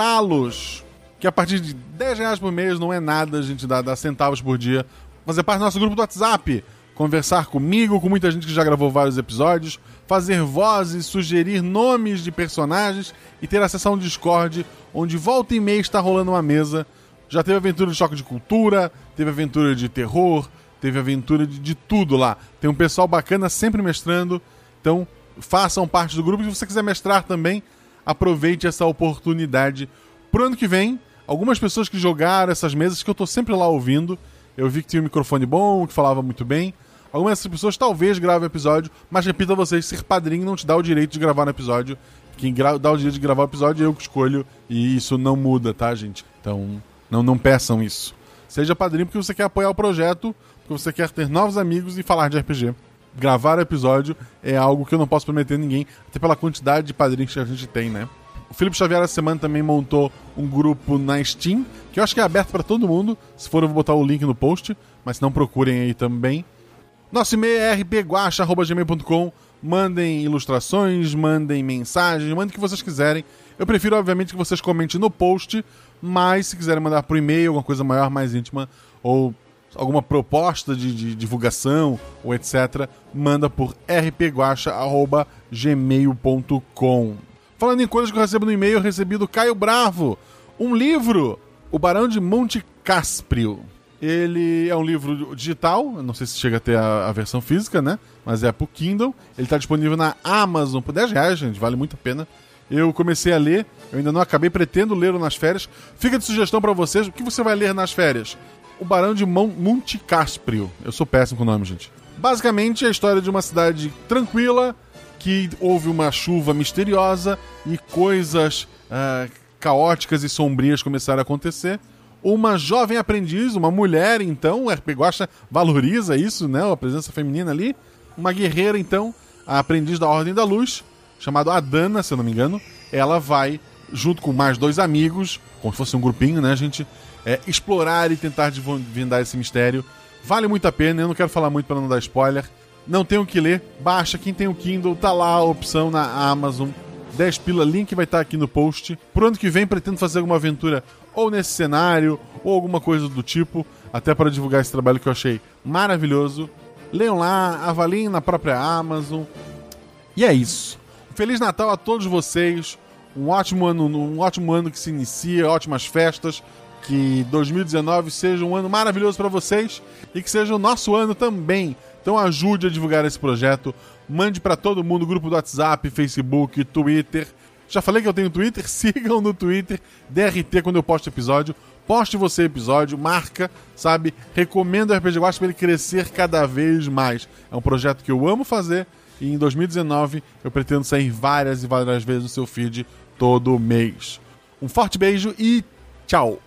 Speaker 1: lembrá-los que a partir de 10 reais por mês não é nada, a gente dá, dá centavos por dia. Fazer parte do nosso grupo do WhatsApp, conversar comigo, com muita gente que já gravou vários episódios, fazer vozes, sugerir nomes de personagens e ter acesso a um Discord onde volta e meia está rolando uma mesa. Já teve aventura de choque de cultura, teve aventura de terror, teve aventura de, de tudo lá. Tem um pessoal bacana sempre mestrando. Então, façam parte do grupo. Se você quiser mestrar também, aproveite essa oportunidade. Pro ano que vem, algumas pessoas que jogaram essas mesas, que eu tô sempre lá ouvindo, eu vi que tinha um microfone bom, que falava muito bem. Algumas dessas pessoas talvez gravem episódio, mas repito a vocês, ser padrinho não te dá o direito de gravar no episódio. Quem gra- dá o direito de gravar o episódio é eu que escolho, e isso não muda, tá, gente? Então, não, não peçam isso. Seja padrinho porque você quer apoiar o projeto, porque você quer ter novos amigos e falar de RPG gravar episódio é algo que eu não posso prometer a ninguém, até pela quantidade de padrinhos que a gente tem, né? O Felipe Xavier essa semana também montou um grupo na Steam, que eu acho que é aberto para todo mundo. Se for, eu vou botar o link no post, mas se não procurem aí também. Nosso e-mail é rpguacha.gmail.com. Mandem ilustrações, mandem mensagens, mandem o que vocês quiserem. Eu prefiro, obviamente, que vocês comentem no post, mas se quiserem mandar por e-mail alguma coisa maior, mais íntima, ou alguma proposta de, de divulgação, ou etc., manda por rpguacha.gmail.com. Falando em coisas que eu recebo no e-mail, eu recebi do Caio Bravo um livro, O Barão de Monte Cásprio. Ele é um livro digital, eu não sei se chega a ter a, a versão física, né? Mas é pro Kindle. Ele tá disponível na Amazon por 10 reais, gente, vale muito a pena. Eu comecei a ler, eu ainda não acabei, pretendo lê-lo nas férias. Fica de sugestão pra vocês, o que você vai ler nas férias? O Barão de Mon Monte Cásprio. Eu sou péssimo com o nome, gente. Basicamente, é a história de uma cidade tranquila, que houve uma chuva misteriosa e coisas ah, caóticas e sombrias começaram a acontecer. Uma jovem aprendiz, uma mulher, então, o RP Guacha valoriza isso, né? A presença feminina ali. Uma guerreira, então, a aprendiz da Ordem da Luz, chamada Adana, se eu não me engano, ela vai, junto com mais dois amigos, como se fosse um grupinho, né, gente? é, explorar e tentar desvendar esse mistério. Vale muito a pena, eu não quero falar muito para não dar spoiler. Não tem o que ler, baixa. Quem tem o Kindle, tá lá a opção na Amazon. 10 pila, link vai estar aqui no post. Por ano que vem, pretendo fazer alguma aventura ou nesse cenário, ou alguma coisa do tipo, até para divulgar esse trabalho que eu achei maravilhoso. Leiam lá, avaliem na própria Amazon. E é isso. Feliz Natal a todos vocês. Um ótimo ano, um ótimo ano que se inicia, ótimas festas. Que 2019 seja um ano maravilhoso para vocês e que seja o nosso ano também. Então ajude a divulgar esse projeto. Mande para todo mundo, grupo do WhatsApp, Facebook, Twitter. Já falei que eu tenho Twitter? Sigam no Twitter, DRT, quando eu posto episódio. Poste você episódio, marca, sabe? Recomendo o RPG Guacha para ele crescer cada vez mais. É um projeto que eu amo fazer e em 2019 eu pretendo sair várias e várias vezes no seu feed todo mês. Um forte beijo e tchau!